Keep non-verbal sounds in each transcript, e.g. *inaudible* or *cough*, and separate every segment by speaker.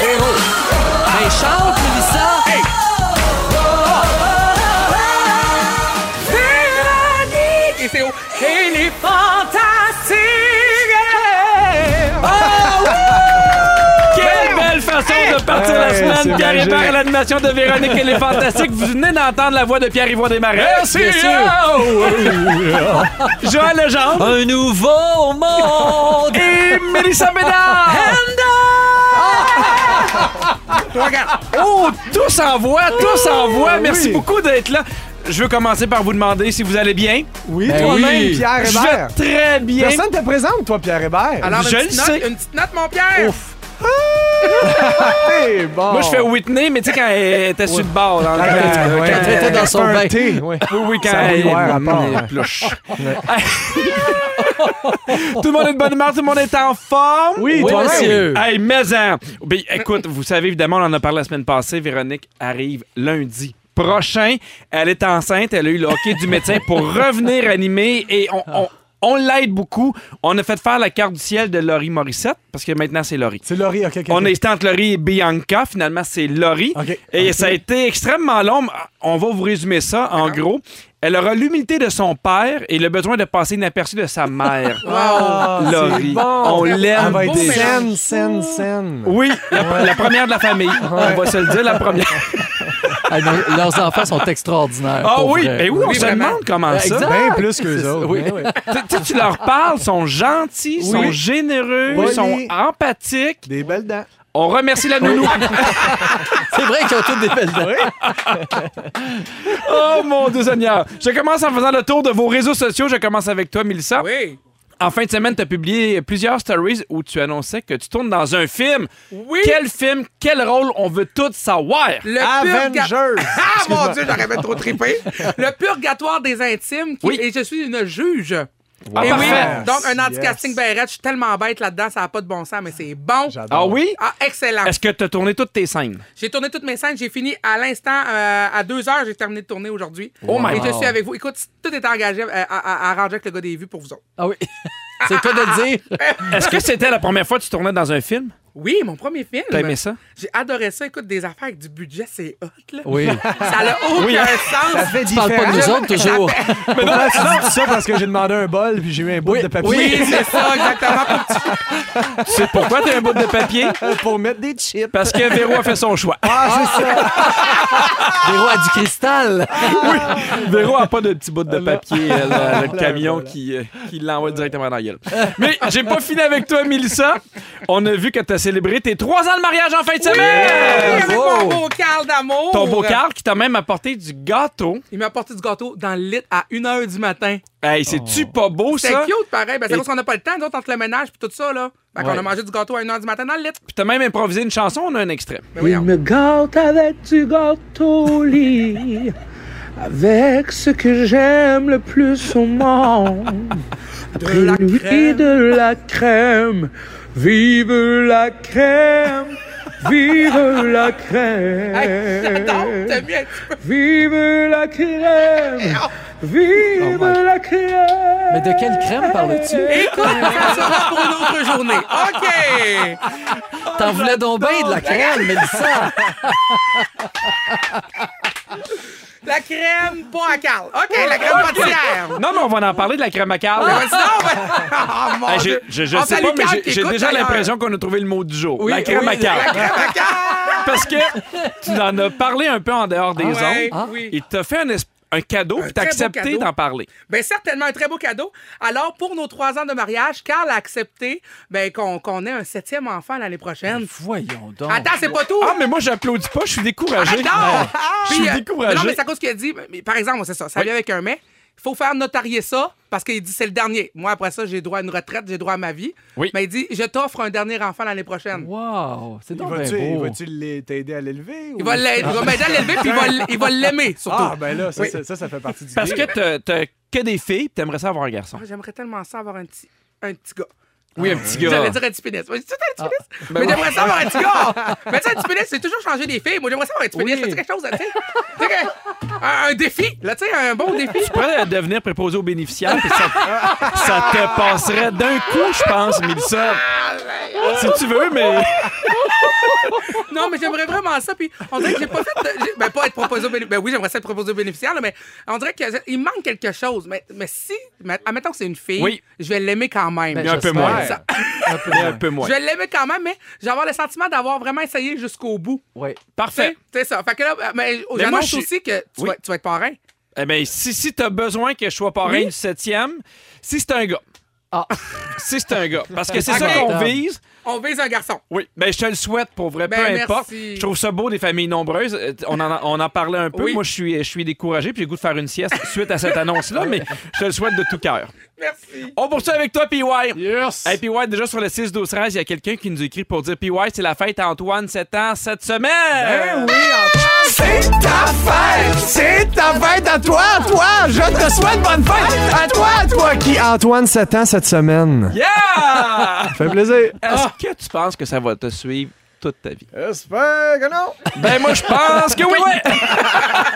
Speaker 1: Ben chante, Mélissa!
Speaker 2: Véronique! Et c'est au... Et les fantastiques!
Speaker 1: Quelle belle façon de partir la
Speaker 3: Ouais,
Speaker 1: semaine!
Speaker 3: c'est
Speaker 1: Pierre
Speaker 3: magique.
Speaker 1: Hébert à l'animation de Véronique et les Fantastiques. Vous venez d'entendre la voix de Pierre-Yvon Desmarais.
Speaker 3: Merci,
Speaker 1: Bien sûr. Joël Legendre. Un nouveau monde! Et Mélissa Bédard! Ah! Oh, tous en voix, tous en voix. Merci
Speaker 3: Oui.
Speaker 1: beaucoup d'être là. Je veux commencer par vous demander si vous allez bien.
Speaker 3: Oui,
Speaker 1: Ben
Speaker 3: toi-même,
Speaker 1: oui.
Speaker 3: Pierre
Speaker 1: Je vais
Speaker 3: Hébert.
Speaker 1: très bien.
Speaker 3: Personne te présente, toi, Pierre Hébert.
Speaker 2: Alors, une
Speaker 1: Je
Speaker 2: petite
Speaker 1: le
Speaker 2: note,
Speaker 1: sais.
Speaker 2: une petite note, mon Pierre!
Speaker 3: T'es bon.
Speaker 1: Moi, je fais Whitney, mais tu sais, quand elle était sur le bord. dans le-
Speaker 3: Ah, ouais.
Speaker 1: quand elle était dans
Speaker 3: Un
Speaker 1: son bain.
Speaker 3: thé, ouais.
Speaker 1: Oui, oui, quand
Speaker 3: Ça va
Speaker 1: elle
Speaker 3: y voir à part.
Speaker 1: est pluche. *laughs* Tout le monde est de bonne humeur, tout le monde est en forme.
Speaker 3: Oui,
Speaker 4: Oui,
Speaker 3: toi-même.
Speaker 4: monsieur.
Speaker 1: Hey, mais hein. Ben, écoute, vous savez, évidemment, on en a parlé la semaine passée. Véronique arrive lundi prochain. Elle est enceinte. Elle a eu le hockey du médecin pour revenir animer et on. on- on l'aide beaucoup. On a fait faire la carte du ciel de Laurie Morissette parce que maintenant c'est Laurie.
Speaker 3: C'est Laurie, ok, ok.
Speaker 1: On
Speaker 3: ok.
Speaker 1: est entre Laurie et Bianca. Finalement, c'est Laurie.
Speaker 3: Ok.
Speaker 1: Et ça a été extrêmement long. On va vous résumer ça. En gros, elle aura l'humilité de son père et le besoin de passer inaperçu de sa mère.
Speaker 3: Ah, c'est
Speaker 1: Laurie.
Speaker 3: bon.
Speaker 1: On
Speaker 3: Elle
Speaker 1: l'aime.
Speaker 3: va être
Speaker 2: Beau mélange.
Speaker 3: saine, saine, saine.
Speaker 1: Oui, la, la première de la famille. On va se le dire, la première.
Speaker 3: *laughs*
Speaker 4: Ah, nos- leurs enfants sont extraordinaires.
Speaker 1: Ah
Speaker 4: pour
Speaker 1: oui,
Speaker 4: vrai.
Speaker 1: mais oui, on
Speaker 2: Oui,
Speaker 1: se
Speaker 2: vraiment.
Speaker 1: demande comment ça.
Speaker 4: Exact.
Speaker 3: Bien plus que
Speaker 4: C'est
Speaker 3: les
Speaker 4: ça,
Speaker 3: autres.
Speaker 4: oui.
Speaker 3: Ben oui.
Speaker 1: Tu, tu- tu leur parles, sont gentils, sont généreux,
Speaker 3: Polis.
Speaker 1: sont empathiques.
Speaker 3: Des belles dents.
Speaker 1: On remercie la nounou.
Speaker 4: C'est vrai qu'ils ont toutes des belles dents.
Speaker 1: oh mon Dieu Seigneur. Je commence en faisant le tour de vos réseaux sociaux. Je commence avec toi, Mélissa.
Speaker 2: Oui!
Speaker 1: En fin de semaine, tu as publié plusieurs stories où tu annonçais que tu tournes dans un film.
Speaker 2: Oui!
Speaker 1: Quel film, quel rôle, on veut tout savoir.
Speaker 2: Le purgatoire...
Speaker 3: Avengers.
Speaker 2: *laughs* Ah, mon Dieu, j'aurais même trop trippé! Le purgatoire des intimes, qui-
Speaker 1: Oui.
Speaker 2: et je suis une juge.
Speaker 1: Ah,
Speaker 2: Eh oui,
Speaker 1: parfait.
Speaker 2: donc un
Speaker 3: Yes.
Speaker 2: anti-casting Bérette, je suis tellement bête là-dedans, ça n'a pas de bon sens, mais c'est bon.
Speaker 3: J'adore.
Speaker 1: Ah oui?
Speaker 2: Ah, excellent.
Speaker 1: Est-ce que tu as tourné toutes tes scènes?
Speaker 2: J'ai tourné toutes mes scènes, j'ai fini à l'instant, euh, à deux heures, j'ai terminé de tourner aujourd'hui.
Speaker 1: Oh my
Speaker 2: Et je
Speaker 1: God.
Speaker 2: suis avec vous. Écoute, tout est engagé euh, à, à, à arranger avec le gars des vues pour vous autres.
Speaker 4: Ah oui. C'est toi de le dire.
Speaker 1: Est-ce que c'était la première fois que tu tournais dans un film?
Speaker 2: Oui, mon premier film.
Speaker 1: T'as aimé ça?
Speaker 2: J'ai adoré ça. Écoute, des affaires avec du budget, c'est hot, là.
Speaker 4: Oui.
Speaker 2: Ça n'a aucun
Speaker 1: Oui, hein?
Speaker 3: Ça
Speaker 2: sens.
Speaker 3: fait
Speaker 4: Tu parles pas de nous
Speaker 3: différent.
Speaker 4: autres toujours.
Speaker 3: Mais non, tu dis ça parce que j'ai demandé un bol puis j'ai eu un bout
Speaker 4: Oui,
Speaker 3: de papier
Speaker 2: Oui, c'est ça, exactement. Pour que tu-
Speaker 1: Tu sais pourquoi t'as un bout de papier?
Speaker 3: *laughs* pour mettre des chips.
Speaker 1: Parce que Véro a fait son choix.
Speaker 3: Ah, c'est ça.
Speaker 4: Des rois du cristal.
Speaker 1: Véro a pas de petit bout de papier, elle, euh, le camion qui, euh, qui l'envoie directement dans
Speaker 2: *laughs*
Speaker 1: la gueule. Mais j'ai pas fini avec toi, Mélissa. On a vu que t'as célébré tes trois ans de mariage en fin *laughs* de
Speaker 2: Oui,
Speaker 1: semaine!
Speaker 2: avec mon beau Carl d'amour.
Speaker 1: Ton beau Carl qui t'a même apporté du gâteau.
Speaker 2: Il m'a apporté du gâteau dans le lit à 1h du matin.
Speaker 1: Hey, c'est-tu pas beau,
Speaker 2: C'est
Speaker 1: ça?
Speaker 2: Oh. cute, pareil. Ben, c'est
Speaker 1: Et-
Speaker 2: parce qu'on n'a pas le temps, d'autres entre le ménage et tout ça, là. Fait qu'on
Speaker 1: Ouais.
Speaker 2: a mangé du gâteau à 1h du matin dans le lit.
Speaker 1: Puis t'as même improvisé une chanson, on a un extrait.
Speaker 2: Mais voyons.
Speaker 5: me gâte avec du gâteau au lit, avec ce que j'aime le plus au monde. Après
Speaker 2: la
Speaker 5: lui
Speaker 2: crème.
Speaker 5: de la crème, vive la crème, vive la
Speaker 2: Hey, j'adore, t'as
Speaker 5: crème,
Speaker 2: mis un petit peu.
Speaker 5: vive la crème, vive
Speaker 4: Oh my-
Speaker 5: la crème.
Speaker 4: Mais de quelle crème parles-tu?
Speaker 2: Écoute, ça sera pour une autre journée. OK!
Speaker 4: T'en voulais donc bien de la crème, Mélissa.
Speaker 2: La crème, pas à Carl. OK, la crème pâtissière.
Speaker 1: Non, mais on va en parler de la crème à Carl.
Speaker 2: Ben, sinon, ben- *laughs* Ah, mon
Speaker 1: Hey,
Speaker 2: Dieu.
Speaker 1: je je, je
Speaker 2: On
Speaker 1: sais
Speaker 2: salue
Speaker 1: pas, mais
Speaker 2: Carl
Speaker 1: j'ai-
Speaker 2: qui
Speaker 1: j'ai
Speaker 2: écoute,
Speaker 1: déjà
Speaker 2: d'ailleurs.
Speaker 1: l'impression qu'on a trouvé le mot du jour.
Speaker 4: Oui,
Speaker 1: la crème
Speaker 4: oui,
Speaker 1: à Carl.
Speaker 2: La crème à Carl.
Speaker 1: Parce que tu en as parlé un peu en dehors des
Speaker 2: Ah Ouais,
Speaker 1: ondes.
Speaker 2: oui.
Speaker 1: Il t'a fait un, es- un cadeau, puis t'as
Speaker 2: très beau
Speaker 1: accepté
Speaker 2: cadeau.
Speaker 1: d'en parler.
Speaker 2: Ben certainement un très beau cadeau. Alors pour nos trois ans de mariage, Carl a accepté ben, qu'on qu'on ait un septième enfant l'année prochaine.
Speaker 4: Voyons donc.
Speaker 2: Attends, c'est pas tout.
Speaker 1: Ah, mais moi, j'applaudis pas, je suis découragé.
Speaker 2: Attends!
Speaker 1: Je suis
Speaker 2: Puis, euh,
Speaker 1: découragé.
Speaker 2: Non, mais c'est à cause qu'il a dit, mais- mais par exemple, c'est ça, ça vient avec un mais. Il faut faire notarier ça parce qu'il dit c'est le dernier. Moi, après ça, j'ai droit à une retraite, j'ai droit à ma vie.
Speaker 1: Oui.
Speaker 2: Mais il dit je t'offre un dernier enfant l'année prochaine.
Speaker 4: Wow. C'est
Speaker 3: Il
Speaker 4: donc bien
Speaker 3: va-tu il
Speaker 4: beau.
Speaker 3: va-tu l'é- t'aider à l'élever?
Speaker 2: Il va l'a- il va m'aider à l'élever puis il va l- il va l'aimer surtout.
Speaker 3: Ah, ben là, ça,
Speaker 2: Oui.
Speaker 3: ça, ça, ça fait partie du
Speaker 1: Parce
Speaker 3: deal.
Speaker 1: que t'as t'as que des filles, puis t'aimerais ça avoir un garçon.
Speaker 2: Ah, J'aimerais tellement ça avoir un petit, un petit gars.
Speaker 1: Oui, un petit gars. Ah. Ben
Speaker 2: J'allais dire un petit pénis. Moi, j'ai dit tout un petit pénis. mais j'aimerais ça avoir un petit gars. Mais tu sais, un petit pénis, c'est toujours changer des filles. Moi, j'aimerais ça avoir un petit pénis. C'est quelque chose, tu sais. Tu sais, que- Un, un défi, là, tu sais, un bon défi.
Speaker 1: Tu pourrais euh, devenir préposé aux bénéficiaires, puis ça, ça te passerait d'un coup, je pense, Mélissa.
Speaker 2: Ah, ben,
Speaker 1: Si
Speaker 2: oh.
Speaker 1: tu veux, mais.
Speaker 2: Non, mais j'aimerais vraiment ça. Puis on dirait que j'ai pas fait. de- j'ai- Ben, pas être proposé aux bénéficiaires. Ben oui, j'aimerais ça être proposé aux bénéficiaires, là, mais on dirait qu'il manque quelque chose. Mais, mais si. mais admettons que c'est une fille,
Speaker 1: Oui.
Speaker 2: je vais l'aimer quand même.
Speaker 1: Mais un peu moins.
Speaker 2: Ça-
Speaker 4: Un peu
Speaker 1: Mais un
Speaker 4: moins.
Speaker 1: peu moins.
Speaker 2: Je vais l'aimer quand même, mais je vais avoir le sentiment d'avoir vraiment essayé jusqu'au bout.
Speaker 4: Ouais.
Speaker 1: Parfait.
Speaker 2: C'est ça. Fait que là, mais
Speaker 1: moi,
Speaker 2: j'annonce
Speaker 1: je suis-
Speaker 2: aussi que tu,
Speaker 1: Oui.
Speaker 2: vas, tu vas être parrain.
Speaker 1: Eh bien, si, si t'as besoin que je sois parrain
Speaker 2: Oui.
Speaker 1: du septième, si c'est un gars.
Speaker 4: Ah.
Speaker 1: *laughs* Si c'est un gars. Parce que c'est
Speaker 2: Ok.
Speaker 1: ça qu'on vise.
Speaker 2: On vise un garçon.
Speaker 1: Oui, ben je te le souhaite pour vrai,
Speaker 2: Ben,
Speaker 1: peu
Speaker 2: merci.
Speaker 1: importe. Je trouve ça beau des familles nombreuses. Euh, On en, on en parlait un peu.
Speaker 2: Oui.
Speaker 1: Moi, je suis, je suis découragé, puis j'ai le goût de faire une sieste suite à cette annonce-là, mais je te le souhaite de tout cœur.
Speaker 2: Merci.
Speaker 1: On poursuit avec toi, PY.
Speaker 3: Yes!
Speaker 1: Hey, PY, déjà sur le 6-12-13, il y a quelqu'un qui nous écrit pour dire PY, c'est la fête à Antoine, 7 ans, cette semaine.
Speaker 3: Ben oui, Antoine!
Speaker 6: C'est ta fête! C'est ta fête à toi, à toi! Je te souhaite bonne fête! À toi, à toi qui, Antoine, 7 ans cette semaine.
Speaker 1: Yeah!
Speaker 6: Fait plaisir.
Speaker 1: Est-ce que tu penses que ça va te suivre toute ta vie?
Speaker 6: J'espère que non!
Speaker 1: Ben moi je pense que oui. *laughs*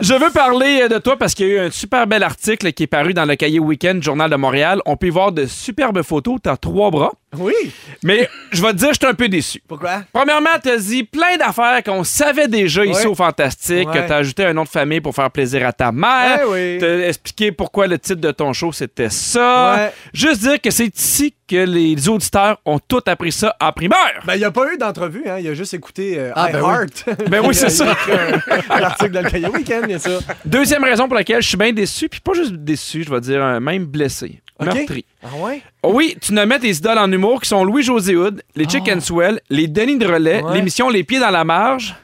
Speaker 1: je veux parler euh, de toi parce qu'il y a eu un super bel article qui est paru dans le cahier Week-end Journal de Montréal. On peut y voir de superbes photos, t'as trois bras.
Speaker 3: Oui!
Speaker 1: Mais je vais te dire, je suis un peu déçu.
Speaker 4: Pourquoi?
Speaker 1: Premièrement, t'as dit plein d'affaires qu'on savait déjà ici
Speaker 3: Ouais.
Speaker 1: au Fantastique, que
Speaker 3: Ouais.
Speaker 1: t'as ajouté un nom de famille pour faire plaisir à ta mère.
Speaker 3: Eh oui.
Speaker 1: T'as expliqué pourquoi le titre de ton show c'était ça.
Speaker 3: Ouais.
Speaker 1: Juste dire que c'est ici que les auditeurs ont tout appris ça en primeur.
Speaker 3: Ben, il a pas eu d'entrevue, hein. Il a juste écouté euh,
Speaker 4: Ah, ben
Speaker 3: iHeart.
Speaker 1: Ben oui, c'est ça.
Speaker 3: L'article dans le cahier week-end, bien sûr.
Speaker 1: Deuxième raison pour laquelle je suis bien déçu, puis pas juste déçu, je vais dire euh, même blessé,
Speaker 3: Ok.
Speaker 1: meurtri. Oh
Speaker 3: Ah ouais?
Speaker 1: Oui, tu nommais tes idoles en humour qui sont Louis-José Hood, les Chick and Swell, les Denis de Relais,
Speaker 4: Ouais.
Speaker 1: l'émission Les Pieds dans la Marge.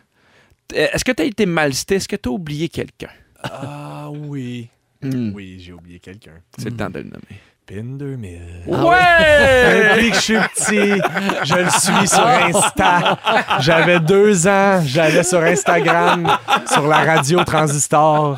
Speaker 1: Euh, Est-ce que t'as été mal cité? Est-ce que t'as oublié quelqu'un?
Speaker 3: Ah oui.
Speaker 1: Hmm,
Speaker 3: Oui, j'ai oublié quelqu'un.
Speaker 1: C'est le temps de le nommer.
Speaker 3: Pin 2000. *laughs*
Speaker 1: ouais!
Speaker 3: Depuis que je suis petit, je le suis sur Insta. J'avais deux ans, j'allais sur Instagram, sur la radio Transistor.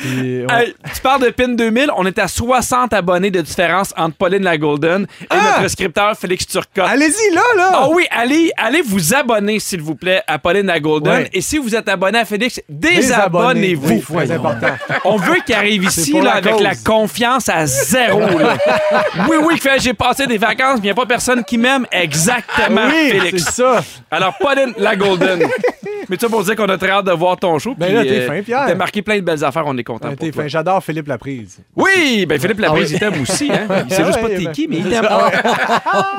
Speaker 3: Puis, ouais.
Speaker 1: Hey, tu parles de PIN 2000, on est à 60 abonnés de différence entre Pauline la Golden et notre scripteur Félix Turcotte.
Speaker 3: Allez-y, là, là!
Speaker 1: Ah oui, allez, allez vous abonner, s'il vous plaît, à Pauline la Golden.
Speaker 3: Ouais.
Speaker 1: Et si vous êtes abonné à Félix,
Speaker 3: Oui,
Speaker 1: désabonnez-vous.
Speaker 3: c'est important.
Speaker 1: On veut qu'il arrive ici
Speaker 3: pour
Speaker 1: là,
Speaker 3: la
Speaker 1: avec
Speaker 3: cause.
Speaker 1: la confiance à zéro.
Speaker 3: *laughs*
Speaker 1: là. oui, oui, il fait, j'ai passé des vacances, mais il n'y a pas personne qui m'aime. Exactement,
Speaker 3: Ah Oui, c'est
Speaker 1: Félix.
Speaker 3: ça.
Speaker 1: Alors, Pauline la
Speaker 3: *laughs*
Speaker 1: Golden. Mais tu pour dire qu'on a très hâte de voir ton show.
Speaker 3: Ben
Speaker 1: puis, euh,
Speaker 3: là, t'es fin, Pierre.
Speaker 1: T'as marqué plein de belles affaires, on est content
Speaker 3: Ouais,
Speaker 1: pour
Speaker 3: t'es
Speaker 1: toi.
Speaker 3: fin. J'adore Philippe Laprise.
Speaker 1: Oui, ben Philippe Laprise, il t'aime aussi. Hein? Il sait
Speaker 3: *laughs* Ah
Speaker 1: juste pas
Speaker 3: ouais,
Speaker 1: t'es
Speaker 3: ben- Ah
Speaker 1: qui, mais il t'aime.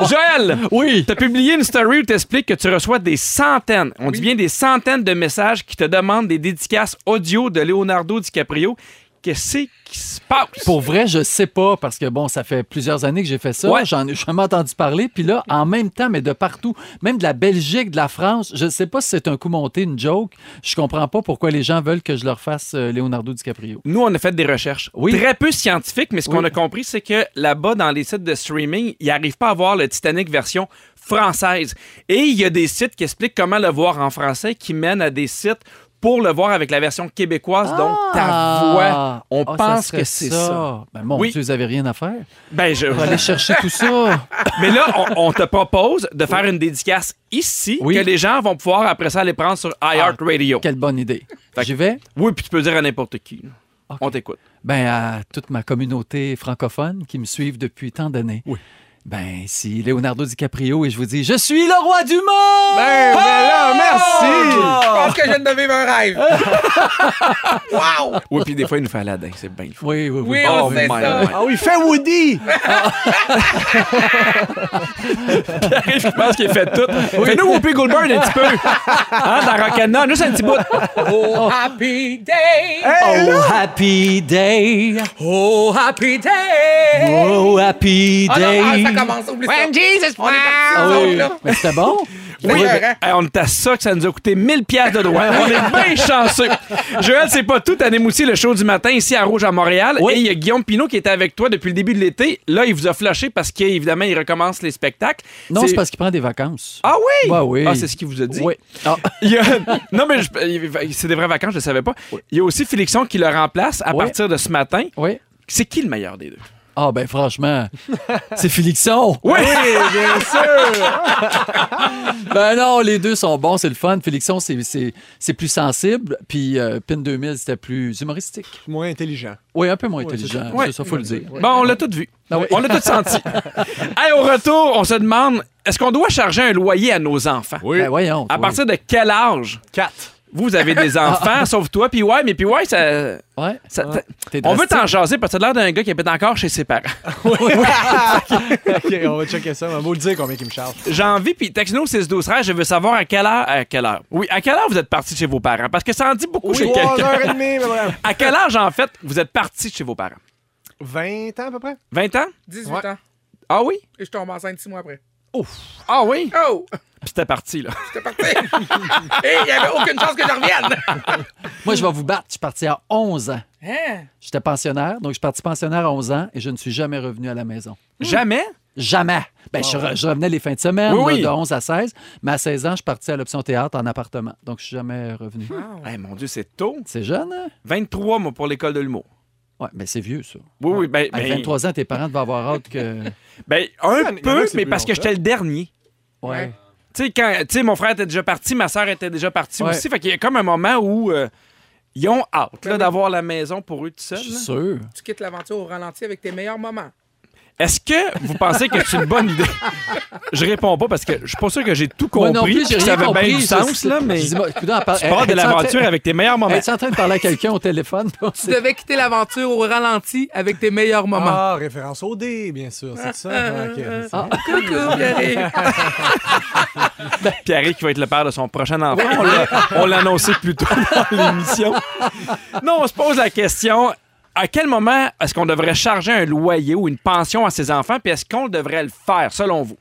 Speaker 1: Joël, oui. *laughs* t'as publié une story où t'expliques que tu reçois des centaines, on dit bien des centaines de messages qui te demandent des dédicaces audio de Leonardo DiCaprio. Qu'est-ce qui se passe?
Speaker 4: Pour vrai, je sais pas, parce que bon, ça fait plusieurs années que j'ai fait ça.
Speaker 1: Ouais.
Speaker 4: J'en ai jamais entendu parler. Puis là, en même temps, mais de partout, même de la Belgique, de la France, je sais pas si c'est un coup monté, une joke. Je comprends pas pourquoi les gens veulent que je leur fasse euh, Leonardo DiCaprio.
Speaker 1: Nous, on a fait des recherches.
Speaker 4: Oui.
Speaker 1: Très peu scientifiques, mais ce qu'on
Speaker 4: Oui.
Speaker 1: a compris, c'est que là-bas, dans les sites de streaming, ils n'arrivent pas à voir le Titanic version française. Et il y a des sites qui expliquent comment le voir en français qui mènent à des sites pour le voir avec la version québécoise, donc ta voix. On
Speaker 4: Ah, ça
Speaker 1: pense
Speaker 4: serait
Speaker 1: que c'est ça.
Speaker 4: Ben, mon
Speaker 1: Oui.
Speaker 4: Dieu, vous avez rien à faire.
Speaker 1: Ben, je...
Speaker 4: Pour aller chercher
Speaker 1: *laughs*
Speaker 4: tout ça.
Speaker 1: mais là, on, on te propose de faire une dédicace ici
Speaker 4: Oui.
Speaker 1: que les gens vont pouvoir après ça aller prendre sur iHeartRadio.
Speaker 4: Quelle bonne idée.
Speaker 1: Fait Ah, que-
Speaker 4: J'y vais.
Speaker 1: Oui, puis tu peux dire à n'importe qui. là.
Speaker 4: Ok.
Speaker 1: On t'écoute.
Speaker 4: Ben, à toute ma communauté francophone qui me suivent depuis tant d'années. Oui. Ben, si Leonardo DiCaprio et je vous dis Je suis le roi du monde!
Speaker 3: Ben,
Speaker 1: Oh!
Speaker 3: voilà, merci!
Speaker 2: Je pense que je viens de vivre un rêve. wow!
Speaker 1: *laughs* Oui, puis des fois, il nous fait Aladdin, c'est bien le *laughs* fun.
Speaker 4: Oui, oui, oui.
Speaker 2: Oui, on
Speaker 1: Oh
Speaker 2: sait
Speaker 1: my
Speaker 2: ça.
Speaker 1: God.
Speaker 3: Ah oui, fais Woody!
Speaker 1: arrive qui pense qu'il fait tout. Fais-nous Whoopi Goldberg un petit peu. Hein, dans Rock'n'Roll, juste un petit bout.
Speaker 2: Oh, happy day!
Speaker 3: Hey, là!
Speaker 4: Oh, happy day!
Speaker 2: Oh, happy day!
Speaker 4: Oh, happy
Speaker 2: Ah
Speaker 4: day!
Speaker 2: non, ah, ça commence, oublie ça.
Speaker 1: Jesus,
Speaker 2: On est parti,
Speaker 4: Ah
Speaker 2: nous autres,
Speaker 4: oui,
Speaker 2: là.
Speaker 4: mais c'était bon.
Speaker 1: Oui,
Speaker 2: D'ailleurs,
Speaker 1: ben,
Speaker 2: hein.
Speaker 1: hey, on est à ça que ça nous a coûté 1000 pièces de droits. On est *laughs* bien chanceux. Joël, c'est pas tout. T'animes aussi le show du matin ici à Rouge à Montréal.
Speaker 4: Oui.
Speaker 1: Et il y a Guillaume Pinot qui était avec toi depuis le début de l'été. Là, il vous a flashé parce qu'évidemment, il recommence les spectacles.
Speaker 4: Non, c'est parce qu'il prend des vacances.
Speaker 1: Ah oui?
Speaker 4: Ouais, oui.
Speaker 1: Ah, c'est ce qu'il vous a dit?
Speaker 4: Oui. Ah,
Speaker 1: Il y a- *laughs* Non, mais je- c'est des vraies vacances, je ne savais pas. Il y a aussi Félixon qui le remplace à
Speaker 4: Oui.
Speaker 1: partir de ce matin.
Speaker 4: oui.
Speaker 1: C'est qui le meilleur des deux?
Speaker 4: Ah,
Speaker 1: *laughs*
Speaker 4: ben franchement, c'est Félixon.
Speaker 1: Oui!
Speaker 3: bien sûr!
Speaker 4: Ben non, les deux sont bons, c'est le fun. Félixon, c'est- c'est c'est plus sensible. Puis euh, Pin 2000, c'était plus humoristique.
Speaker 3: Moins intelligent.
Speaker 4: Oui, un peu moins intelligent.
Speaker 1: Ouais.
Speaker 4: C'est ça, faut le dire.
Speaker 1: *laughs* Bon, on l'a tout vu.
Speaker 4: Ah oui.
Speaker 1: On l'a tout *laughs* senti. Hey, au retour, on se demande est-ce qu'on doit charger un loyer à nos enfants?
Speaker 3: Oui.
Speaker 4: Ben voyons.
Speaker 1: À
Speaker 4: oui.
Speaker 1: partir de quel âge?
Speaker 3: Quatre.
Speaker 1: Vous avez *laughs* des enfants, sauf toi, puis ouais, mais puis ouais, ça.
Speaker 4: Ouais.
Speaker 1: ça-
Speaker 4: Ouais. T'es
Speaker 1: On veut
Speaker 4: drastique.
Speaker 1: t'en jaser parce que t'as l'air d'un gars qui habite encore chez ses parents.
Speaker 3: OK, on va checker ça. On va vous le dire combien il me charge.
Speaker 1: J'ai envie, puis texte-nous 6 12 13 je veux savoir à quelle heure. À quelle heure? Oui, à quelle heure vous êtes parti chez vos parents? Parce que ça en dit beaucoup chez quelqu'un.
Speaker 3: 3h30, madame.
Speaker 1: À quel âge, en fait, vous êtes parti chez vos parents?
Speaker 3: 20 ans à peu près?
Speaker 1: 20 ans?
Speaker 2: 18 ans.
Speaker 1: Ah oui?
Speaker 2: Et je tombe enceinte six mois après.
Speaker 1: Ah oui?
Speaker 2: Oh!
Speaker 1: Puis t'es parti, là.
Speaker 2: *laughs* J'étais parti! Et il n'y avait aucune chance que je revienne!
Speaker 4: Moi, je vais vous battre. Je suis parti à 11 ans.
Speaker 2: Hein?
Speaker 4: J'étais pensionnaire, donc je suis parti pensionnaire à 11 ans et je ne suis jamais revenu à la maison.
Speaker 1: Jamais?
Speaker 4: Jamais. Ben, je, re- je revenais les fins de semaine,
Speaker 1: Oui,
Speaker 4: là,
Speaker 1: oui.
Speaker 4: de 11 à 16, mais à 16 ans, je suis parti à l'option théâtre en appartement. Donc, je suis jamais revenu.
Speaker 1: Eh, mon Dieu, c'est tôt.
Speaker 4: C'est jeune, hein?
Speaker 1: 23, moi, pour l'école de l'humour.
Speaker 4: Ouais, mais c'est vieux, ça.
Speaker 1: Oui, oui, ben,
Speaker 4: À
Speaker 1: ben,
Speaker 4: 23 ans, tes parents devaient avoir hâte que.
Speaker 1: *laughs* ben, un
Speaker 3: Il y en a
Speaker 1: peu,
Speaker 3: que c'est
Speaker 1: mais
Speaker 3: plus
Speaker 1: parce que
Speaker 3: longtemps.
Speaker 1: j'étais le dernier.
Speaker 4: Ouais.
Speaker 1: Tu sais, quand, tu sais, mon frère était déjà parti, ma soeur était déjà partie
Speaker 4: Ouais.
Speaker 1: aussi. Fait qu'il y a comme un moment où euh, ils ont hâte là, d'avoir la maison pour eux tout
Speaker 4: Je
Speaker 1: seuls.
Speaker 4: suis
Speaker 1: là.
Speaker 4: sûr.
Speaker 2: Tu quittes l'aventure au ralenti avec tes meilleurs moments.
Speaker 1: Est-ce que vous pensez que c'est une bonne idée? je réponds pas parce que je suis pas sûr que j'ai tout
Speaker 4: Moi
Speaker 1: compris.
Speaker 4: non plus, j'ai
Speaker 1: puis que
Speaker 4: rien
Speaker 1: ça avait
Speaker 4: compris.
Speaker 1: bien du
Speaker 4: je-
Speaker 1: sens, là, mais
Speaker 4: Je dis,
Speaker 1: tu
Speaker 4: moi, écoute, en
Speaker 1: parles
Speaker 4: par-
Speaker 1: de
Speaker 4: Est-ce en train-
Speaker 1: l'aventure avec tes meilleurs moments.
Speaker 4: Est-ce en train de parler à quelqu'un au téléphone?
Speaker 1: *laughs*
Speaker 2: Tu devais quitter l'aventure au ralenti avec tes meilleurs moments.
Speaker 3: Ah, référence au D, bien sûr, c'est ça. OK.
Speaker 2: Ah, Coucou, Pierre.
Speaker 1: Pierre qui va être le père de son prochain enfant. On l'a- On l'a annoncé plus tôt dans l'émission. Non, on se pose la question à quel moment est-ce qu'on devrait charger un loyer ou une pension à ses enfants, puis est-ce qu'on devrait le faire, selon vous?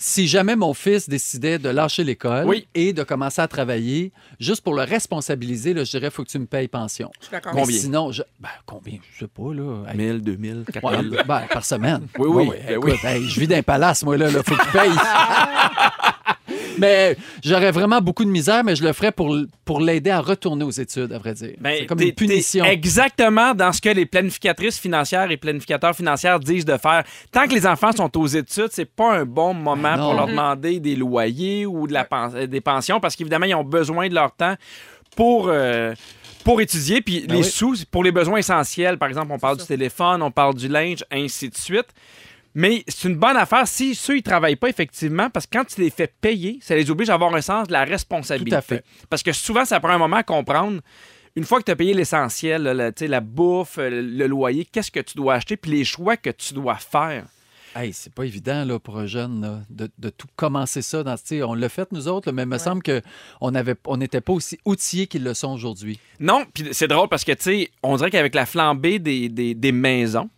Speaker 4: si jamais mon fils décidait de lâcher l'école
Speaker 1: Oui.
Speaker 4: et de commencer à travailler, juste pour le responsabiliser, là, je dirais, faut que tu me payes pension.
Speaker 2: Je suis d'accord.
Speaker 4: Mais
Speaker 1: Combien?
Speaker 4: sinon, je... ben, combien? Je sais pas, là. Hey,
Speaker 1: 1000, 2000,
Speaker 4: ouais, ben, par semaine.
Speaker 1: Oui, oui,
Speaker 4: Ouais, ouais,
Speaker 1: ben
Speaker 4: écoute, hey, je vis d'un palace, moi, là. là, faut que tu payes.
Speaker 1: *laughs*
Speaker 4: mais j'aurais vraiment beaucoup de misère, mais je le ferais pour, l- pour l'aider à retourner aux études, à vrai dire.
Speaker 1: Ben,
Speaker 4: C'est comme
Speaker 1: t'es-
Speaker 4: une punition.
Speaker 1: t'es Exactement dans ce que les planificatrices financières et planificateurs financières disent de faire. Tant que les enfants sont aux études, c'est pas un bon moment
Speaker 4: Ben non.
Speaker 1: pour leur demander des loyers ou de la pen- euh, des pensions parce qu'évidemment, ils ont besoin de leur temps pour. euh, pour étudier, puis
Speaker 4: Ben
Speaker 1: les sous, c'est pour les besoins essentiels, par exemple, on parle du téléphone, on parle du linge, ainsi de suite. Mais c'est une bonne affaire si ceux ils travaillent pas effectivement parce que quand tu les fais payer, ça les oblige à avoir un sens de la responsabilité.
Speaker 4: Tout à fait.
Speaker 1: Parce que souvent ça prend un moment à comprendre. Une fois que tu as payé l'essentiel, là, la, tu sais, la bouffe, euh, le loyer, qu'est-ce que tu dois acheter puis les choix que tu dois faire.
Speaker 4: Hey, c'est pas évident là, pour un jeune là, de, de tout commencer ça. Dans, tu sais, on l'a fait, nous autres, là, mais il me semble qu'on n'était on était pas aussi outillés qu'ils le sont aujourd'hui.
Speaker 1: Non, puis c'est drôle parce que tu sais, on dirait qu'avec la flambée des, des- des maisons,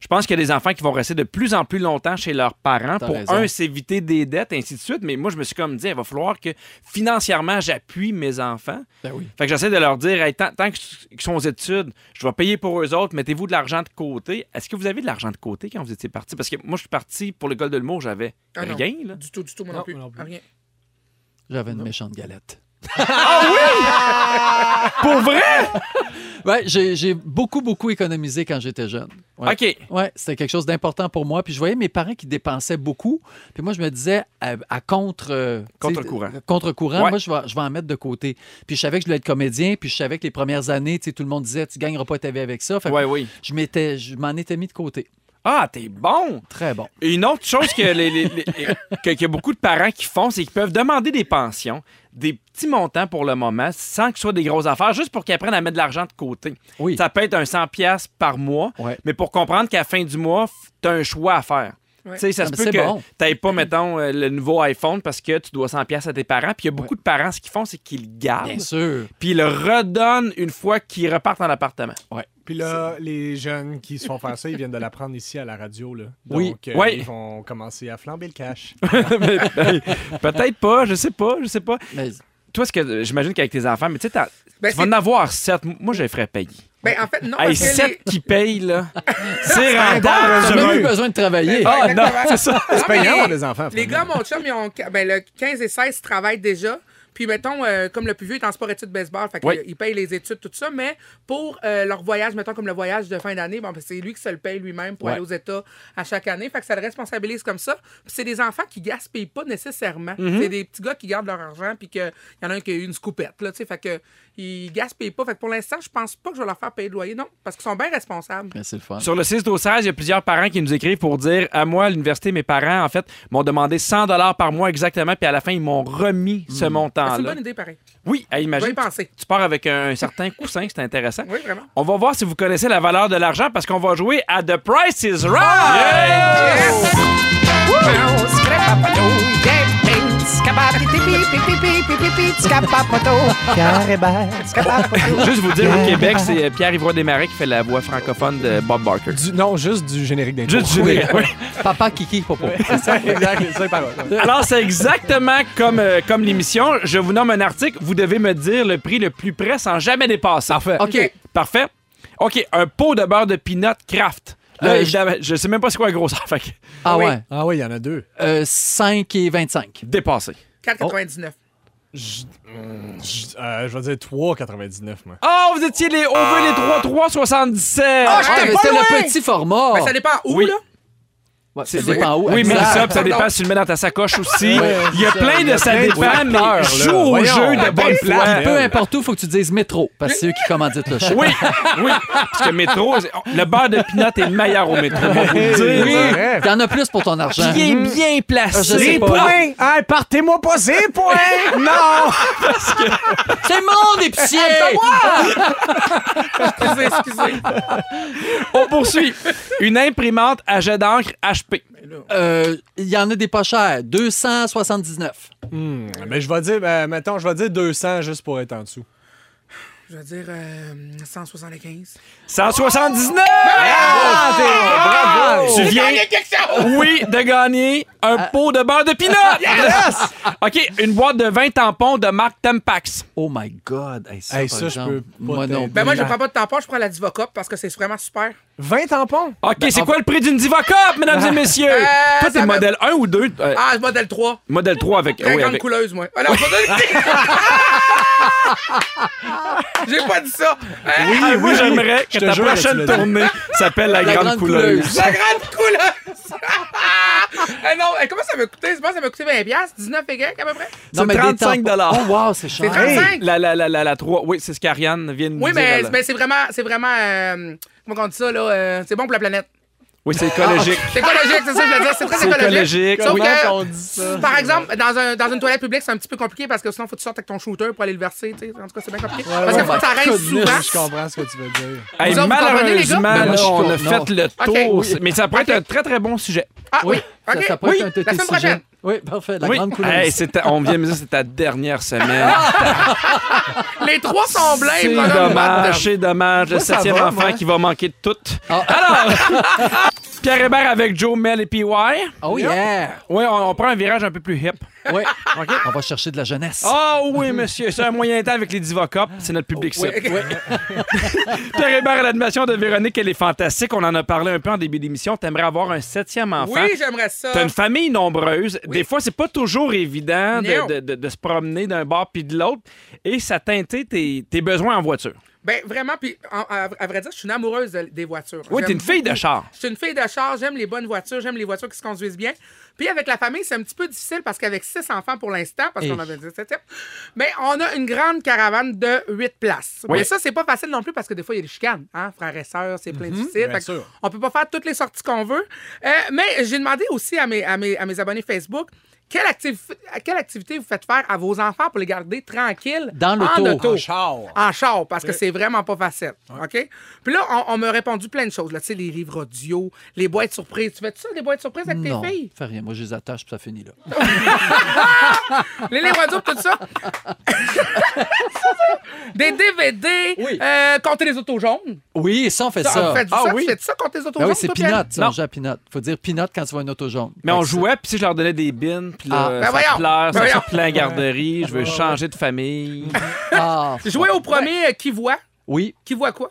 Speaker 1: je pense qu'il y a des enfants qui vont rester de plus en plus longtemps chez leurs parents
Speaker 4: T'as
Speaker 1: pour
Speaker 4: raison.
Speaker 1: un s'éviter des dettes ainsi de suite, mais moi je me suis comme dit il va falloir que financièrement j'appuie mes enfants.
Speaker 4: Ben oui.
Speaker 1: Fait que j'essaie de leur dire, Hey, tant, tant que- qu'ils sont aux études, je vais payer pour eux autres, mettez-vous de l'argent de côté. Est-ce que vous avez de l'argent de côté quand vous étiez parti? Parce que moi, je suis parti pour l'école de l'humour, j'avais
Speaker 2: Ah non.
Speaker 1: rien, là.
Speaker 2: Du tout, du tout, moi non,
Speaker 3: Non,
Speaker 2: plus.
Speaker 3: moi non plus.
Speaker 2: Rien.
Speaker 4: J'avais une méchante galette.
Speaker 1: Pour vrai?
Speaker 4: Ouais, j'ai j'ai beaucoup, beaucoup économisé quand j'étais jeune. Ouais.
Speaker 1: OK.
Speaker 4: Ouais, c'était quelque chose d'important pour moi. Puis je voyais mes parents qui dépensaient beaucoup. Puis moi, je me disais à, à contre... euh,
Speaker 1: Contre-courant.
Speaker 4: tu sais, Contre-courant,
Speaker 1: Ouais.
Speaker 4: moi, je vais, je vais en mettre de côté. Puis je savais que je voulais être comédien. Puis je savais que les premières années, tu sais, tout le monde disait, tu gagneras pas ta vie avec ça. Fait que
Speaker 1: Ouais, oui.
Speaker 4: je m'étais- je m'en étais mis de côté.
Speaker 1: Ah, t'es bon!
Speaker 4: Très bon.
Speaker 1: Et une autre chose que, les, les- les- que, que beaucoup de parents qui font, c'est qu'ils peuvent demander des pensions, des petits montants pour le moment, sans que ce soit des grosses affaires, juste pour qu'ils apprennent à mettre de l'argent de côté.
Speaker 4: Oui.
Speaker 1: Ça peut être un 100$ piastres par mois,
Speaker 4: Ouais.
Speaker 1: mais pour comprendre qu'à la fin du mois, tu as un choix à faire.
Speaker 2: Ouais.
Speaker 1: Tu sais, ça
Speaker 4: Ah,
Speaker 1: se
Speaker 4: mais
Speaker 1: peut
Speaker 4: c'est
Speaker 1: que
Speaker 4: bon.
Speaker 1: t'aies pas, mettons, euh, le nouveau iPhone parce que tu dois 100$ piastres à tes parents. Puis il y a beaucoup de parents, ce qu'ils font, c'est qu'ils le
Speaker 4: Bien
Speaker 1: gardent,
Speaker 4: sûr.
Speaker 1: puis ils le redonnent une fois qu'ils repartent en appartement. *laughs*
Speaker 3: Puis là, les jeunes qui se font faire ça, ils viennent de l'apprendre ici à la radio. Là. Donc,
Speaker 4: Oui.
Speaker 3: euh,
Speaker 1: Ouais.
Speaker 3: ils vont commencer à flamber le cash.
Speaker 1: Mais, ben, Peut-être pas, je sais pas, je sais pas.
Speaker 4: Mais
Speaker 1: Toi, ce que euh, j'imagine qu'avec tes enfants, mais tu sais, t'as-
Speaker 2: Ben,
Speaker 1: tu vas
Speaker 2: c'est-
Speaker 1: en avoir 7. Moi, je les ferais payer.
Speaker 2: Ben, en fait, non.
Speaker 1: Hey,
Speaker 2: parce que
Speaker 1: 7
Speaker 2: les-
Speaker 1: qui payent, là. C'est rentable.
Speaker 4: t'as oh!
Speaker 1: sur
Speaker 4: même
Speaker 1: un-
Speaker 4: plus besoin de travailler.
Speaker 1: Ah non,
Speaker 2: Exactement.
Speaker 1: c'est ça.
Speaker 2: Non,
Speaker 3: C'est
Speaker 2: mais
Speaker 3: payant pour les enfants.
Speaker 2: Les
Speaker 3: finalement.
Speaker 2: gars, mon chum, ils ont ben, le 15 et 16 travaillent déjà. Puis, mettons, euh, comme le plus vieux est en sport-études baseball, fait que,
Speaker 1: Oui.
Speaker 2: euh, il paye les études, tout ça. Mais pour euh, leur voyage, mettons, comme le voyage de fin d'année, bon, ben, c'est lui qui se le paye lui-même pour
Speaker 4: Ouais.
Speaker 2: aller aux États à chaque année. Fait que ça le responsabilise comme ça. Puis, c'est des enfants qui gaspillent pas nécessairement. C'est des petits gars qui gardent leur argent, puis qu'il y en a un qui a eu une scoopette, là, tu sais. Fait que, ils gaspillent pas. Fait que pour l'instant, je pense pas que je vais leur faire payer le loyer, non, parce qu'ils sont bien responsables.
Speaker 4: Mais c'est le fun.
Speaker 1: Sur le 6 au 16, il y a plusieurs parents qui nous écrivent pour dire à moi, à l'université, mes parents, en fait, m'ont demandé 100 par mois exactement, puis à la fin, ils m'ont remis ce
Speaker 2: Ah, c'est une
Speaker 1: montant-là.
Speaker 2: bonne idée, pareil.
Speaker 1: Oui, hey,
Speaker 2: Je vais y
Speaker 1: imagine.
Speaker 2: penser.
Speaker 1: Tu pars avec un, un certain coussin, c'est intéressant.
Speaker 2: Oui, vraiment.
Speaker 1: On va voir si vous connaissez la valeur de l'argent parce qu'on va jouer à The Price is Right! Juste vous dire, au Québec, c'est Pierre-Yvroy Desmarais qui fait la voix francophone de Bob Barker.
Speaker 3: Du- non, juste du générique d'intro.
Speaker 1: Juste du générique, oui.
Speaker 4: Papa Kiki, Popo.
Speaker 3: ça, exact, c'est ça les paroles.
Speaker 1: Alors, c'est exactement comme, euh, comme l'émission. Je vous nomme un article. Vous devez me dire le prix le plus près sans jamais dépasser. Parfait.
Speaker 2: OK.
Speaker 1: Parfait. OK, un pot de beurre de peanut craft. Là,
Speaker 4: Euh,
Speaker 1: évidemment, je sais même pas c'est quoi la grosseur. Fait que
Speaker 4: Ah
Speaker 2: Oui.
Speaker 4: ouais.
Speaker 3: Ah oui, il y en a deux.
Speaker 4: Euh, 5 et 25.
Speaker 1: dépassé.
Speaker 2: 4,99.
Speaker 3: Je, euh, je vais dire 3,99, moi.
Speaker 1: Oh, vous étiez les. On veut les 3,377.
Speaker 2: Ah,
Speaker 4: Ah,
Speaker 2: j'étais
Speaker 4: mais
Speaker 2: pas
Speaker 4: c'est
Speaker 2: loin!
Speaker 4: le petit format.
Speaker 2: Ben, ça dépend où,
Speaker 1: Oui.
Speaker 2: là. *laughs*
Speaker 4: Ouais, ça
Speaker 1: C'est-
Speaker 4: dépend où.
Speaker 1: Oui, mais
Speaker 4: exact.
Speaker 1: ça, puis ça dépend
Speaker 2: Pardon.
Speaker 1: si tu le mets dans ta sacoche aussi.
Speaker 4: Ouais,
Speaker 1: Il y a
Speaker 4: c'est
Speaker 1: plein de ça
Speaker 3: plein de
Speaker 1: dépend, mais
Speaker 3: facteurs, là.
Speaker 1: joue au
Speaker 3: Voyons.
Speaker 1: jeu de
Speaker 3: Ah,
Speaker 1: bonne
Speaker 3: ben,
Speaker 1: place.
Speaker 4: Peu importe où, faut que tu dises métro, parce que c'est eux qui commanditent le show.
Speaker 1: Oui, oui. Parce que métro, c'est- le beurre de peanut est meilleur au métro. on va vous *laughs* le dire.
Speaker 4: Oui,
Speaker 3: vrai.
Speaker 4: t'en as plus pour ton argent.
Speaker 1: Qui est bien
Speaker 4: Ah, je
Speaker 1: placé.
Speaker 4: sais
Speaker 3: Des
Speaker 4: pas.
Speaker 3: points! Hey, partez-moi pas ces points! Non!
Speaker 4: C'est mon épicier!
Speaker 2: Excusez, excusez.
Speaker 1: *laughs* On poursuit. Une imprimante à jet d'encre HP.
Speaker 4: Euh, Il y en a des pas chers. 279.
Speaker 3: Hmm, mais je vais dire, ben, mettons, je vais dire 200 juste pour être en dessous.
Speaker 2: Je veux dire euh, 175.
Speaker 1: 179!
Speaker 3: Ah,
Speaker 1: Tu viens oui, de gagner un pot de beurre de peanut. OK, une boîte de 20 tampons de marque Tempax.
Speaker 4: Oh my God! Hey, ça,
Speaker 3: Hey,
Speaker 4: par
Speaker 3: ça, je
Speaker 4: exemple,
Speaker 3: peux pas
Speaker 4: Moi non.
Speaker 3: t'aider.
Speaker 2: Ben, moi, je
Speaker 1: Mmh.
Speaker 3: Ouais.
Speaker 2: prends pas de tampon, je prends la Divocop parce que c'est vraiment super.
Speaker 3: 20 tampons?
Speaker 1: OK, c'est quoi le prix d'une Divacop, mesdames et messieurs?
Speaker 2: Euh,
Speaker 1: Toi,
Speaker 2: ça
Speaker 1: t'es
Speaker 2: va-
Speaker 1: modèle 1 ou 2? Euh,
Speaker 2: Ah, modèle 3.
Speaker 1: Modèle 3 avec...
Speaker 2: Très
Speaker 1: oui,
Speaker 2: grande
Speaker 1: avec-
Speaker 2: couleuse, moi. Ah, non, pas
Speaker 1: *laughs*
Speaker 2: de- J'ai pas dit ça. Hein?
Speaker 1: Oui, oui, j'aimerais que
Speaker 3: Je te
Speaker 1: ta
Speaker 3: jure que tu
Speaker 1: prochaine
Speaker 3: l'as dit.
Speaker 1: tournée s'appelle La, grande, couleuse.
Speaker 2: La grande couleuse. *laughs* Ah, non, eh, comment ça m'a coûté? Je pense que ça m'a coûté 20 piastres, 19 et quelques à peu près.
Speaker 4: Non, mais des
Speaker 1: 35
Speaker 4: tampons. Oh wow, c'est cher.
Speaker 2: C'est 35.
Speaker 1: La, la, la, la, la 3. Oui, c'est ce qu'Ariane vient de nous
Speaker 2: Oui,
Speaker 1: dire.
Speaker 2: mais,
Speaker 1: là.
Speaker 2: mais c'est vraiment, c'est vraiment, euh, comment on dit ça, là, euh, c'est bon pour la planète.
Speaker 1: Oui, c'est écologique.
Speaker 2: C'est écologique, c'est ça que je veux dire. C'est
Speaker 1: C'est
Speaker 2: très écologique.
Speaker 1: écologique.
Speaker 2: Sauf
Speaker 1: Oui.
Speaker 2: que,
Speaker 3: on dit ça?
Speaker 2: Par exemple, dans, un, dans une toilette publique, c'est un petit peu compliqué parce que sinon, faut que tu sortes avec ton shooter pour aller le verser. tu sais. En tout cas, c'est bien compliqué. parce qu'il faut que ça reste
Speaker 3: Je
Speaker 2: souvent.
Speaker 3: comprends ce que tu veux dire.
Speaker 1: Hey,
Speaker 2: Vous autres, vous comprenez, les gars?
Speaker 1: malheureusement,
Speaker 4: Ben, moi,
Speaker 1: là,
Speaker 4: je suis
Speaker 1: on a
Speaker 4: contre, non.
Speaker 1: fait le tour.
Speaker 2: Ok, oui.
Speaker 1: C'est- Mais ça pourrait être un très, très bon sujet.
Speaker 2: Ah oui,
Speaker 4: Ça,
Speaker 2: ok.
Speaker 4: ça pourrait
Speaker 2: oui.
Speaker 4: être un
Speaker 2: La semaine
Speaker 4: TT sujet.
Speaker 2: prochaine.
Speaker 4: Oui, parfait. La
Speaker 1: Oui.
Speaker 4: grande couleuse.
Speaker 1: Hey, c'est ta- on vient de me dire que c'est ta dernière semaine.
Speaker 2: Ah, Les trois sont blêmes.
Speaker 1: C'est
Speaker 2: là, là.
Speaker 1: dommage, c'est dommage. Le
Speaker 3: ça
Speaker 1: septième
Speaker 3: va,
Speaker 1: enfant
Speaker 3: moi.
Speaker 1: qui va manquer de tout.
Speaker 2: Ah.
Speaker 1: Alors, *laughs* Pierre Hébert avec Joe Mel et PY. Oui,
Speaker 4: Oh yeah!
Speaker 1: on, on prend un virage un peu plus hip.
Speaker 4: Oui. *laughs* On va chercher de la jeunesse.
Speaker 2: Ah
Speaker 1: Oh oui, monsieur, c'est un moyen temps avec les Divocop. C'est notre public cible. Pierre Hébert à l'animation de Véronique, elle est fantastique. On en a parlé un peu en début d'émission. T'aimerais avoir un septième enfant.
Speaker 2: Oui, j'aimerais ça.
Speaker 1: T'as une famille nombreuse. Des fois, c'est pas toujours évident
Speaker 2: Non.
Speaker 1: de, de- de- de se promener d'un bar puis de l'autre. Et ça teintait tes, tes besoins en voiture.
Speaker 2: Ben vraiment, puis en- à, à vrai dire, je suis une amoureuse de- des voitures.
Speaker 1: Oui,
Speaker 2: J'aime
Speaker 1: t'es une fille de
Speaker 2: beaucoup.
Speaker 1: char.
Speaker 2: Je suis une fille de char, j'aime les bonnes voitures, j'aime les voitures qui se conduisent bien. Puis avec la famille, c'est un petit peu difficile parce qu'avec six enfants pour l'instant, parce qu'on
Speaker 4: Eh.
Speaker 2: avait 17 types, mais on a une grande caravane de huit places.
Speaker 1: Oui.
Speaker 2: Mais ça, c'est pas facile non plus parce que des fois, il y a des chicanes, hein, frères et sœurs, c'est plein de difficile.
Speaker 3: bien
Speaker 2: Fait que
Speaker 3: sûr.
Speaker 2: On peut pas faire toutes les sorties qu'on veut. Euh, mais j'ai demandé aussi à mes, à mes, à mes abonnés Facebook. Quelle, activi- quelle activité vous faites faire à vos enfants pour les garder tranquilles
Speaker 4: Dans
Speaker 2: en
Speaker 4: l'auto.
Speaker 2: auto?
Speaker 4: En
Speaker 3: char.
Speaker 2: En char, parce que c'est vraiment pas facile. OK? Puis là, on, on m'a répondu plein de choses. là. Tu sais, les livres audio, les boîtes surprises. Tu fais ça, les boîtes surprises avec
Speaker 4: non,
Speaker 2: tes filles?
Speaker 4: fais rien. Moi, je les attache, puis ça finit là.
Speaker 2: Les livres audio, tout ça? *laughs* des DVD,
Speaker 4: Oui.
Speaker 2: euh, compter les autos jaunes.
Speaker 4: Oui, ça, on fait ça.
Speaker 2: Ça, Faites
Speaker 1: Ah
Speaker 2: ça,
Speaker 1: oui.
Speaker 2: faites ça, compter les autos
Speaker 4: Ben
Speaker 2: jaunes.
Speaker 4: oui, c'est
Speaker 2: toi,
Speaker 4: Pinot.
Speaker 2: Pierre?
Speaker 4: ça, On joue à Pinot. Faut dire Pinot quand tu vois une auto jaune.
Speaker 1: Mais on
Speaker 4: Fait que ça-
Speaker 1: jouait, puis si je leur donnais des bins, puis là,
Speaker 4: Ah.
Speaker 1: ça
Speaker 2: Ben voyons,
Speaker 1: pleure,
Speaker 2: ben
Speaker 1: ça
Speaker 2: voyons. Hein?
Speaker 1: se plaint garderie, je veux changer de famille.
Speaker 4: Ah,
Speaker 2: Jouer au premier euh, qui voit.
Speaker 4: *laughs* oui.
Speaker 2: Qui voit quoi?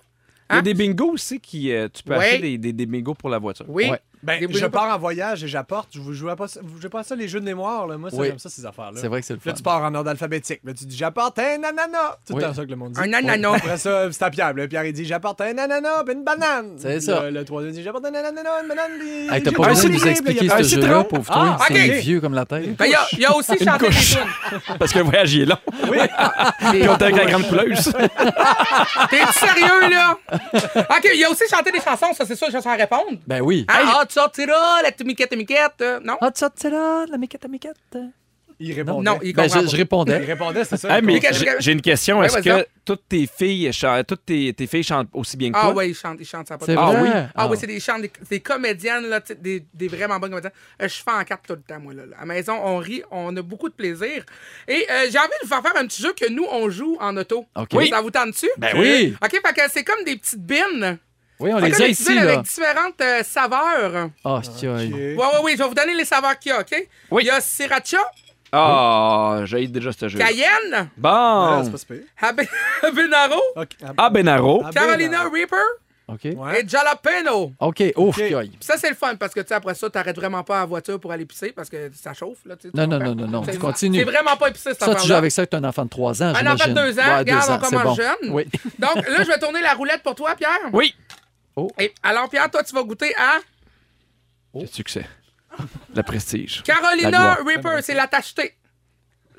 Speaker 1: Il y a
Speaker 2: Hein?
Speaker 1: des bingos aussi qui... euh, tu peux
Speaker 2: Oui.
Speaker 1: acheter des, des- des bingos pour la voiture.
Speaker 2: Oui.
Speaker 4: Ouais.
Speaker 3: Ben, je
Speaker 2: Débrouillez-vous.
Speaker 3: pars en voyage et j'apporte. Je vous jouez pas, ça- vous jouez pas à ça, les jeux de mémoire. Là. Moi, ça,
Speaker 4: Oui.
Speaker 3: j'aime ça, ces affaires-là.
Speaker 4: C'est vrai que c'est le
Speaker 3: Là,
Speaker 4: fun.
Speaker 3: tu pars en ordre alphabétique. Là, tu dis j'apporte un ananas. Tout le
Speaker 4: Oui.
Speaker 3: temps ça que le monde dit.
Speaker 2: Un ananas.
Speaker 3: Après ça, c'est à Pierre. Là. Pierre, il dit j'apporte un ananas, puis une banane.
Speaker 4: C'est
Speaker 3: Puis
Speaker 4: ça.
Speaker 3: là, Le troisième dit j'apporte un ananas, une banane. puis-
Speaker 4: Hey, t'as
Speaker 3: j'ai-
Speaker 4: pas
Speaker 3: Ah,
Speaker 4: besoin de
Speaker 3: c'est
Speaker 4: nous
Speaker 3: libre, il
Speaker 4: expliquer
Speaker 3: y a-
Speaker 4: ce
Speaker 3: Ah,
Speaker 4: jeu-là, pauvre toi.
Speaker 2: Ah,
Speaker 4: C'est
Speaker 2: ok.
Speaker 4: vieux comme la tête.
Speaker 2: Ben, Il y, a- il y a aussi chanté des
Speaker 1: couche.
Speaker 2: tunes.
Speaker 1: Parce que le voyage, il est long.
Speaker 3: Oui.
Speaker 1: *laughs* Puis on était avec la grande
Speaker 2: *laughs*
Speaker 1: couleuse.
Speaker 2: T'es sérieux, là? *laughs* OK, il a aussi chanté des chansons, ça, c'est sûr, je vais s'en répondre.
Speaker 4: Ben oui.
Speaker 2: Ah, ah, tu sortiras la miquette, la miquette. euh, non?
Speaker 4: Ah, tu sortes c'est là, la méquette, la méquette.
Speaker 3: Il répondait.
Speaker 2: Non, il
Speaker 4: Ben,
Speaker 2: comprend
Speaker 4: je,
Speaker 2: pas.
Speaker 4: je
Speaker 3: Il
Speaker 4: répondais.
Speaker 3: répondait, c'est ça.
Speaker 1: Hey, mais
Speaker 2: Nicolas,
Speaker 1: j'ai-
Speaker 2: Nicolas.
Speaker 1: j'ai une question.
Speaker 2: Ouais,
Speaker 1: Est-ce
Speaker 2: vas-y
Speaker 1: que
Speaker 2: donc.
Speaker 1: toutes tes filles chantent, toutes tes, tes filles chantent aussi bien que
Speaker 2: Ah
Speaker 1: toi?
Speaker 2: ouais, il chante, il chante, ça a pas de
Speaker 4: C'est
Speaker 2: Ah
Speaker 4: vrai?
Speaker 2: oui,
Speaker 4: Ah
Speaker 2: ah, oui
Speaker 4: ouais.
Speaker 2: c'est des chants, des, des comédiennes, là, tu sais, des, des vraiment bonnes comédiennes. Euh, je fais en quatre tout le temps, moi. Là, là. À la maison, on rit, on a beaucoup de plaisir. Et euh, j'ai envie de vous faire faire un petit jeu que nous, on joue en auto.
Speaker 4: OK.
Speaker 2: Ça vous tente-tu?
Speaker 4: Ben oui.
Speaker 2: OK, fait que c'est comme des petites bines.
Speaker 4: Oui, on
Speaker 2: Fait
Speaker 4: les
Speaker 2: comme
Speaker 4: a
Speaker 2: des petites
Speaker 4: ici,
Speaker 2: bines
Speaker 4: là.
Speaker 2: Avec différentes euh, saveurs.
Speaker 4: Ah, c'est
Speaker 2: Ouais, ouais, oui, je vais vous donner les saveurs qu'il y a, OK?
Speaker 1: Oui.
Speaker 2: Il y a sriracha,
Speaker 1: Ah, j'ai déjà ce jeu.
Speaker 2: cayenne,
Speaker 3: Ah, c'est
Speaker 1: Bon.
Speaker 3: pas si pire.
Speaker 2: habe- *laughs* habanero,
Speaker 3: Ok. Ah,
Speaker 1: Ah, Benaro.
Speaker 3: ah, ben,
Speaker 2: Carolina
Speaker 3: là.
Speaker 2: Reaper
Speaker 4: OK.
Speaker 3: Ouais.
Speaker 2: et jalapeno.
Speaker 4: OK. Ouf,
Speaker 3: Ok.
Speaker 4: yoï.
Speaker 2: Puis ça, c'est le fun parce que, tu sais, après ça, t'arrêtes vraiment pas en voiture pour aller pisser parce que ça chauffe, là. tu sais, tu
Speaker 4: Non, non,
Speaker 2: comprends?
Speaker 4: non, non, non,
Speaker 2: C'est-
Speaker 4: tu continues.
Speaker 2: C'est vraiment pas épicé, cette
Speaker 4: Ça, tu joues
Speaker 2: affaire-là.
Speaker 4: avec ça avec un enfant de 3 ans,
Speaker 2: Un enfant de
Speaker 4: j'imagine.
Speaker 2: deux ans,
Speaker 4: Ouais,
Speaker 2: regarde, on
Speaker 4: ans, c'est
Speaker 2: commence
Speaker 4: bon.
Speaker 2: jeune.
Speaker 4: Oui.
Speaker 2: Donc, là, je vais tourner la roulette pour toi, Pierre.
Speaker 1: Oui.
Speaker 2: Et, alors, Pierre, toi, tu vas goûter à
Speaker 4: Oh.
Speaker 1: Le succès. La prestige.
Speaker 2: Carolina
Speaker 1: La gloire.
Speaker 2: Reaper. C'est la tachetée.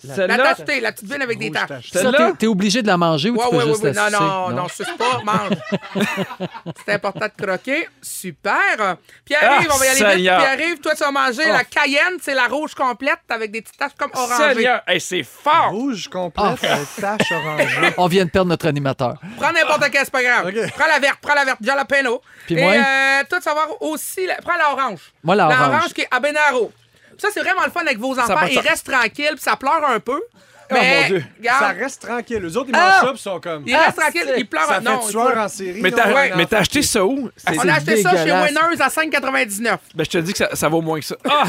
Speaker 2: La
Speaker 1: Celle-là,
Speaker 2: tachetée, la petite bine avec des
Speaker 3: Rouge
Speaker 2: taches.
Speaker 3: tache.
Speaker 4: Ça,
Speaker 1: Celle-là?
Speaker 4: t'es- t'es obligé de la manger ou
Speaker 2: Ouais,
Speaker 4: tu peux
Speaker 2: ouais, ouais,
Speaker 4: juste
Speaker 2: ouais.
Speaker 4: la
Speaker 2: Non,
Speaker 4: sucer?
Speaker 2: non, non, suce pas, mange.
Speaker 4: *laughs*
Speaker 2: c'est important de croquer. Super. Pierre-Yves,
Speaker 1: Ah,
Speaker 2: on va y aller
Speaker 1: Seigneur.
Speaker 2: vite. Pierre-Yves, toi, tu vas
Speaker 4: Oh.
Speaker 2: manger la cayenne, c'est la rouge complète avec des petites taches comme orangées.
Speaker 1: Seigneur, hey, c'est
Speaker 2: Ah.
Speaker 1: fort.
Speaker 3: Rouge complète, tache orangée.
Speaker 4: On vient de perdre notre animateur.
Speaker 2: Prends n'importe quelle, c'est pas grave.
Speaker 3: Ok.
Speaker 2: Prends la verte, prends la verte, jalapeno.
Speaker 4: Puis
Speaker 2: Et
Speaker 4: moi?
Speaker 2: euh, toi, tu vas voir aussi, la- prends la orange.
Speaker 4: Moi, la orange.
Speaker 2: qui est habanero. Ça, c'est vraiment le fun avec vos
Speaker 4: a
Speaker 2: enfants.
Speaker 4: pas de
Speaker 2: Ils
Speaker 4: sens.
Speaker 2: restent tranquilles, puis ça pleure un peu.
Speaker 3: Oh
Speaker 2: mais,
Speaker 3: mon dieu.
Speaker 2: regarde,
Speaker 3: *laughs* Ça reste tranquille. Les autres, ils
Speaker 2: Ah!
Speaker 3: mangent ça, puis ils sont comme.
Speaker 2: ils restent tranquilles, ils pleurent.
Speaker 3: Ça
Speaker 2: non,
Speaker 3: fait
Speaker 2: ils
Speaker 3: tueur
Speaker 2: pleurent.
Speaker 3: en série.
Speaker 1: Mais
Speaker 3: là,
Speaker 1: t'as Ah,
Speaker 3: ouais,
Speaker 1: mais
Speaker 3: en-
Speaker 1: t'as acheté ça où? C'est-
Speaker 2: On a acheté ça chez
Speaker 4: dégueulasse.
Speaker 2: Winners à 5,99.
Speaker 1: Ben, je te dis que ça, ça vaut moins que ça. *laughs* Ah,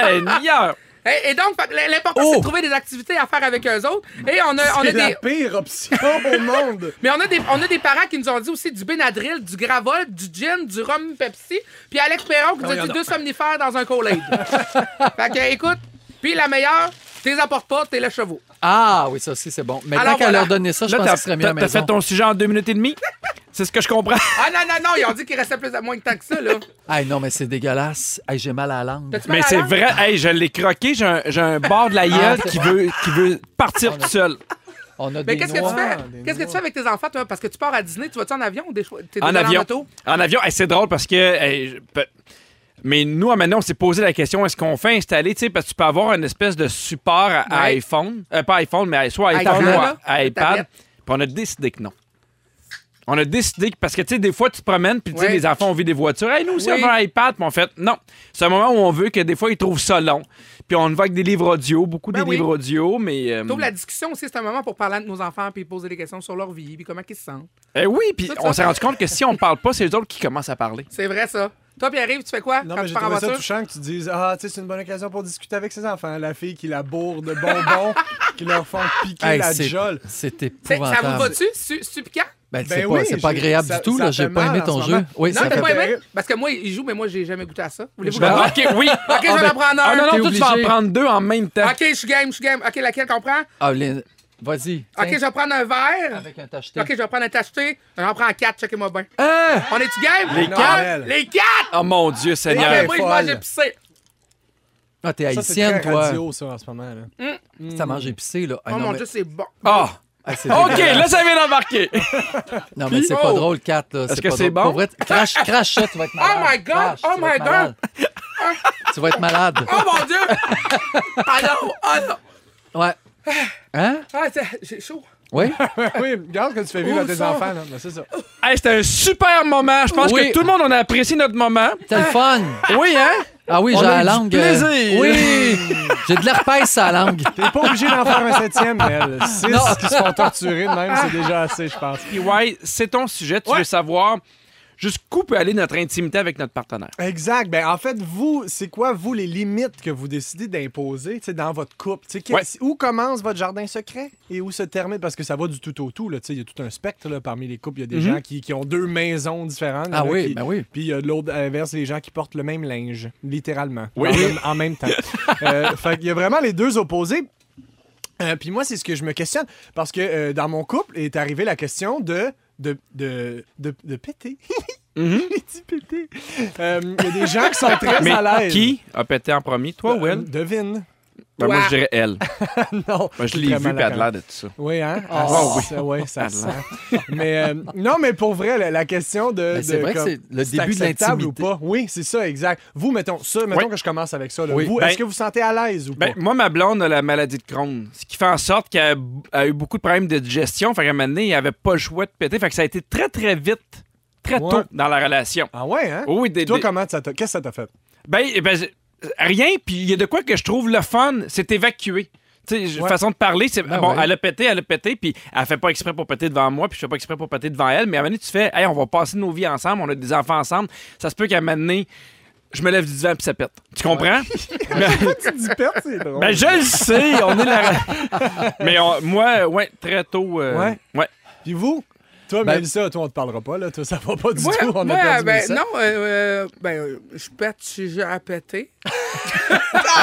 Speaker 1: Seigneur!
Speaker 2: Et, et donc, fait que l'important, c'est
Speaker 1: Oh!
Speaker 2: de trouver des activités à faire avec eux autres. Et on a, on a
Speaker 3: C'est la
Speaker 2: des...
Speaker 3: pire option au monde.
Speaker 2: Mais on a, des, on a des parents qui nous ont dit aussi du Benadryl, du Gravol, du gin, du rhum Pepsi, puis Alex Perron
Speaker 1: Ah,
Speaker 2: qui nous
Speaker 3: il y
Speaker 2: a
Speaker 3: en
Speaker 2: dit
Speaker 3: a.
Speaker 2: deux somnifères dans un
Speaker 1: *laughs*
Speaker 2: Kool-Aid. fait que, écoute, puis la meilleure, t'es apportes pas, t'es les chevaux.
Speaker 4: Ah, oui, ça aussi, c'est bon. Mais
Speaker 2: Alors,
Speaker 4: tant qu'à
Speaker 2: voilà.
Speaker 4: leur donner ça, je
Speaker 1: Là,
Speaker 4: pense
Speaker 1: t'as
Speaker 4: que ce serait mieux à
Speaker 1: t'as-
Speaker 4: la
Speaker 1: t'as fait
Speaker 4: maison.
Speaker 1: ton sujet en deux minutes et demie? C'est ce que je comprends.
Speaker 2: Ah non, non, non, ils ont dit qu'il restait plus à moins de temps que ça, là.
Speaker 4: Hey, non, mais c'est dégueulasse. Hey, j'ai mal à la langue.
Speaker 2: T'as-tu mal
Speaker 1: Mais
Speaker 2: à la
Speaker 1: c'est
Speaker 2: langue?
Speaker 1: vrai. Hey, je l'ai croqué. J'ai un, j'ai un bord
Speaker 4: Ah,
Speaker 1: de la gueule qui, veut, qui veut partir tout seul.
Speaker 4: On a
Speaker 2: Mais
Speaker 4: des
Speaker 2: qu'est-ce que
Speaker 4: noix.
Speaker 2: tu fais?
Speaker 3: des
Speaker 2: Qu'est-ce que tu fais avec tes enfants, toi? Parce que tu pars à Disney, tu vas-tu en avion ou des choix? T'es
Speaker 1: En
Speaker 2: déjà
Speaker 1: avion.
Speaker 2: auto?
Speaker 1: En avion, Hey, c'est drôle parce que. hey, je- pe- mais nous, à maintenant, on s'est posé la question est-ce qu'on fait installer, tu sais, parce que tu peux avoir une espèce de support à, à
Speaker 2: Ouais.
Speaker 1: iPhone, euh, pas iPhone, mais à- soit à iPhone,
Speaker 2: iPhone,
Speaker 1: ou à-
Speaker 2: là,
Speaker 1: à iPad.
Speaker 2: tablette.
Speaker 1: Puis on a décidé que non. On a décidé que, parce que, tu sais, des fois, tu te promènes, puis, tu sais,
Speaker 2: Ouais.
Speaker 1: les enfants ont vu des voitures. Hey, nous aussi,
Speaker 2: Oui.
Speaker 1: on a un iPad. Puis, en fait, non. C'est un moment où on veut que, des fois, ils trouvent ça long. Puis, on va avec des livres audio, beaucoup
Speaker 2: Ben
Speaker 1: des
Speaker 2: oui.
Speaker 1: livres audio, mais. euh,
Speaker 2: Je trouve la discussion aussi, c'est un moment pour parler de nos enfants puis poser des questions sur leur vie puis comment ils se sentent.
Speaker 1: Eh oui, puis
Speaker 2: Tout ça.
Speaker 1: on s'est rendu compte que si on parle pas, c'est eux autres qui commencent à parler.
Speaker 2: C'est vrai, ça. Toi, Pierre-Yves, tu fais quoi
Speaker 3: Non,
Speaker 2: quand
Speaker 3: mais
Speaker 2: tu
Speaker 3: j'ai
Speaker 2: pars en
Speaker 3: trouvé ça
Speaker 2: voiture?
Speaker 3: touchant que tu dises Ah, tu sais, c'est une bonne occasion pour discuter avec ses enfants. La fille qui la bourre de *laughs* bonbons, qui leur font piquer
Speaker 4: Hey,
Speaker 3: la
Speaker 4: c'est-
Speaker 3: jole.
Speaker 4: C'est
Speaker 2: C'est- Ça vous
Speaker 4: épouvantable.
Speaker 2: va-tu? C'est c'est piquant?
Speaker 4: Ben,
Speaker 3: Ben
Speaker 4: c'est
Speaker 3: oui,
Speaker 4: pas, c'est pas
Speaker 3: j'ai-
Speaker 4: agréable
Speaker 3: ça-
Speaker 4: du tout.
Speaker 3: ça
Speaker 4: là.
Speaker 3: fait
Speaker 4: J'ai pas
Speaker 3: mal
Speaker 4: aimé
Speaker 3: en
Speaker 4: ton
Speaker 3: ce
Speaker 4: jeu.
Speaker 3: moment.
Speaker 4: Oui,
Speaker 2: Non,
Speaker 4: ça
Speaker 2: t'as
Speaker 4: fait
Speaker 2: pas aimé?
Speaker 3: terrible.
Speaker 2: Parce que moi, il joue, mais moi, j'ai jamais goûté à ça. Voulez-vous que
Speaker 1: Ben,
Speaker 2: j'en prenne?
Speaker 1: ok, oui.
Speaker 2: Ok, je vais en prendre
Speaker 1: Ah
Speaker 2: un.
Speaker 1: non,
Speaker 4: T'es
Speaker 1: non, toi, tu vas en
Speaker 4: obligé.
Speaker 1: prendre deux en même temps.
Speaker 2: Ok, je suis game, je suis game. Ok, laquelle qu'on prend?
Speaker 4: Ah, les- Vas-y.
Speaker 2: Ok, je
Speaker 4: Tiens,
Speaker 2: vais prendre un verre.
Speaker 4: Avec un tacheté.
Speaker 2: Ok, je vais prendre un tacheté. J'en prends quatre, checkez-moi bien.
Speaker 1: Hein?
Speaker 2: On est-tu game?
Speaker 1: Les
Speaker 2: Non,
Speaker 1: quatre?
Speaker 2: elle. Les quatre!
Speaker 1: Oh mon Dieu,
Speaker 2: Ok,
Speaker 1: Seigneur.
Speaker 2: moi, je
Speaker 3: folle.
Speaker 2: mange épicé. Oh
Speaker 4: Ah, t'es
Speaker 3: Ça, c'est
Speaker 4: haïtienne,
Speaker 3: très
Speaker 4: toi.
Speaker 3: radio, ça, en ce moment. Là.
Speaker 4: Ça mange épicé, là. Ah,
Speaker 2: Oh
Speaker 4: non,
Speaker 2: mon
Speaker 4: mais-
Speaker 2: dieu, c'est bon.
Speaker 1: Ah!
Speaker 4: Ah, c'est
Speaker 1: OK,
Speaker 4: dégueulasse.
Speaker 1: là, ça vient d'embarquer.
Speaker 4: Non, mais c'est pas
Speaker 2: Oh!
Speaker 4: drôle, Kat.
Speaker 1: que
Speaker 4: là. pas
Speaker 1: c'est
Speaker 4: drôle.
Speaker 1: bon?
Speaker 4: Pour vrai, crache, crache ça, tu vas être malade.
Speaker 2: my God!
Speaker 4: Crache,
Speaker 2: Oh
Speaker 4: tu vas
Speaker 2: my
Speaker 4: être
Speaker 2: God!
Speaker 4: malade. tu vas être malade.
Speaker 2: Oh mon dieu! Ah non! Ah non!
Speaker 4: Ouais. Hein?
Speaker 2: Ah, c'est- j'ai chaud.
Speaker 4: Oui?
Speaker 3: oui, regarde ce que tu fais vivre à tes
Speaker 2: ça.
Speaker 3: enfants. Là. Mais c'est ça.
Speaker 1: *laughs* Hey, c'était un super moment. Je pense
Speaker 4: Oui.
Speaker 1: que tout le monde, on a apprécié notre moment.
Speaker 4: T'as le fun.
Speaker 1: Oui, hein?
Speaker 4: Ah oui,
Speaker 1: On
Speaker 4: j'ai
Speaker 1: a
Speaker 4: la
Speaker 1: eu du
Speaker 4: langue. euh,
Speaker 1: plaisir.
Speaker 4: Oui! J'ai de l'herpès sur la langue.
Speaker 3: T'es pas obligé d'en faire un septième, *laughs* mais six
Speaker 4: Non.
Speaker 3: qui se font torturer de même, c'est déjà assez, je pense.
Speaker 1: Puis, ouais, c'est ton sujet. Tu
Speaker 3: Ouais.
Speaker 1: veux savoir jusqu'où peut aller notre intimité avec notre partenaire.
Speaker 3: Exact. Ben, en fait, vous, c'est quoi, vous, les limites que vous décidez d'imposer tu sais, dans votre couple? Tu sais, que-
Speaker 1: Ouais.
Speaker 3: Où commence votre jardin secret et où se termine? Parce que ça va du tout au tout. là, tu sais, Il y a tout un spectre là, parmi les couples. Il y a des gens qui, qui ont deux maisons différentes. Il y en
Speaker 4: Mhm. Ah
Speaker 3: a
Speaker 4: oui,
Speaker 3: qui-
Speaker 4: ben oui.
Speaker 3: Puis il y a de l'autre inverse, les gens qui portent le même linge, littéralement.
Speaker 1: Oui.
Speaker 3: En même,
Speaker 1: *laughs*
Speaker 3: en même temps. Euh, fait qu'il y a vraiment les deux opposés. Euh, puis moi, c'est ce que je me questionne. Parce que euh, dans mon couple est arrivée la question de. de. de. de, de péter. *laughs* J'ai dit péter. Euh, Il y a des gens qui sont très
Speaker 1: Mm-hmm. Mais
Speaker 3: à l'aise.
Speaker 1: qui a pété en premier, toi ou
Speaker 3: Euh,
Speaker 1: elle?
Speaker 3: Devine.
Speaker 1: Ben, moi,
Speaker 2: Toi.
Speaker 1: je dirais elle.
Speaker 3: *laughs* Non.
Speaker 1: Moi, je
Speaker 3: c'est
Speaker 1: l'ai
Speaker 3: très
Speaker 1: vu,
Speaker 3: mal
Speaker 1: puis elle a
Speaker 3: à
Speaker 1: de l'air de tout ça.
Speaker 3: oui, hein?
Speaker 4: Oh.
Speaker 3: Ah,
Speaker 1: Oh,
Speaker 3: ça, ouais, ça
Speaker 1: Ah,
Speaker 3: sent. *laughs* mais euh, non, mais pour vrai, la, la question de.
Speaker 4: Ben, c'est
Speaker 3: de
Speaker 4: vrai que
Speaker 3: comme,
Speaker 4: c'est le début de
Speaker 3: acceptable ou
Speaker 4: l'intimité.
Speaker 3: pas. Oui, c'est ça, exact. Vous, mettons, ça, mettons
Speaker 1: Oui.
Speaker 3: que je commence avec ça. là.
Speaker 4: Oui.
Speaker 3: Vous,
Speaker 1: Ben-
Speaker 3: est-ce que vous sentez à l'aise ou
Speaker 1: Ben,
Speaker 3: pas?
Speaker 1: moi, ma blonde a la maladie de Crohn, ce qui fait en sorte qu'elle a- a eu beaucoup de problèmes de digestion. Fait qu'à un moment donné, il avait pas le choix de péter. Fait que ça a été très, très vite, très
Speaker 3: Ouais.
Speaker 1: tôt dans la relation. Oh
Speaker 3: Ah ouais, hein?
Speaker 1: Oui, des-
Speaker 3: Toi,
Speaker 1: des-
Speaker 3: comment ça t'a. Qu'est-ce que
Speaker 1: *laughs*
Speaker 3: ça t'a fait?
Speaker 1: Ben, ben, je- rien, puis il y a de quoi que je trouve le fun, c'est évacuer. Tu sais, j-
Speaker 3: Ouais.
Speaker 1: façon de parler, c'est
Speaker 4: Ben
Speaker 1: bon,
Speaker 4: ouais.
Speaker 1: elle a pété, elle a pété, puis elle fait pas exprès pour péter devant moi, puis je fais pas exprès pour péter devant elle, mais à un moment donné, tu fais, hey, on va passer nos vies ensemble, on a des enfants ensemble, ça se peut qu'à un moment donné, je me lève du divan puis ça pète. Tu comprends?
Speaker 3: tu dis perte, c'est drôle.
Speaker 1: Ben, je le sais, on est là. mais on- moi, ouais, très tôt. euh,
Speaker 3: Ouais.
Speaker 1: ouais.
Speaker 3: Puis vous? Toi,
Speaker 4: Ben-
Speaker 3: Mélissa, toi, on te parlera pas, là. Toi, ça va pas du
Speaker 2: Moi,
Speaker 3: tout. On
Speaker 2: moi,
Speaker 3: a perdu
Speaker 2: ben,
Speaker 3: Mélissa.
Speaker 2: non, euh, euh, ben, euh, je pète, je suis genre à péter.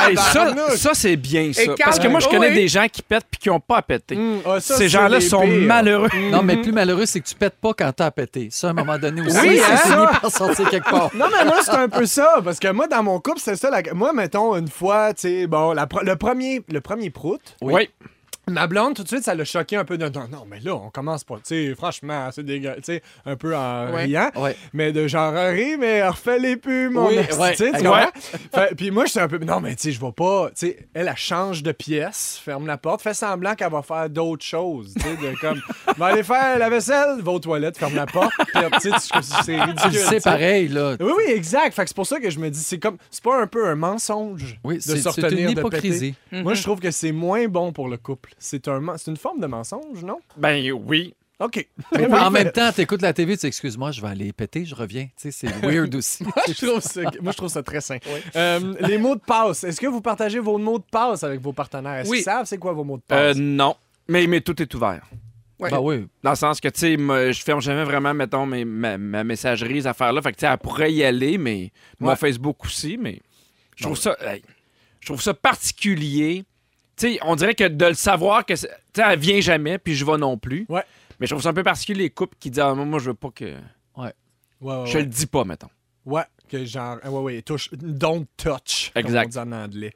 Speaker 1: Hey, ça,
Speaker 3: tabarnouche!
Speaker 1: ça c'est bien, ça.
Speaker 2: Et
Speaker 1: Parce que moi, je
Speaker 2: calme-toi,
Speaker 1: connais
Speaker 2: hein.
Speaker 1: des gens qui pètent puis qui ont pas à péter.
Speaker 3: Hum, ah, ça,
Speaker 1: Ces
Speaker 3: c'est
Speaker 1: gens-là
Speaker 3: les
Speaker 1: sont
Speaker 3: pires.
Speaker 1: malheureux.
Speaker 4: Non, mais plus malheureux, c'est que tu pètes pas quand t'as à péter. Ça, à un moment donné aussi,
Speaker 3: Oui,
Speaker 4: ça
Speaker 3: hein?
Speaker 4: finit par sortir quelque part.
Speaker 3: Non, mais moi, c'est un peu ça. Parce que moi, dans mon couple, c'est ça. la- Moi, mettons, une fois, tu sais, bon, la pro- le, premier, le premier prout,
Speaker 1: Oui.
Speaker 3: ma blonde, tout de suite, ça l'a choqué un peu. Non, non, non, mais là, on commence pas. Tu sais, franchement, c'est dégueu. Tu sais, un peu en
Speaker 2: Ouais.
Speaker 3: riant.
Speaker 4: Ouais.
Speaker 3: Mais de genre, euh, rire, mais refais les pubs, mon
Speaker 4: Oui,
Speaker 3: esti,
Speaker 4: ouais.
Speaker 3: tu sais, tu
Speaker 4: Ouais.
Speaker 3: comprends? Fait- Puis moi, j'étais un peu. Non, mais tu sais, je vais pas. Tu sais, elle, elle change de pièce, ferme la porte, fait semblant qu'elle va faire d'autres choses. Tu sais, de comme, *laughs* va aller faire la vaisselle, va aux toilettes, ferme la porte. Puis, tu sais, tu- c'est ridicule.
Speaker 4: Tu le
Speaker 3: tu
Speaker 4: sais
Speaker 3: sais.
Speaker 4: pareil, là.
Speaker 3: Oui, oui, exact. Fait que c'est pour ça que je me dis, c'est comme, c'est pas un peu un mensonge
Speaker 4: Oui,
Speaker 3: de
Speaker 4: c'est-
Speaker 3: se
Speaker 4: c'est
Speaker 3: retenir
Speaker 4: une
Speaker 3: de
Speaker 4: hypocrisie.
Speaker 3: péter. Moi, je trouve que c'est moins bon pour le couple. C'est un, men- c'est une forme de mensonge, non
Speaker 1: Ben oui.
Speaker 3: Ok. *laughs*
Speaker 4: Mais
Speaker 3: Parfait.
Speaker 4: en même temps, t'écoutes la TV, tu dis, excuse-moi, je vais aller péter, je reviens. Tu sais, c'est weird aussi.
Speaker 3: je trouve ça, moi, je trouve ça très sain. Euh, les mots de passe. Est-ce que vous partagez vos mots de passe avec vos partenaires Est-ce
Speaker 2: Oui.
Speaker 3: qu'ils savent c'est quoi vos mots de
Speaker 1: Euh,
Speaker 3: passe
Speaker 1: non. Mais, mais tout est ouvert.
Speaker 2: Ouais.
Speaker 4: Ben oui.
Speaker 1: Dans le sens que, tu sais, moi, je ferme jamais vraiment, mettons, mes- ma, ma messagerie, ces affaires-là. Fait que, tu sais, elle pourrait y aller, mais mon
Speaker 3: Ouais.
Speaker 1: Facebook aussi, mais je trouve ça... hey, je trouve ça particulier. Tu sais, on dirait que de le savoir que... c'est- Tu sais, elle vient jamais, puis je vais non plus.
Speaker 3: Ouais.
Speaker 1: Mais je trouve ça un peu particulier, les couples qui disent ah, « Moi, je veux pas que...
Speaker 3: Ouais, ouais,
Speaker 1: Je le
Speaker 3: Ah ouais.
Speaker 1: dis pas, mettons.
Speaker 3: Ouais, que genre, ah ouais, ouais, touche, don't touch, comme
Speaker 1: Exact.
Speaker 3: on dit en anglais.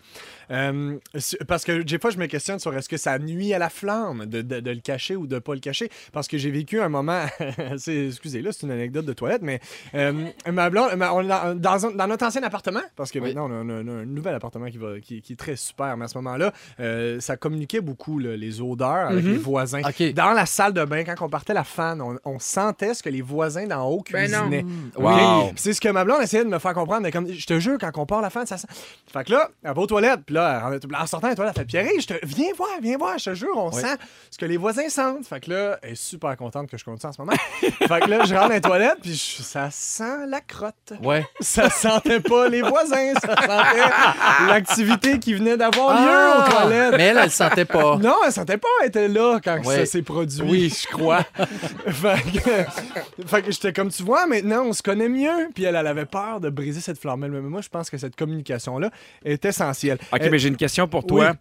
Speaker 3: Euh, su- parce que des fois, je me questionne sur est-ce que ça nuit à la flamme de, de- de le cacher ou de pas le cacher. Parce que j'ai vécu un moment, *laughs* c'est- excusez-là, c'est une anecdote de toilette, mais euh, ma blonde, ma- on est dans, dans un- dans notre ancien appartement, parce que
Speaker 4: Oui.
Speaker 3: maintenant, on a, un- un- un nouvel appartement qui, va, qui, qui est très super, mais à ce moment-là, euh, ça communiquait beaucoup, là, les odeurs avec les voisins.
Speaker 4: Mhm. OK.
Speaker 3: Dans la salle de bain, quand on partait la fan, on, on sentait ce que les voisins d'en haut
Speaker 2: Ben non.
Speaker 3: cuisinaient.
Speaker 1: Wow.
Speaker 3: Puis C'est ce que ma blonde essayait de me faire comprendre. mais comme, je te jure, quand on part la fin, ça sent. Fait que là, elle va aux toilettes. Puis là, en, en sortant des toilettes, elle fait Pierre, je te... viens voir, viens voir, je te jure, on sent ce que les voisins sentent. Fait que là, elle est super contente que je compte ça en ce moment. *laughs* fait que là, je rentre dans les toilettes, puis je- ça sent la crotte.
Speaker 4: Ouais.
Speaker 3: Ça sentait pas les voisins, ça sentait l'activité qui venait d'avoir lieu
Speaker 4: Ah!
Speaker 3: aux toilettes.
Speaker 4: Mais elle, elle le sentait
Speaker 3: *laughs*
Speaker 4: pas.
Speaker 3: Non, elle sentait pas, elle était là quand
Speaker 4: Ouais.
Speaker 3: ça s'est produit.
Speaker 4: Oui.
Speaker 3: je crois. *laughs* fait que, fait que j'étais comme tu vois, maintenant on se connaît mieux. Puis elle, elle avait peur de briser cette flamme. Mais moi, je pense que cette communication-là est essentielle.
Speaker 1: OK,
Speaker 3: Euh,
Speaker 1: mais j'ai une question pour toi.
Speaker 3: oui.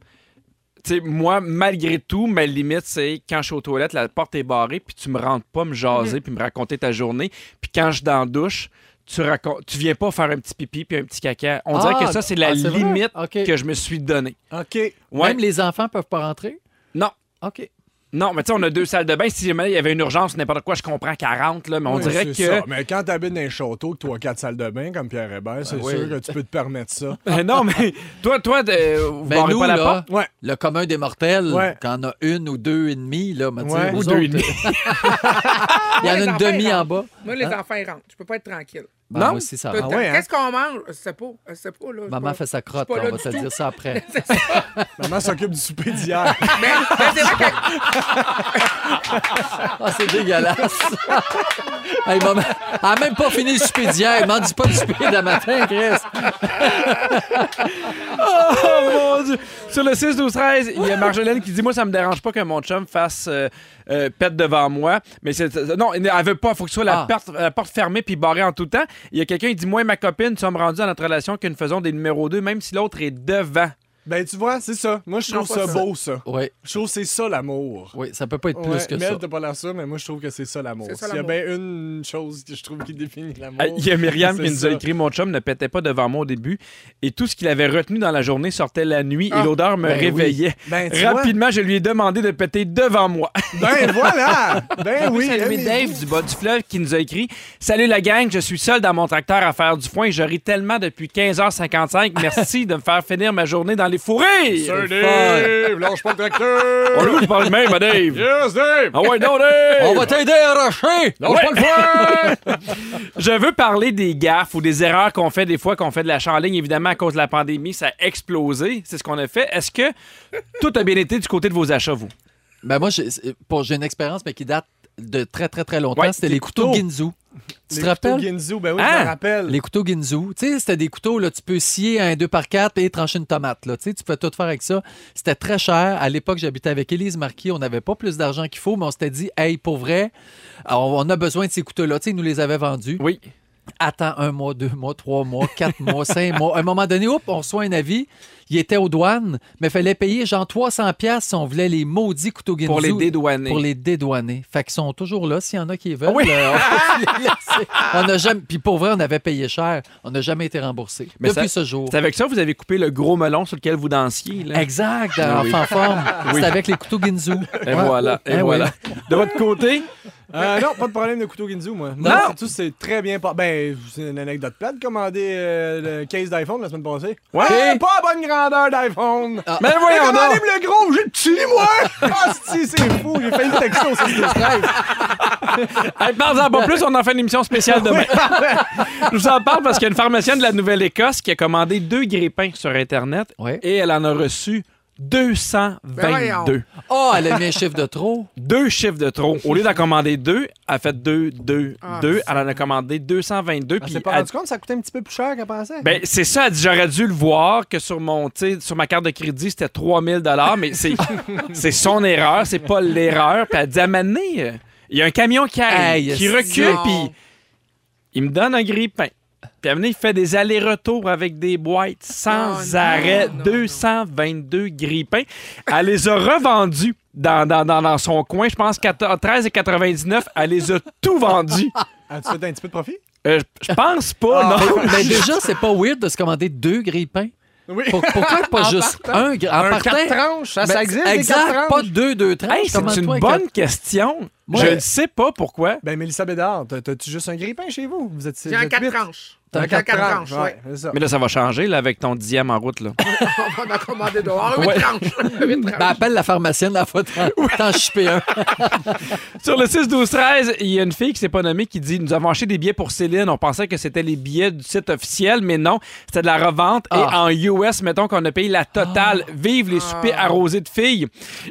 Speaker 1: Tu sais, moi, malgré tout, ma limite, c'est quand je suis aux toilettes, la porte est barrée, puis tu me rentres pas me jaser,
Speaker 4: Mm.
Speaker 1: puis me raconter ta journée. Puis quand je suis dans la douche, tu, racontes, tu viens pas faire un petit pipi puis un petit caca. On dirait que ça, c'est la
Speaker 4: Ah, vrai?
Speaker 1: limite
Speaker 4: OK.
Speaker 1: que je me suis donnée.
Speaker 3: OK.
Speaker 1: Ouais.
Speaker 4: Même les enfants peuvent pas rentrer?
Speaker 1: Non.
Speaker 4: OK.
Speaker 1: Non, mais tu sais, on a deux salles de bain. Si jamais il y avait une urgence, n'importe quoi, je comprends 40, là, mais on
Speaker 3: Oui,
Speaker 1: dirait
Speaker 3: c'est ça.
Speaker 1: que.
Speaker 3: Mais quand t'habites dans un château, trois, quatre salles de bain, comme Pierre Hébert, c'est
Speaker 4: oui.
Speaker 3: sûr que tu peux te permettre ça.
Speaker 1: *laughs* non, mais toi, toi, euh, vous
Speaker 4: Ben,
Speaker 1: barrez
Speaker 4: nous,
Speaker 1: pas la
Speaker 4: là,
Speaker 1: porte.
Speaker 3: Ouais.
Speaker 4: Le commun des mortels,
Speaker 3: Ouais.
Speaker 4: quand on a une ou deux et demi, là, me dire,
Speaker 3: Ouais.
Speaker 4: vous
Speaker 1: Ou deux et
Speaker 4: autres, Il y en
Speaker 2: les
Speaker 4: a une
Speaker 2: enfants,
Speaker 4: demi
Speaker 2: ils
Speaker 4: en *laughs*
Speaker 2: rentrent.
Speaker 4: bas.
Speaker 2: Moi, les
Speaker 4: Hein?
Speaker 2: enfants, ils rentrent. Je peux pas être tranquille.
Speaker 4: Ben,
Speaker 3: Non?
Speaker 4: moi aussi, ça
Speaker 2: Peut-être.
Speaker 4: rentre.
Speaker 3: ouais, hein?
Speaker 2: Qu'est-ce qu'on mange? Je sais pas. Je sais pas, là.
Speaker 4: Maman fait
Speaker 2: ça.
Speaker 4: sa crotte,
Speaker 2: Je suis pas
Speaker 4: là, on
Speaker 2: là
Speaker 4: va
Speaker 2: du
Speaker 4: te
Speaker 2: tout.
Speaker 4: dire ça après.
Speaker 3: Maman s'occupe du souper d'hier.
Speaker 2: Mais, mais Ben, c'est vrai que
Speaker 4: Ah, c'est dégueulasse. *laughs* hey, maman, elle a même pas fini le souper d'hier. Elle m'en dit pas du souper de matin, Chris.
Speaker 1: Oh mon Dieu! Sur le 6, 12, 13, il y a Marjolaine qui dit Moi, ça me dérange pas que mon chum fasse euh, euh, pète devant moi. Mais c'est. euh, Non, elle veut pas. faut que ce soit la,
Speaker 4: Ah.
Speaker 1: porte, la porte fermée puis barrée en tout temps. Il y a quelqu'un qui dit Moi et ma copine, nous sommes rendus à notre relation que nous faisons des numéros 2, même si l'autre est devant.
Speaker 3: ben, tu vois, c'est ça. Moi, je trouve
Speaker 2: Non, pas
Speaker 3: ça
Speaker 2: ça.
Speaker 3: beau, ça.
Speaker 4: Oui,
Speaker 3: Je trouve que c'est ça l'amour.
Speaker 4: oui, ça peut pas être plus
Speaker 3: Ouais,
Speaker 4: que
Speaker 3: Mel,
Speaker 4: ça.
Speaker 3: t'as pas l'air sûr, mais moi, je trouve que c'est ça l'amour.
Speaker 2: C'est ça,
Speaker 3: S'il y a
Speaker 2: l'amour.
Speaker 3: bien une chose que je trouve qui définit l'amour.
Speaker 1: Euh, Il y a Myriam
Speaker 3: Oh. *laughs* c'est
Speaker 1: qui nous
Speaker 3: ça.
Speaker 1: a écrit Mon chum ne pétait pas devant moi au début et tout ce qu'il avait retenu dans la journée sortait la nuit
Speaker 2: Ah.
Speaker 1: et l'odeur me
Speaker 4: Ben oui.
Speaker 1: réveillait.
Speaker 3: Ben, tu vois.
Speaker 1: Rapidement, je lui ai demandé de péter devant moi.
Speaker 3: Ben, voilà! Ben oui!
Speaker 1: Salut
Speaker 3: aimez-vous.
Speaker 1: Dave du bas du fleuve qui nous a écrit Salut la gang, je suis seul dans mon tracteur à faire du foin et je ris tellement depuis 15h55. Merci de me faire finir ma journée dans les fourrés.
Speaker 3: Sir Dave, lâche pas le
Speaker 1: On
Speaker 3: tracteur!
Speaker 1: le goût de parler de même, à Dave.
Speaker 3: Yes, Dave!
Speaker 1: Ah ouais, non, Dave!
Speaker 4: *laughs* On va t'aider à rocher!
Speaker 1: Ouais. Je veux parler des gaffes ou des erreurs qu'on fait des fois qu'on fait de la ligne. Évidemment, à cause de la pandémie, ça a explosé. C'est ce qu'on a fait. Est-ce que tout a bien été du côté de vos achats, vous?
Speaker 4: Ben moi, j'ai c'est- pour- j'ai une expérience, mais qui date de très, très, très longtemps.
Speaker 1: Ouais,
Speaker 4: C'était
Speaker 1: les
Speaker 4: les couteaux,
Speaker 3: couteaux.
Speaker 4: Ginzu.
Speaker 3: Les
Speaker 4: Tu te
Speaker 3: couteaux
Speaker 4: rappelles?
Speaker 3: Ginzu, ben oui, je
Speaker 1: Hein?
Speaker 3: me rappelle.
Speaker 4: Les couteaux Ginzu. Tu sais, c'était des couteaux, là, tu peux scier un 2 par 4 et trancher une tomate. Là. Tu sais, tu peux tout faire avec ça. C'était très cher. À l'époque, j'habitais avec Élise Marquis. On n'avait pas plus d'argent qu'il faut, mais on s'était dit, hey, pour vrai, on, on a besoin de ces couteaux-là. Tu sais, ils nous les avaient vendus.
Speaker 1: Oui.
Speaker 4: Attends un mois, deux mois, trois mois, quatre mois, cinq mois. À un moment donné, oups, on reçoit un avis. Il était aux douanes, mais il fallait payer genre 300$ piastres si on voulait les maudits couteaux Ginzu.
Speaker 1: Pour les dédouaner.
Speaker 4: Pour les dédouaner. Fait qu'ils sont toujours là. S'il y en a qui veulent, euh, on peut *laughs* les laisser. On n'a jamais. Puis pour vrai, on avait payé cher. On n'a jamais été remboursé.
Speaker 1: Mais
Speaker 4: Depuis
Speaker 1: ça-
Speaker 4: ce jour.
Speaker 1: C'est avec ça que vous avez coupé le gros melon sur lequel vous dansiez. Là.
Speaker 4: Exact, dans
Speaker 1: Ah *laughs* Oui. Euh,
Speaker 4: Enfant Forme. C'est avec les couteaux Ginzu.
Speaker 1: Et voilà, et
Speaker 4: Ah oui.
Speaker 1: voilà. De votre côté,
Speaker 3: Euh, non, pas de problème de couteau Ginzu, moi.
Speaker 4: Non.
Speaker 3: Surtout, c'est très bien. pas- Ben, c'est une anecdote plate de commander euh, le case d'iPhone la semaine passée. Ouais! Pas à bonne grandeur d'iPhone!
Speaker 4: Ah.
Speaker 3: Mais voyons
Speaker 1: donc.
Speaker 3: commandé le gros, j'ai le petit, moi! Ah, si, c'est fou, j'ai failli le texto, ça, c'est
Speaker 1: Hey, parlez-en pas plus, on en fait une émission spéciale demain. *laughs* Je vous en parle parce qu'il y a une pharmacienne de la Nouvelle-Écosse qui a commandé deux grippins sur Internet
Speaker 4: Ouais.
Speaker 1: et elle en a reçu
Speaker 2: Ben voyons.
Speaker 1: 222.
Speaker 4: Oh, elle a mis un chiffre de trop.
Speaker 1: deux chiffres de trop. Au lieu d'en commander deux, elle a fait deux, deux,
Speaker 2: Ah,
Speaker 1: deux. Elle en a commandé 222.
Speaker 3: On
Speaker 1: puis
Speaker 3: s'est Ah, pas
Speaker 1: elle-
Speaker 3: rendu compte, ça coûtait un petit peu plus cher qu'elle pensait.
Speaker 1: ben, c'est ça, elle dit j'aurais dû le voir que sur mon tu sais, sur ma carte de crédit, c'était 3000 dollars, mais
Speaker 2: *laughs*
Speaker 1: c'est c'est son erreur, c'est pas l'erreur. Puis elle dit à un moment donné, euh, il y a un camion qui arrive,
Speaker 4: Aïe,
Speaker 1: qui
Speaker 4: c'est-
Speaker 1: recule
Speaker 2: non.
Speaker 1: puis il me donne un grille-pain. Puis à un moment donné, il fait des allers-retours avec des boîtes sans
Speaker 2: Oh, non,
Speaker 1: arrêt,
Speaker 2: non, non.
Speaker 1: 222 grille-pains. Elle les a revendus dans, dans, dans, dans son coin, je pense 14 13,99, elle les a tout vendus.
Speaker 2: *laughs*
Speaker 3: As-tu fait un petit peu de profit?
Speaker 1: Euh, je je pense
Speaker 2: Ah.
Speaker 1: pas, non. *laughs*
Speaker 4: Mais déjà, c'est pas weird de se commander deux grippins.
Speaker 3: Oui.
Speaker 4: Pourquoi pas juste un gr- En
Speaker 3: Un
Speaker 4: partant,
Speaker 3: quatre tranches, ça, ça
Speaker 4: Ben,
Speaker 3: existe, des quatre
Speaker 4: Exact,
Speaker 3: tranches?
Speaker 4: pas deux, deux tranches.
Speaker 1: Hey, c'est
Speaker 4: Commande-toi
Speaker 1: une
Speaker 4: un
Speaker 1: bonne question.
Speaker 4: Ouais.
Speaker 1: Je ne sais pas pourquoi.
Speaker 3: Ben, Mélissa Bédard, t'as- t'as-tu juste un grippin chez vous? Vous êtes
Speaker 2: j'ai
Speaker 3: vous
Speaker 2: un
Speaker 3: êtes
Speaker 2: 4
Speaker 3: huit?
Speaker 2: tranches.
Speaker 3: T'as un quatre tranches,
Speaker 2: ouais.
Speaker 3: ouais. c'est ça.
Speaker 1: Mais là, ça va changer là, avec ton dixième en route. Là.
Speaker 2: On va en commander dehors. 8
Speaker 1: Ouais.
Speaker 2: tranches. Huit
Speaker 4: quatre-
Speaker 2: tranches.
Speaker 4: Ben, appelle la pharmacienne
Speaker 1: *laughs*
Speaker 4: la fois t'en t'en chipper un.
Speaker 1: *laughs* Sur le 6-12-13, il y a une fille qui s'est pas nommée qui dit Nous avons acheté des billets pour Céline. On pensait que c'était les billets du site officiel, mais non, c'était de la revente.
Speaker 4: Ah.
Speaker 1: Et en US, mettons qu'on a payé la totale. Vive les soupers arrosés de filles.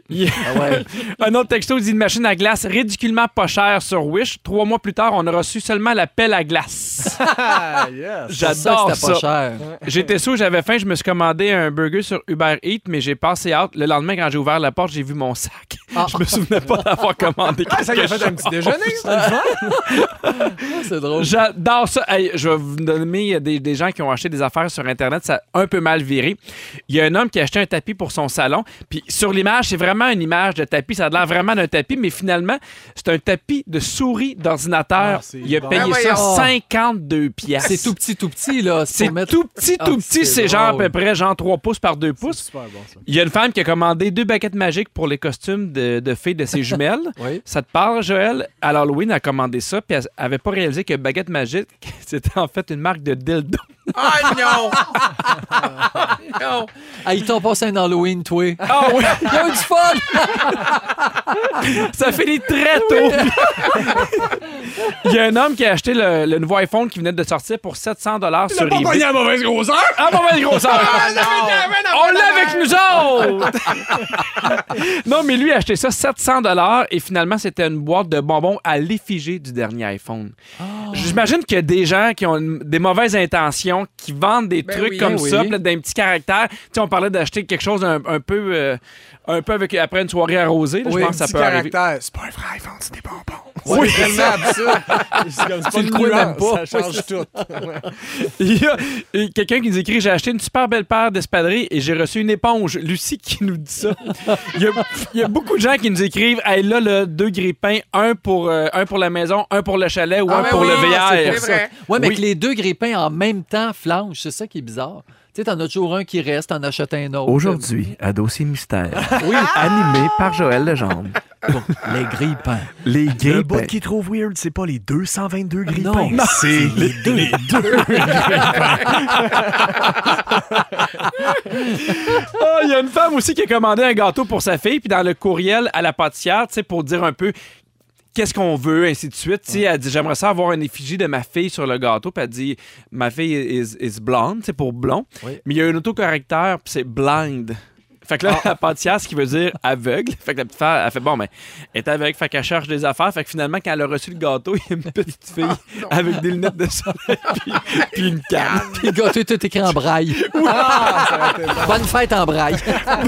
Speaker 1: Il y a-
Speaker 4: ouais.
Speaker 1: *laughs* Un autre texto dit Une machine à glace ridiculement pas chère sur Wish. Trois mois plus tard, on a reçu seulement la pelle à glace.
Speaker 3: Ah, *laughs* yes!
Speaker 1: J'adore ça.
Speaker 4: C'était pas cher.
Speaker 1: J'étais sous, j'avais faim, je me suis commandé un burger sur Uber Eats, mais j'ai passé hâte. Le lendemain, quand j'ai ouvert la porte, j'ai vu mon sac.
Speaker 4: Ah.
Speaker 1: Je me souvenais pas d'avoir commandé
Speaker 3: Ah, ça, il a
Speaker 1: quelque
Speaker 3: fait un
Speaker 1: chose.
Speaker 3: petit déjeuner, ça, le fun.
Speaker 4: C'est drôle.
Speaker 1: J'adore ça. Hey, je vais vous nommer euh, des, des gens qui ont acheté des affaires sur Internet. Ça a un peu mal viré. Il y a un homme qui a acheté un tapis pour son salon. Puis sur l'image, c'est vraiment une image de tapis. Ça a l'air vraiment d'un tapis, mais finalement, c'est un tapis de souris
Speaker 3: Ah,
Speaker 1: d'ordinateur.
Speaker 3: c'est
Speaker 1: Il a
Speaker 3: bon.
Speaker 1: payé
Speaker 2: Ben
Speaker 1: ça
Speaker 4: voyons.
Speaker 1: 52 pièces.
Speaker 4: C'est tout petit, tout petit, là.
Speaker 1: C'est
Speaker 4: pour mettre-
Speaker 1: tout petit,
Speaker 4: Ah,
Speaker 1: tout petit.
Speaker 4: c'est
Speaker 1: C'est genre à
Speaker 4: drôle.
Speaker 1: peu près genre 3 pouces par 2 pouces.
Speaker 3: Super bon, ça.
Speaker 1: Il y a une femme qui a commandé deux baguettes magiques pour les costumes de, de fées de ses jumelles.
Speaker 4: Oui.
Speaker 1: Ça te parle, Joël? À *laughs* l'Halloween, elle a commandé ça, puis elle avait pas réalisé que baguette magique, c'était en fait une marque de dildo. *laughs*
Speaker 2: Ah non! non!
Speaker 4: Ah, ils t'ont passé un Halloween, toi.
Speaker 1: Ah oui,
Speaker 4: *laughs* Ils ont eu
Speaker 1: *laughs*
Speaker 4: du fun!
Speaker 1: ça finit très tôt. Il y a un homme qui a acheté le, le nouveau iPhone qui venait de sortir pour 700 dollars sur eBay.
Speaker 3: à mauvaise grosseur!
Speaker 1: Ah, mauvaise grosseur! On l'a avec nous autres! *laughs* non, mais lui a acheté ça 700 et finalement, c'était une boîte de bonbons à l'effigie du dernier iPhone. J'imagine que des gens qui ont une- des mauvaises intentions, qui vendent des
Speaker 2: Ben
Speaker 1: trucs
Speaker 2: oui.
Speaker 1: comme
Speaker 4: Ben
Speaker 1: ça,
Speaker 4: oui.
Speaker 1: peut-être d'un petit caractère. Tu sais, on parlait d'acheter quelque chose un, un peu... euh, un peu avec, après une soirée arrosée, là,
Speaker 4: Oui,
Speaker 1: je pense que ça
Speaker 3: Petit
Speaker 1: peut arriver.
Speaker 3: caractère. C'est pas un vrai iPhone, c'est des bonbons.
Speaker 4: Oui.
Speaker 3: C'est tellement absurde. C'est comme, c'est pas
Speaker 4: le
Speaker 3: une
Speaker 4: crois même
Speaker 3: nuance,
Speaker 4: pas.
Speaker 3: Ça change tout.
Speaker 1: Il y a euh, quelqu'un qui nous écrit J'ai acheté une super belle paire d'espadrilles et j'ai reçu une éponge. Lucie qui nous dit ça. Il y a, il y a beaucoup de gens qui nous écrivent Hey, là, le deux grippins, un pour, euh, un pour la maison, un pour le chalet ou
Speaker 2: Ah,
Speaker 1: un
Speaker 2: ben
Speaker 1: pour
Speaker 2: oui,
Speaker 1: le
Speaker 2: c'est
Speaker 1: VR.
Speaker 2: pour ça. vrai.
Speaker 4: Ouais, mais
Speaker 1: Oui.
Speaker 4: que les deux grippins en même temps flanchent, c'est ça qui est bizarre. Tu sais, t'en as toujours un qui reste, t'en achètes un autre.
Speaker 1: à Dossier Mystère, animé par Joël Legendre.
Speaker 4: Bon, les grippins.
Speaker 1: Les
Speaker 7: Le bout qui trouve weird, c'est pas les 222 grippins.
Speaker 4: Non.
Speaker 7: c'est les deux.
Speaker 4: *laughs*
Speaker 1: *laughs* Ah, Il y a une femme aussi qui a commandé un gâteau pour sa fille, puis dans le courriel à la pâtissière, tu sais, pour dire un peu qu'est-ce qu'on veut, ainsi de suite. Tu sais, Elle dit J'aimerais ça avoir une effigie de ma fille sur le gâteau, puis elle dit Ma fille is, is blonde, c'est pour blond.
Speaker 4: Oui.
Speaker 1: Mais il y a un autocorrecteur, puis c'est blind. Fait que là, la pâtissière, ce qui veut dire aveugle. Fait que la petite fille, elle fait bon, mais elle est aveugle, fait qu'elle cherche des affaires. Fait que finalement, quand elle a reçu le gâteau, il y a une petite fille avec des lunettes de soleil, puis, puis une canne.
Speaker 4: Puis le gâteau est tout écrit en braille.
Speaker 1: Ah,
Speaker 4: Bonne fête
Speaker 1: *laughs*
Speaker 4: en braille.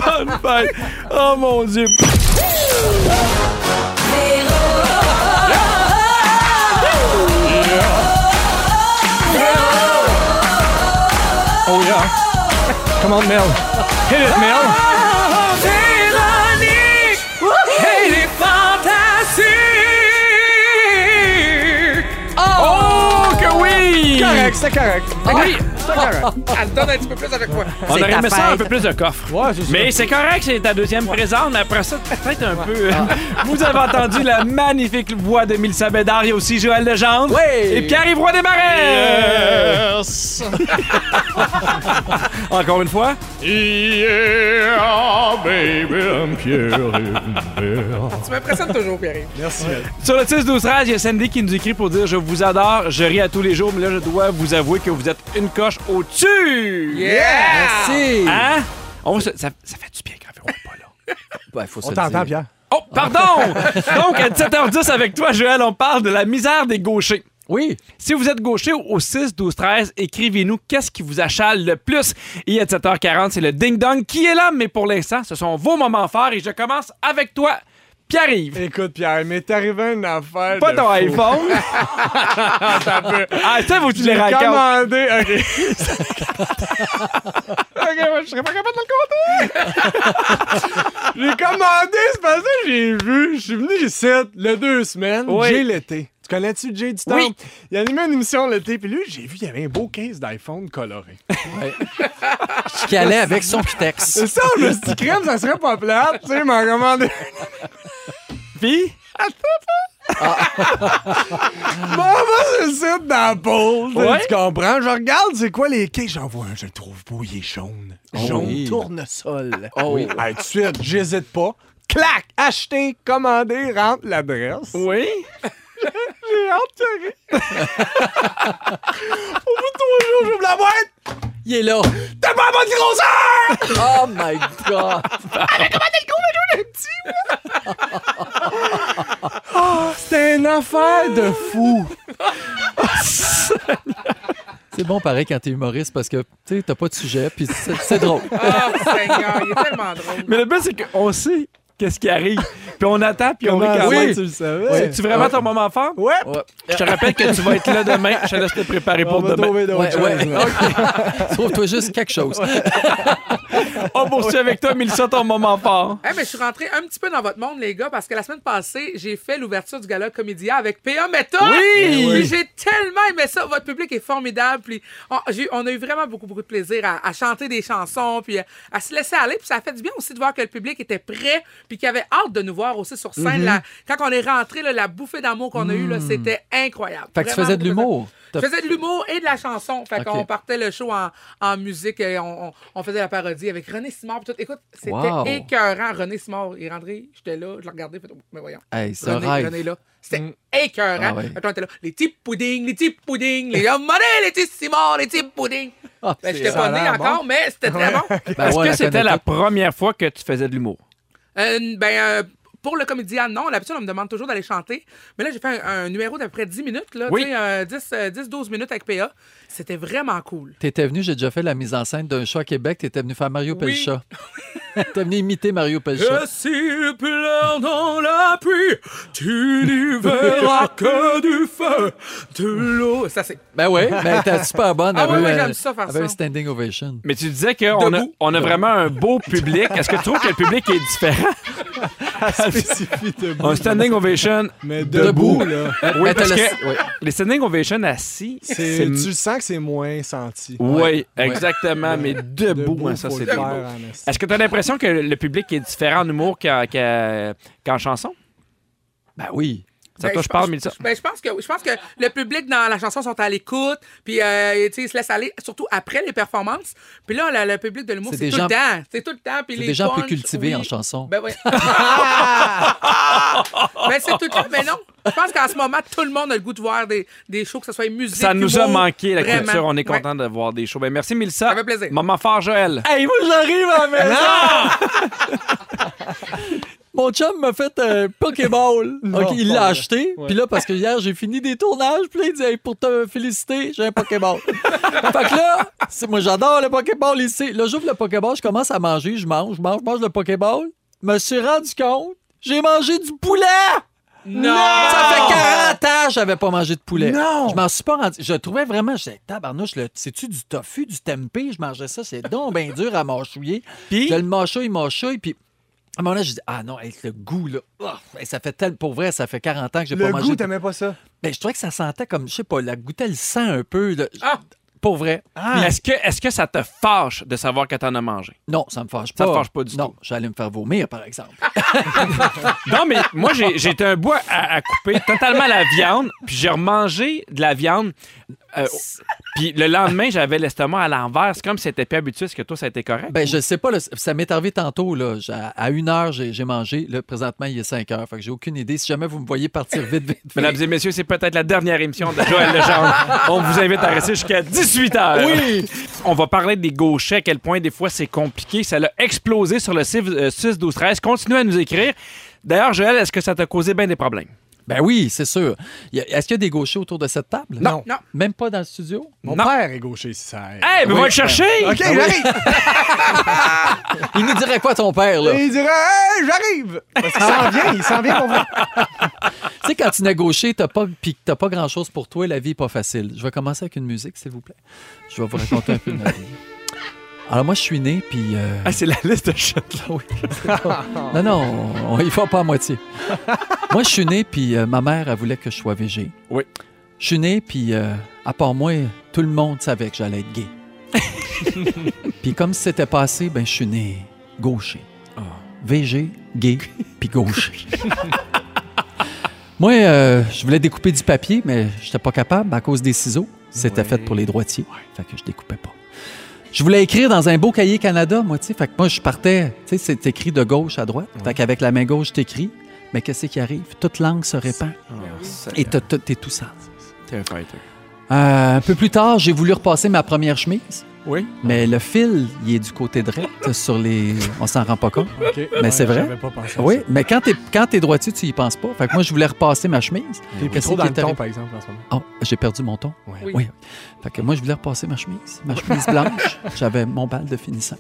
Speaker 1: Bonne fête! Oh mon Dieu!
Speaker 6: Oh yeah. Come on, Mel. Hit it, Mel.
Speaker 1: Oh que oui!
Speaker 6: Correct, c'était correct.
Speaker 1: Oui!
Speaker 2: Elle donne un petit peu plus avec moi.
Speaker 1: On aurait
Speaker 4: ta
Speaker 1: aimé ça un
Speaker 4: fête.
Speaker 1: peu plus de coffre.
Speaker 6: Ouais, c'est ça.
Speaker 1: Mais c'est correct, c'est ta deuxième présente, mais après ça, peut-être un peu. euh,
Speaker 6: Ah.
Speaker 1: *laughs* Vous avez entendu la magnifique voix de Milsa Bédard, il y a aussi Joël Legendre.
Speaker 4: Ouais.
Speaker 1: Et Pierre-Yves Roy des Marais! Encore une fois?
Speaker 2: Tu m'impressionnes toujours, Pierre.
Speaker 1: Sur le 6 12 13 il y a Sandy qui nous écrit pour dire Je vous adore, je ris à tous les jours, mais là, je dois vous avouer que vous êtes une coche au-dessus!
Speaker 2: Yeah!
Speaker 4: Si.
Speaker 1: Hein? On se- ça, ça fait du bien quand Véro est pas là.
Speaker 4: Ben, faut se
Speaker 6: On
Speaker 4: le
Speaker 6: t'entend,
Speaker 4: dire.
Speaker 6: Pierre.
Speaker 1: Oh, pardon! Donc, à 17h10 avec toi, Joël, on parle de la misère des gauchers.
Speaker 4: Oui.
Speaker 1: Si vous êtes gaucher au 6, 12, 13, écrivez-nous qu'est-ce qui vous achale le plus. Et à 7h40, c'est le ding-dong qui est là, mais pour l'instant, ce sont vos moments forts et je commence avec toi, Pierre-Yves.
Speaker 3: Écoute, Pierre, il m'est arrivé une affaire.
Speaker 1: Pas
Speaker 3: de
Speaker 1: ton
Speaker 3: fou.
Speaker 1: iPhone. ah, ça, vous tu les
Speaker 3: J'ai
Speaker 1: racontes.
Speaker 3: commandé. OK.
Speaker 1: *laughs*
Speaker 3: OK, moi, je serais pas capable de le compter. j'ai commandé, c'est parce que j'ai vu. Je suis venu ici, le deux semaines.
Speaker 1: Oui.
Speaker 3: J'ai l'été. Tu connais-tu Jay du temps?
Speaker 1: Oui.
Speaker 3: Il animait une émission l'été, puis lui, j'ai vu, il y avait un beau case d'iPhone coloré.
Speaker 4: Qui allait avec son Kitex.
Speaker 3: C'est ça, je me suis dit, crème, ça serait pas plate. Tu sais, il m'a commandé.
Speaker 1: Puis,
Speaker 3: Bon, moi, je site dans la pause.
Speaker 1: Ouais.
Speaker 3: Tu comprends? Je regarde, c'est quoi les quais? J'en vois un, je le trouve beau, il est jaune. jaune
Speaker 4: Oh oui.
Speaker 3: tournesol.
Speaker 4: Oh.
Speaker 3: Oui. Hey, tout de suite, j'hésite pas. Clac! Acheter, commander, rentre l'adresse.
Speaker 1: oui.
Speaker 3: J'ai hâte de rire. *laughs* Au bout de trois jours, j'ouvre la boîte.
Speaker 4: Il est là.
Speaker 3: T'as pas la bonne grosseur!
Speaker 4: Oh my God.
Speaker 3: C'était une affaire de fou.
Speaker 4: C'est bon, pareil, quand t'es humoriste, parce que, tu sais, t'as pas de sujet, puis c'est c'est drôle.
Speaker 2: Oh, Seigneur, il est tellement drôle.
Speaker 1: Mais le but, c'est qu'on sait qu'est-ce qui arrive. Puis on attend, puis on rit quand même.
Speaker 3: tu le savais?
Speaker 1: C'est-tu vraiment ton moment fort?
Speaker 3: Ouais.
Speaker 4: Ouais.
Speaker 1: Je te rappelle que tu vas être là demain. Je te laisse te préparer
Speaker 3: On
Speaker 1: pour
Speaker 3: va
Speaker 1: demain.
Speaker 3: trouver d'autres
Speaker 4: Ouais,
Speaker 3: choses. *laughs*
Speaker 4: ouais.
Speaker 3: là.
Speaker 4: OK. Trouve-toi juste quelque chose.
Speaker 1: On poursuit avec toi, Mélissa, ton moment fort.
Speaker 2: Eh, mais je suis rentré un petit peu dans votre monde, les gars, parce que la semaine passée, j'ai fait l'ouverture du gala Comédia avec P.A. Meta.
Speaker 4: Eh
Speaker 1: Oui!
Speaker 2: Puis J'ai tellement aimé ça. Votre public est formidable. Puis on, j'ai eu- on a eu vraiment beaucoup, beaucoup de plaisir à, à chanter des chansons, puis à, à se laisser aller. Puis ça a fait du bien aussi de voir que le public était prêt, puis qu'il avait hâte de nous voir aussi sur
Speaker 4: Mm-hmm.
Speaker 2: scène. là. quand on est rentré, là, la bouffée d'amour qu'on a eue, là, c'était incroyable.
Speaker 4: Mm. Fait que tu
Speaker 2: Vraiment
Speaker 4: faisais de
Speaker 2: beaucoup
Speaker 4: l'humour. T'as-
Speaker 2: Je faisais de l'humour et de la chanson. Fait
Speaker 4: Ok.
Speaker 2: qu'on partait le show en, en musique et on, on- on faisait la parodie avec René Simard. pis tout. Écoute, c'était
Speaker 4: Wow.
Speaker 2: écœurant. René Simard, il rentrait, j'étais là, je le regardais, fait, oh, mais voyons.
Speaker 4: Hey, c'est un
Speaker 2: René,
Speaker 4: rêve.
Speaker 2: René là. C'était écœurant.
Speaker 4: Ah ouais.
Speaker 2: Fait qu'on était là, les petits puddings, les petits puddings, les hommes monnaie, les petits Simard, les petits puddings.
Speaker 4: Ah,
Speaker 2: Ben,
Speaker 4: c'est-
Speaker 2: j'étais pas
Speaker 3: ça a
Speaker 2: né
Speaker 3: l'air
Speaker 2: encore,
Speaker 3: bon.
Speaker 2: mais c'était très bon.
Speaker 4: Ben
Speaker 1: Est-ce
Speaker 4: ouais,
Speaker 1: que
Speaker 4: la
Speaker 1: c'était
Speaker 4: connais
Speaker 1: la
Speaker 4: toute.
Speaker 1: première fois que tu faisais de l'humour?
Speaker 2: Euh, ben, euh, pour le comédien, non. L'habitude, on me demande toujours d'aller chanter. Mais là, j'ai fait un, un numéro d'à peu près 10 minutes, là,
Speaker 1: Oui.
Speaker 2: tu sais, euh, 10, euh, 10, 12 minutes avec PA. C'était vraiment cool.
Speaker 4: T'étais venu, j'ai déjà fait la mise en scène d'un show à Québec, t'étais venu faire Mario Pelcha. *laughs* T'es venu imiter Mario Pelcha.
Speaker 2: suis plein Euh, dans la pluie, tu n'y
Speaker 4: *laughs*
Speaker 2: verras que du feu, de l'eau. Ça, c'est.
Speaker 4: Ben oui, ben t'es super bonne.
Speaker 2: Ah
Speaker 4: Elle
Speaker 2: ouais,
Speaker 4: veut,
Speaker 2: ouais,
Speaker 4: euh,
Speaker 2: j'aime ça faire
Speaker 4: elle veut
Speaker 2: ça.
Speaker 4: un standing ovation.
Speaker 1: Mais tu disais qu'on a,
Speaker 2: Debout.
Speaker 1: on a vraiment un beau public. Est-ce que tu trouves que le public est
Speaker 3: *laughs*
Speaker 1: différent?
Speaker 3: Spécifie debout.
Speaker 1: Un standing ovation. Euh,
Speaker 3: Mais
Speaker 4: debout,
Speaker 3: debout, là.
Speaker 1: Oui,
Speaker 4: Mais Ben, t'as
Speaker 1: parce
Speaker 4: le-
Speaker 1: que
Speaker 4: oui.
Speaker 1: les standing ovation assis,
Speaker 3: C'est-
Speaker 1: c'est...
Speaker 3: Tu sens que c'est moins senti.
Speaker 1: Oui, exactement, mais debout, hein, ça,
Speaker 3: faut
Speaker 1: c'est
Speaker 3: le
Speaker 1: debout.
Speaker 3: faire, en esti.
Speaker 1: Est-ce que tu as l'impression que le public est différent en humour qu'en, qu'en- qu'en chanson?
Speaker 4: Ben oui.
Speaker 1: C'est à
Speaker 2: Ben,
Speaker 1: toi que je parle, mais
Speaker 2: pense-
Speaker 1: ça.
Speaker 2: ben, je pense que je pense que le public dans la chanson sont à l'écoute, puis euh, tu sais, ils se laissent aller, surtout après les performances. Puis là, le, le public de l'humour,
Speaker 4: C'est
Speaker 2: c'est
Speaker 4: des
Speaker 2: tout
Speaker 4: gens-
Speaker 2: le temps. C'est tout le temps. Puis
Speaker 4: C'est
Speaker 2: les
Speaker 4: des gens plus
Speaker 2: punchs,
Speaker 4: cultivés
Speaker 2: oui.
Speaker 4: en chanson. *laughs*
Speaker 2: Ben oui. *laughs* ben c'est tout le temps. Mais non, je pense qu'en ce moment, tout le monde a le goût de voir des, des shows, que ce soit musique.
Speaker 1: Ça nous a
Speaker 2: humour,
Speaker 1: manqué, la
Speaker 2: vraiment.
Speaker 1: culture. On est
Speaker 2: Ouais.
Speaker 1: content de voir des shows. Ben, merci, Mélissa.
Speaker 2: Ça fait plaisir.
Speaker 1: Moment fort, Joël.
Speaker 4: Hey, moi, j'arrive à la Mon chum m'a fait un Pokéball. Ok, il l'a acheté. Puis là, parce que hier, j'ai fini des tournages. Puis là, il dit Hey, pour te féliciter, j'ai un Pokéball. fait que là, c'est- moi, j'adore le Pokéball ici. Là, j'ouvre le Pokéball, je commence à manger, je mange, je mange, je mange le Pokéball. Me suis rendu compte, j'ai mangé du poulet!
Speaker 2: Non!
Speaker 4: Ça fait 40 ans que j'avais pas mangé de poulet. Non! Je m'en suis pas rendu. Je trouvais vraiment, j'étais tabarnouche, le- c'est-tu du tofu, du tempeh? Je mangeais ça, c'est donc bien dur à mâchouiller.
Speaker 1: Puis?
Speaker 4: Je le mâchouille, mâchouille, puis à un moment donné, je dis, ah non, avec le goût, là, oh, ben, ça fait tel, pour vrai, ça fait 40 ans que j'ai pas
Speaker 3: Le
Speaker 4: mangé.
Speaker 3: goût,
Speaker 4: de-
Speaker 3: t'aimais pas ça?
Speaker 4: Ben, je trouvais que ça sentait comme, je sais pas, la goûtait le sang un peu, là.
Speaker 2: Ah!
Speaker 4: Pour vrai.
Speaker 1: Est-ce, que, est-ce que ça te fâche de savoir que t'en as mangé?
Speaker 4: Non, ça me fâche pas.
Speaker 1: Ça te fâche pas du
Speaker 4: non,
Speaker 1: tout. Ah!
Speaker 4: j'allais me faire vomir, par exemple.
Speaker 1: Non, mais *laughs* moi, j'ai j'ai été un bois à, à couper totalement la viande, puis j'ai remangé de la viande. euh, puis le lendemain, j'avais l'estomac à l'envers. C'est comme si c'était pas habitué. Est-ce que toi, ça a été correct?
Speaker 4: Ben, je sais pas, là, ça m'est arrivé tantôt. Là, J'ai- à une heure, j'ai j'ai mangé. Là, présentement, il est 5 heures. Fait que j'ai aucune idée. Si jamais vous me voyez
Speaker 1: *laughs*
Speaker 4: partir vite, vite, vite.
Speaker 1: Mesdames et messieurs, c'est peut-être la dernière émission de Joël Legendre. On vous invite à rester jusqu'à 18h. Oui! On va parler des gauchers, à quel point des fois c'est compliqué. Ça l'a explosé sur le euh, 6-12-13. Continuez à nous écrire. D'ailleurs, Joël, est-ce que ça t'a causé bien des problèmes?
Speaker 4: Ben oui, c'est sûr. Il y a- Est-ce qu'il y a des gauchers autour de cette table?
Speaker 3: Non.
Speaker 2: Non.
Speaker 4: Même pas dans le studio?
Speaker 3: Mon
Speaker 1: Non.
Speaker 3: père est gaucher, si ça aide.
Speaker 1: Eh, hey, ben, va le chercher!
Speaker 3: OK,
Speaker 4: Ah
Speaker 3: j'arrive!
Speaker 4: Il nous dirait quoi, ton père, là?
Speaker 3: Et il dirait Hey, j'arrive! Parce qu'il s'en vient, il s'en vient pour vrai.
Speaker 4: tu sais, quand tu n'es gaucher, t'as pas, pis que t'as pas grand-chose pour toi, la vie est pas facile. Je vais commencer avec une musique, s'il vous plaît. Je vais vous raconter un peu de ma vie. Alors, moi, je suis né, puis... euh,
Speaker 1: Ah, c'est la liste de chutes.
Speaker 4: Ah oui, c'est pas- Non, non, on y va pas à moitié. moi, je suis né, puis euh, ma mère, elle voulait que je sois végé.
Speaker 1: Oui.
Speaker 4: Je suis né, puis euh, à part moi, tout le monde savait que j'allais être gay. puis comme c'était passé, ben je suis né gaucher. VG, gay, puis gaucher. *laughs* moi, euh, je voulais découper du papier, mais j'étais pas capable à cause des ciseaux. C'était fait pour les droitiers. Fait que je découpais pas. Je voulais écrire dans un beau cahier Canada, moi, tu sais. Fait que moi, je partais, tu sais, c'est écrit de gauche à droite. Fait qu'avec la main gauche, t'écris. Mais qu'est-ce qui arrive? Toute langue se répand. Et t'as- t'as- t'es tout sale.
Speaker 1: T'es un fighter.
Speaker 4: Euh, un peu plus tard, j'ai voulu repasser ma première chemise.
Speaker 1: Oui.
Speaker 4: Mais le fil, il est du côté droit, *laughs* euh, sur les... On s'en rend pas compte.
Speaker 3: OK.
Speaker 4: Mais c'est vrai.
Speaker 3: J'avais pas pensé à
Speaker 4: Oui,
Speaker 3: ça.
Speaker 4: mais quand t'es, quand t'es droitier, tu y penses pas. Fait que moi, je voulais repasser ma chemise.
Speaker 3: T'es plus
Speaker 4: Qu'est-ce
Speaker 3: trop dans
Speaker 4: qui
Speaker 3: le
Speaker 4: est
Speaker 3: ton,
Speaker 4: arrivé?
Speaker 3: par exemple, en ce moment.
Speaker 4: Oh, j'ai perdu mon ton.
Speaker 3: Ouais.
Speaker 4: Oui. Fait que moi, je voulais repasser ma chemise. Ma chemise blanche. J'avais mon bal de finissant.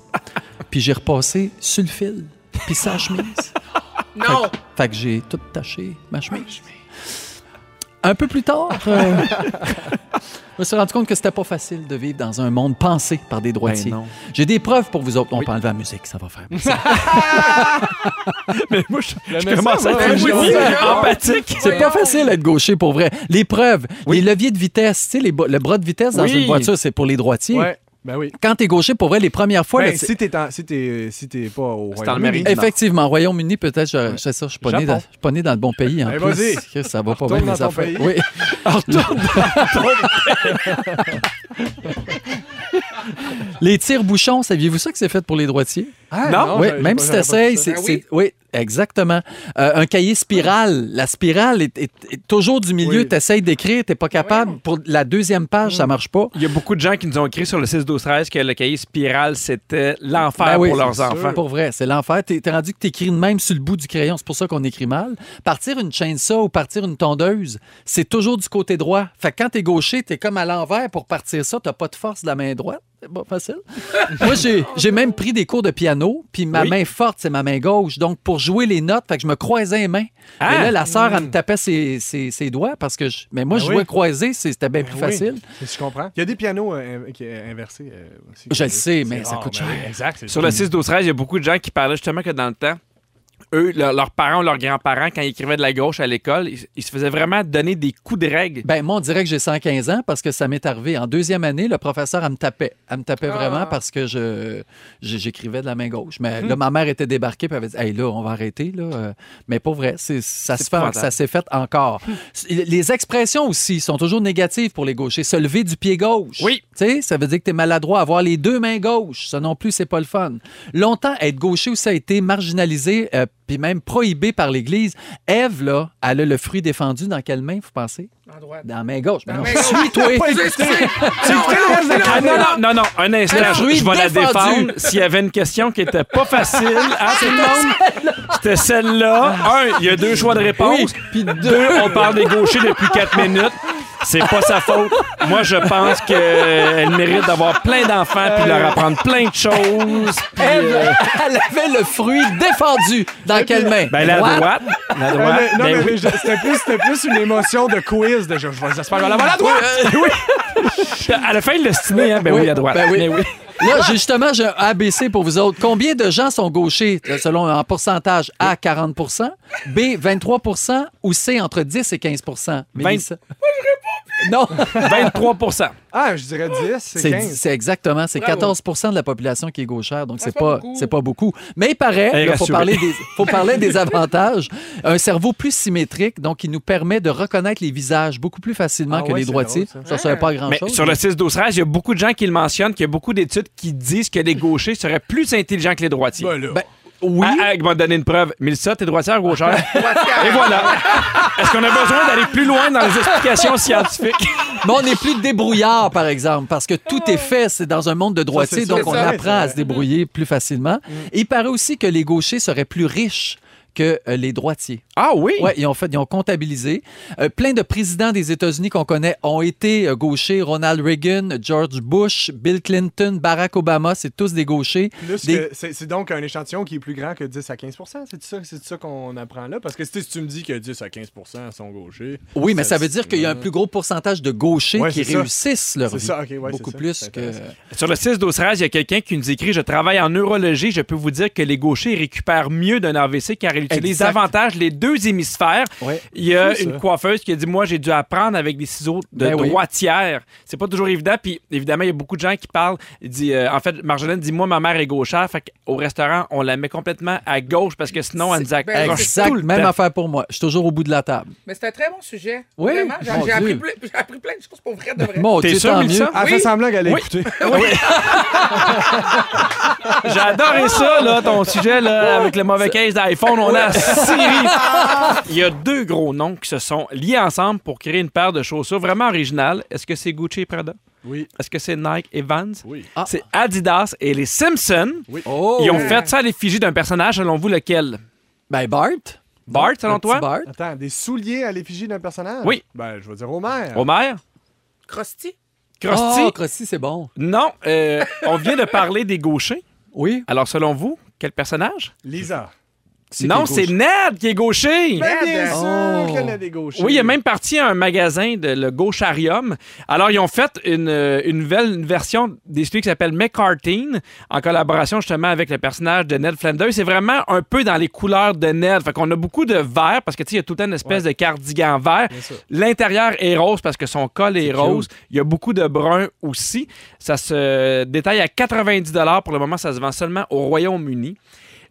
Speaker 4: Puis j'ai repassé sur le fil. Puis sa chemise.
Speaker 2: Non!
Speaker 4: Fait que j'ai tout taché ma chemise. Un peu plus tard, euh, je me suis rendu compte que c'était pas facile de vivre dans un monde pensé par des droitiers.
Speaker 1: non.
Speaker 4: J'ai des preuves pour vous autres. On peut enlever la musique, ça va faire. plaisir.
Speaker 1: Mais moi, je, je
Speaker 3: mais
Speaker 1: commence
Speaker 3: ça,
Speaker 1: à
Speaker 3: moi,
Speaker 1: être
Speaker 2: oui, oui.
Speaker 3: *laughs*
Speaker 4: *laughs*
Speaker 1: empathique.
Speaker 4: C'est pas facile d'être gaucher pour vrai. Les preuves,
Speaker 1: Oui.
Speaker 4: les leviers de vitesse, tu sais, les bo- le bras de vitesse dans
Speaker 1: Oui.
Speaker 4: une voiture, c'est pour les droitiers.
Speaker 3: Ouais. Ben oui.
Speaker 4: Quand t'es gaucher, pour vrai, les premières fois,
Speaker 3: Ben,
Speaker 4: là,
Speaker 3: si t'es en- si t'es- si t'es pas au
Speaker 1: C'est dans le
Speaker 3: Royaume-Uni,
Speaker 1: Maryland.
Speaker 4: Effectivement, Royaume-Uni, peut-être, je, je sais ça, je suis pas, né
Speaker 3: Japon.
Speaker 4: dans, je suis pas né dans le bon pays en
Speaker 3: Ben, vas-y.
Speaker 4: plus. Que Ça va pas
Speaker 3: Retourne
Speaker 4: bien
Speaker 3: dans
Speaker 4: les
Speaker 3: ton
Speaker 4: affaires.
Speaker 3: pays. *laughs*
Speaker 4: Oui. les tirs bouchons, saviez-vous ça que c'est fait pour les droitiers?
Speaker 3: Ah,
Speaker 1: Non,
Speaker 4: oui,
Speaker 3: j'avais-
Speaker 4: même
Speaker 3: j'avais
Speaker 4: si
Speaker 3: pas
Speaker 4: t'essayes,
Speaker 3: vu ça.
Speaker 4: c'est,
Speaker 2: Ah oui?
Speaker 4: c'est- oui, exactement. Euh, un cahier spirale, la spirale est, est- est toujours du milieu,
Speaker 3: Oui. Mm.
Speaker 4: t'essayes d'écrire, t'es pas capable. Pour la deuxième page, ça marche pas.
Speaker 1: Il y a beaucoup de gens qui nous ont écrit sur le 6-12-13 que le cahier Spiral, c'était l'enfer
Speaker 4: Ben oui,
Speaker 1: pour leurs
Speaker 4: c'est sûr.
Speaker 1: enfants.
Speaker 4: Pour vrai, c'est l'enfer. T'es t'es rendu que t'écris de même sur le bout du crayon. C'est pour ça qu'on écrit mal. Partir une chainsaw ou partir une tondeuse, c'est toujours du côté droit. Fait que quand t'es gaucher, t'es comme à l'envers pour partir ça. T'as pas de force de la main droite. C'est pas
Speaker 1: *laughs*
Speaker 4: facile. Moi, j'ai- j'ai même pris des cours de piano, puis ma
Speaker 1: Oui.
Speaker 4: main forte, c'est ma main gauche. Donc, pour jouer les notes, fait que je me croisais les mains.
Speaker 1: Ah!
Speaker 4: Et là, la sœur, elle me tapait ses, ses- ses doigts parce que je. Mais moi,
Speaker 1: Ben
Speaker 4: je
Speaker 3: oui.
Speaker 4: jouais croisé, c'est- c'était bien plus
Speaker 3: Ben oui.
Speaker 4: facile.
Speaker 3: Je comprends. Il y a des pianos euh, qui euh, inversés euh, aussi.
Speaker 4: Je
Speaker 3: C'est-
Speaker 4: le
Speaker 3: c'est
Speaker 4: sais, mais ça
Speaker 3: rare,
Speaker 4: coûte
Speaker 3: ben oui,
Speaker 4: cher.
Speaker 3: Exact. c'est
Speaker 1: Sur
Speaker 3: ça.
Speaker 1: le 6-12-13, il y a beaucoup de gens qui parlaient justement que dans le temps, eux, leur- leurs parents ou leurs grands-parents, quand ils écrivaient de la gauche à l'école, ils, ils se faisaient vraiment donner des coups de règle.
Speaker 4: Ben, moi, on dirait que j'ai 115 ans parce que ça m'est arrivé. En deuxième année, le professeur, elle me tapait. Elle me tapait
Speaker 1: Ah.
Speaker 4: vraiment parce que je je- j'écrivais de la main gauche. Mais
Speaker 1: Hmm.
Speaker 4: là, ma mère était débarquée puis elle avait dit Hey, là, on va arrêter. Là. Euh, Mais pas vrai. C'est- Ça
Speaker 1: C'est
Speaker 4: se fait,
Speaker 1: épouvantable.
Speaker 4: ça s'est fait
Speaker 1: *laughs*
Speaker 4: encore. Les expressions aussi sont toujours négatives pour les gauchers. Se lever du pied gauche.
Speaker 1: Oui.
Speaker 4: Tu sais, ça veut dire que tu es maladroit. Avoir les deux mains gauches, ça non plus, c'est pas le fun. Longtemps, être gaucher aussi a été marginalisé euh, puis même prohibé par l'Église. Ève, là, elle a le fruit défendu dans quelle main, vous pensez
Speaker 2: En droite.
Speaker 4: dans la main gauche.
Speaker 1: Ben
Speaker 2: Dans
Speaker 4: Mais
Speaker 2: la
Speaker 4: non,
Speaker 2: main gauche.
Speaker 4: suis-toi.
Speaker 2: Tu sais ce que c'est?
Speaker 1: Ah non, non, non, non, un instant,
Speaker 4: Alors,
Speaker 1: je,
Speaker 4: lui,
Speaker 1: je vais la
Speaker 4: défendu.
Speaker 1: défendre. S'il y avait une question qui était pas facile à tout le monde, c'était celle-là. Un, il y a deux choix de réponse. Puis deux, on parle des gauchers depuis quatre minutes. C'est pas sa faute. Moi, je pense qu'elle mérite d'avoir plein d'enfants puis de leur apprendre plein de choses. puis, euh,
Speaker 4: Elle, elle avait le fruit défendu. Dans quelle main?
Speaker 1: ben, la
Speaker 4: Droite?
Speaker 1: droite. La
Speaker 3: Euh,
Speaker 1: droite.
Speaker 3: mais- non,
Speaker 1: ben
Speaker 3: mais
Speaker 1: oui.
Speaker 3: je- c'était plus, c'était plus une émotion de quiz de je, je vais- j'espère que je vais l'avoir la droite.
Speaker 1: À la fin, il l'a stiné, hein? Ben oui, la droite.
Speaker 4: ben oui.
Speaker 1: Mais oui.
Speaker 4: *laughs* Là, j'ai justement, j'ai un ABC pour vous autres. Combien de gens sont gauchers euh, selon en pourcentage? A, 40 B, 23 ou C, entre 10 et 15 Mélissa? Non,
Speaker 1: 23
Speaker 3: Ah, je dirais 10, c'est
Speaker 4: c'est
Speaker 3: 15.
Speaker 4: c'est exactement, c'est
Speaker 2: Bravo.
Speaker 4: 14 de la population qui est gauchère, donc c'est
Speaker 2: c'est pas
Speaker 4: pas,
Speaker 2: beaucoup.
Speaker 4: c'est pas beaucoup. Mais il paraît,
Speaker 1: Elle est
Speaker 4: il faut
Speaker 1: rassurée.
Speaker 4: parler, des, faut
Speaker 3: *laughs*
Speaker 4: parler des avantages. Un cerveau plus symétrique, donc il nous permet de reconnaître les visages beaucoup plus facilement
Speaker 3: Ah
Speaker 4: que
Speaker 3: ouais,
Speaker 4: les
Speaker 3: c'est
Speaker 4: droitiers.
Speaker 3: drôle,
Speaker 4: ça, serait pas grand
Speaker 1: Mais
Speaker 4: chose.
Speaker 1: sur le 6 12 13 il y a beaucoup de gens qui le mentionnent, qu'il y a beaucoup d'études qui disent que les gauchers seraient plus intelligents que les droitiers.
Speaker 3: Ben là.
Speaker 4: Ben, oui.
Speaker 1: Ah, ah, ils m'ont donné une preuve. Mélissa, t'es droitière ou gauchère?
Speaker 2: Droitière.
Speaker 1: Et voilà. Est-ce qu'on a besoin d'aller plus loin dans les explications scientifiques?
Speaker 4: ah, Mais on n'est plus débrouillard, par exemple, parce que tout est fait. C'est dans un monde de droitiers,
Speaker 3: Ah c'est
Speaker 4: donc
Speaker 3: sûr,
Speaker 4: on
Speaker 3: c'est vrai,
Speaker 4: apprend à
Speaker 3: c'est
Speaker 4: se débrouiller plus facilement.
Speaker 3: Mm.
Speaker 4: Il paraît aussi que les gauchers seraient plus riches que euh, les droitiers.
Speaker 1: Ah oui?
Speaker 4: *laughs* Ouais, ils ont fait, ils ont comptabilisé. Euh, plein de présidents des États-Unis qu'on connaît ont été euh, gauchers. Ronald Reagan, George Bush, Bill Clinton, Barack Obama, c'est tous des gauchers.
Speaker 3: Plus
Speaker 4: Des-
Speaker 3: que- c'est, c'est donc un échantillon qui est plus grand que 10 à 15 c'est ça, c'est ça qu'on apprend là? Parce que si tu me dis que 10 à 15 sont gauchers.
Speaker 4: Oui, mais ça veut dire qu'il y a un plus gros pourcentage de gauchers
Speaker 3: Ouais,
Speaker 4: qui
Speaker 3: c'est ça.
Speaker 4: réussissent leur
Speaker 3: C'est
Speaker 4: vie.
Speaker 3: ça, ok, ouais,
Speaker 4: Beaucoup
Speaker 3: c'est ça.
Speaker 4: plus
Speaker 3: C'est
Speaker 4: que.
Speaker 3: intéressant.
Speaker 1: Sur le 6 12 13 il y a quelqu'un qui nous écrit Je travaille en neurologie. Je peux vous dire que les gauchers récupèrent mieux d'un AVC car ils utilisent
Speaker 4: Exact.
Speaker 1: davantage les deux hémisphères.
Speaker 4: Ouais.
Speaker 1: Il y a
Speaker 3: Fou, ça.
Speaker 1: une coiffeuse qui a dit Moi, j'ai dû apprendre avec des ciseaux de
Speaker 4: Ben oui.
Speaker 1: droitière. C'est pas toujours évident. Puis évidemment, il y a beaucoup de gens qui parlent. Il dit, euh, en fait, Marjolaine dit Moi, ma mère est gauchère. Fait qu'au restaurant, on la met complètement à gauche parce que sinon, elle nous
Speaker 2: Ben,
Speaker 1: accroche
Speaker 4: Exact.
Speaker 1: tout le
Speaker 4: Même
Speaker 1: temps.
Speaker 4: affaire pour moi. Je suis toujours au bout de la table.
Speaker 2: Mais c'est un très bon sujet.
Speaker 4: Oui,
Speaker 2: Vraiment, j'ai-
Speaker 4: mon
Speaker 2: j'ai appris,
Speaker 4: Dieu.
Speaker 2: ple- j'ai appris plein de choses pour vrai de vrai.
Speaker 4: Mon
Speaker 1: T'es
Speaker 4: Dieu,
Speaker 1: sûr,
Speaker 4: tant
Speaker 1: Mélissa?
Speaker 4: mieux.
Speaker 3: Elle Ah, fait
Speaker 2: Oui.
Speaker 3: semblant qu'elle
Speaker 1: Oui.
Speaker 3: écouter.
Speaker 1: J'ai
Speaker 4: Ah!
Speaker 1: adoré ça, là, ton sujet là, avec le mauvais case d'iPhone. On a Siri.
Speaker 4: *laughs*
Speaker 1: Il y a deux gros noms qui se sont liés ensemble pour créer une paire de chaussures vraiment originales. Est-ce que c'est Gucci et Prada?
Speaker 3: Oui.
Speaker 1: Est-ce que c'est Nike et Vans?
Speaker 3: Oui.
Speaker 4: Ah.
Speaker 1: C'est Adidas et les Simpsons.
Speaker 4: Oh!
Speaker 1: Ils ont fait ça à l'effigie d'un personnage, selon vous, lequel?
Speaker 4: Ben, Bart.
Speaker 1: Bart, selon
Speaker 4: Un petit
Speaker 1: toi?
Speaker 4: Bart.
Speaker 3: *laughs* Attends, des souliers à l'effigie d'un personnage?
Speaker 1: Oui.
Speaker 3: Ben, je veux dire Homer.
Speaker 1: Homer?
Speaker 2: Krusty?
Speaker 1: Krusty?
Speaker 4: Oh, Krusty, c'est bon.
Speaker 1: Non, euh, on vient de parler des gauchers.
Speaker 4: Oui.
Speaker 1: Alors, selon vous, quel personnage?
Speaker 3: Lisa.
Speaker 4: c'est
Speaker 1: non,
Speaker 4: qui est
Speaker 1: c'est Ned qui est gaucher.
Speaker 3: Ben, bien
Speaker 2: Merde.
Speaker 3: sûr
Speaker 4: Oh.
Speaker 3: qu'il y en a des gauchers.
Speaker 1: Oui, il est même parti à un magasin de le Gaucharium. Alors, ils ont fait une, euh, une nouvelle une version des studios qui s'appelle McCartine, en collaboration justement avec le personnage de Ned Flanders. C'est vraiment un peu dans les couleurs de Ned. Fait qu'on a beaucoup de vert, parce que tu sais, il y a tout le temps une espèce de cardigan vert. L'intérieur est rose parce que son col est, rose. Il y a beaucoup de brun aussi. Ça se détaille à 90 Pour le moment, ça se vend seulement au Royaume-Uni.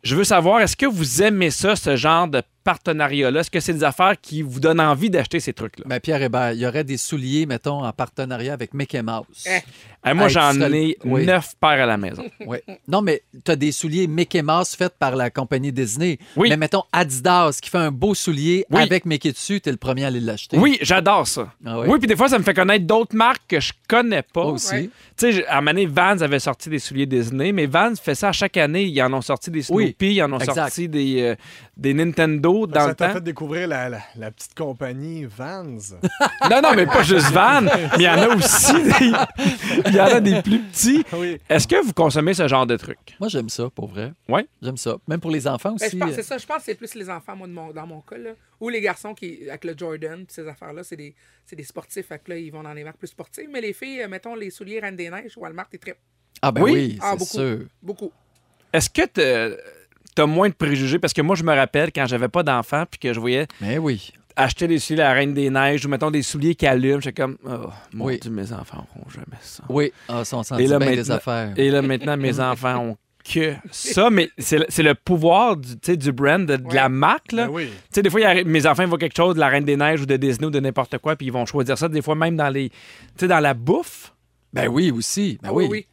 Speaker 1: Je veux savoir, est-ce que vous aimez ça, ce genre de partenariat-là? Est-ce que c'est des affaires qui vous donnent envie d'acheter ces trucs-là?
Speaker 4: Ben, Pierre Hébert, il y aurait des souliers, mettons, en partenariat avec Mickey Mouse.
Speaker 2: Eh.
Speaker 1: Eh, moi,
Speaker 4: Hey,
Speaker 1: j'en
Speaker 4: tu serais-
Speaker 1: ai
Speaker 4: oui.
Speaker 1: neuf paires à la
Speaker 4: *laughs*
Speaker 1: maison.
Speaker 4: Ouais. Non, mais tu as des souliers Mickey Mouse faits par la compagnie Disney.
Speaker 1: Oui.
Speaker 4: Mais mettons Adidas qui fait un beau soulier
Speaker 1: Oui.
Speaker 4: avec Mickey dessus, tu es le premier à aller l'acheter.
Speaker 1: Oui, j'adore ça.
Speaker 4: Ah
Speaker 1: oui,
Speaker 4: oui?
Speaker 1: puis des fois, ça me fait connaître d'autres marques que je connais pas.
Speaker 4: Moi aussi.
Speaker 2: Ouais.
Speaker 1: Tu sais, j'ai- à un moment donné, Vans avait sorti des souliers Disney, mais Vans fait ça à chaque année. Ils en ont sorti des
Speaker 4: Oui,
Speaker 1: Snoopy, ils en ont
Speaker 4: exact.
Speaker 1: sorti des, euh, des Nintendo dans
Speaker 3: ça
Speaker 1: le
Speaker 3: t'a
Speaker 1: temps.
Speaker 3: fait découvrir la, la- la petite compagnie
Speaker 4: *laughs*
Speaker 3: Vans.
Speaker 1: Non, non, mais pas juste Vans, mais il y en a aussi des... *laughs* Il y en a des plus petits.
Speaker 3: oui.
Speaker 1: Est-ce que vous consommez ce genre de trucs?
Speaker 4: Moi, j'aime ça, pour vrai.
Speaker 1: Ouais.
Speaker 4: J'aime ça. Même pour les enfants
Speaker 2: Ben,
Speaker 4: aussi.
Speaker 2: je pense,
Speaker 4: euh,
Speaker 2: c'est ça, je pense que c'est plus les enfants, moi, de mon- dans mon cas. là. Ou les garçons qui, avec le Jordan, pis ces affaires-là, c'est des, c'est des sportifs. Fait que là, ils vont dans les marques plus sportives. Mais les filles, euh, mettons les souliers Reine des Neiges, Walmart, ils trippent
Speaker 4: Ah, ben
Speaker 1: Oui.
Speaker 4: oui,
Speaker 2: Ah,
Speaker 4: c'est
Speaker 2: beaucoup.
Speaker 4: sûr.
Speaker 2: beaucoup.
Speaker 1: Est-ce que t'as- t'as moins de préjugés? Parce que moi, je me rappelle quand j'avais pas d'enfant puis que je voyais
Speaker 4: Mais oui.
Speaker 1: acheter des souliers à la Reine des Neiges ou mettons des souliers qui allument, j'étais comme oh, mon
Speaker 4: Oui.
Speaker 1: Dieu, mes enfants auront jamais ça.
Speaker 4: Oui. Ah, ça, on s'en
Speaker 1: Et
Speaker 4: dit
Speaker 1: là,
Speaker 4: bien des
Speaker 1: maintenant-
Speaker 4: affaires.
Speaker 1: Et là maintenant mes enfants ont que ça, mais c'est le- c'est le pouvoir du, tu sais, du brand, de, de la marque. Là.
Speaker 3: Ben oui.
Speaker 1: Tu sais, des fois, il arri- mes enfants ils voient quelque chose de la Reine des Neiges ou de Disney ou de n'importe quoi, puis ils vont choisir ça. Des fois, même dans les, tu sais, dans la bouffe.
Speaker 4: Ben oui, aussi. Ben
Speaker 2: Ah
Speaker 4: oui.
Speaker 2: oui, oui.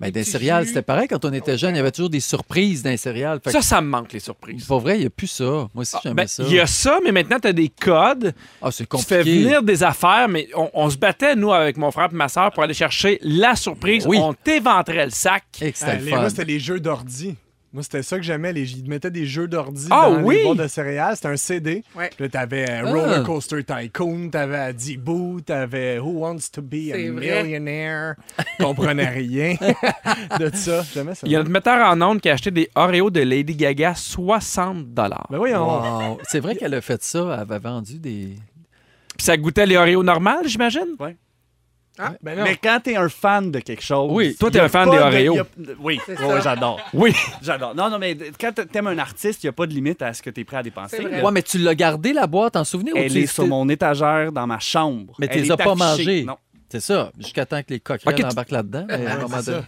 Speaker 4: Ben,
Speaker 2: Des
Speaker 4: dans les
Speaker 2: petits
Speaker 4: céréales,
Speaker 2: jus.
Speaker 4: c'était pareil. Quand on
Speaker 2: Oh,
Speaker 4: était jeune, il y avait toujours des surprises dans les céréales. Fait que,
Speaker 1: Ça, ça me manque, les surprises.
Speaker 4: pour vrai, il n'y a plus ça. Moi aussi, j'aimais
Speaker 1: Ben,
Speaker 4: ça.
Speaker 1: Il y a ça, mais maintenant, tu as des codes.
Speaker 4: Ah, c'est
Speaker 1: Tu fais
Speaker 4: compliqué.
Speaker 1: venir des affaires, mais on, on se battait, nous, avec mon frère et ma soeur, pour aller chercher la surprise.
Speaker 4: Oui.
Speaker 1: On t'éventrait le sac.
Speaker 4: Et que c'était
Speaker 3: Ah,
Speaker 4: le
Speaker 3: les-
Speaker 4: fun.
Speaker 3: Moi, c'était les jeux d'ordi. Moi, c'était ça que j'aimais. Les... Ils mettaient des jeux d'ordi
Speaker 1: Ah
Speaker 3: dans
Speaker 1: oui!
Speaker 3: les boîtes de céréales. C'était un CD.
Speaker 2: Ouais.
Speaker 3: Puis là, t'avais euh,
Speaker 4: Ah.
Speaker 3: Roller Coaster Tycoon, t'avais Adibou, t'avais Who Wants to Be a
Speaker 2: C'est vrai.
Speaker 3: Millionaire. Je
Speaker 1: *laughs*
Speaker 3: comprenais rien de ça. J'aimais ça.
Speaker 1: Il y a notre metteur en ondes qui a acheté des Oreos de Lady Gaga 60
Speaker 3: Ben voyons.
Speaker 4: Wow. C'est vrai qu'elle a fait ça. Elle avait vendu des.
Speaker 1: Puis ça goûtait les Oreos normales, j'imagine?
Speaker 2: Hein?
Speaker 3: Ben non.
Speaker 7: Mais quand t'es un fan de quelque chose.
Speaker 4: Oui.
Speaker 1: Toi, t'es
Speaker 7: y a
Speaker 1: un fan
Speaker 7: pas
Speaker 1: des
Speaker 7: de-
Speaker 1: Oreos.
Speaker 7: y a- Oui,
Speaker 2: C'est
Speaker 7: Ouais,
Speaker 2: ça.
Speaker 7: j'adore.
Speaker 1: Oui. *laughs*
Speaker 7: J'adore. Non, non, mais quand t'aimes un artiste, il n'y a pas de limite à ce que t'es prêt à dépenser.
Speaker 2: C'est vrai.
Speaker 7: là.
Speaker 4: Ouais, mais tu l'as gardé la boîte en souvenir ou
Speaker 7: Elle
Speaker 4: tu
Speaker 7: est sur mon étagère dans ma chambre.
Speaker 4: Mais tu
Speaker 7: Elle
Speaker 4: les as
Speaker 7: est
Speaker 4: pas
Speaker 7: affichée.
Speaker 4: mangées.
Speaker 7: Non.
Speaker 4: C'est ça. Jusqu'à temps que les coquerelles
Speaker 1: Ok, tu-
Speaker 4: embarquent là-dedans. mais à un moment donné-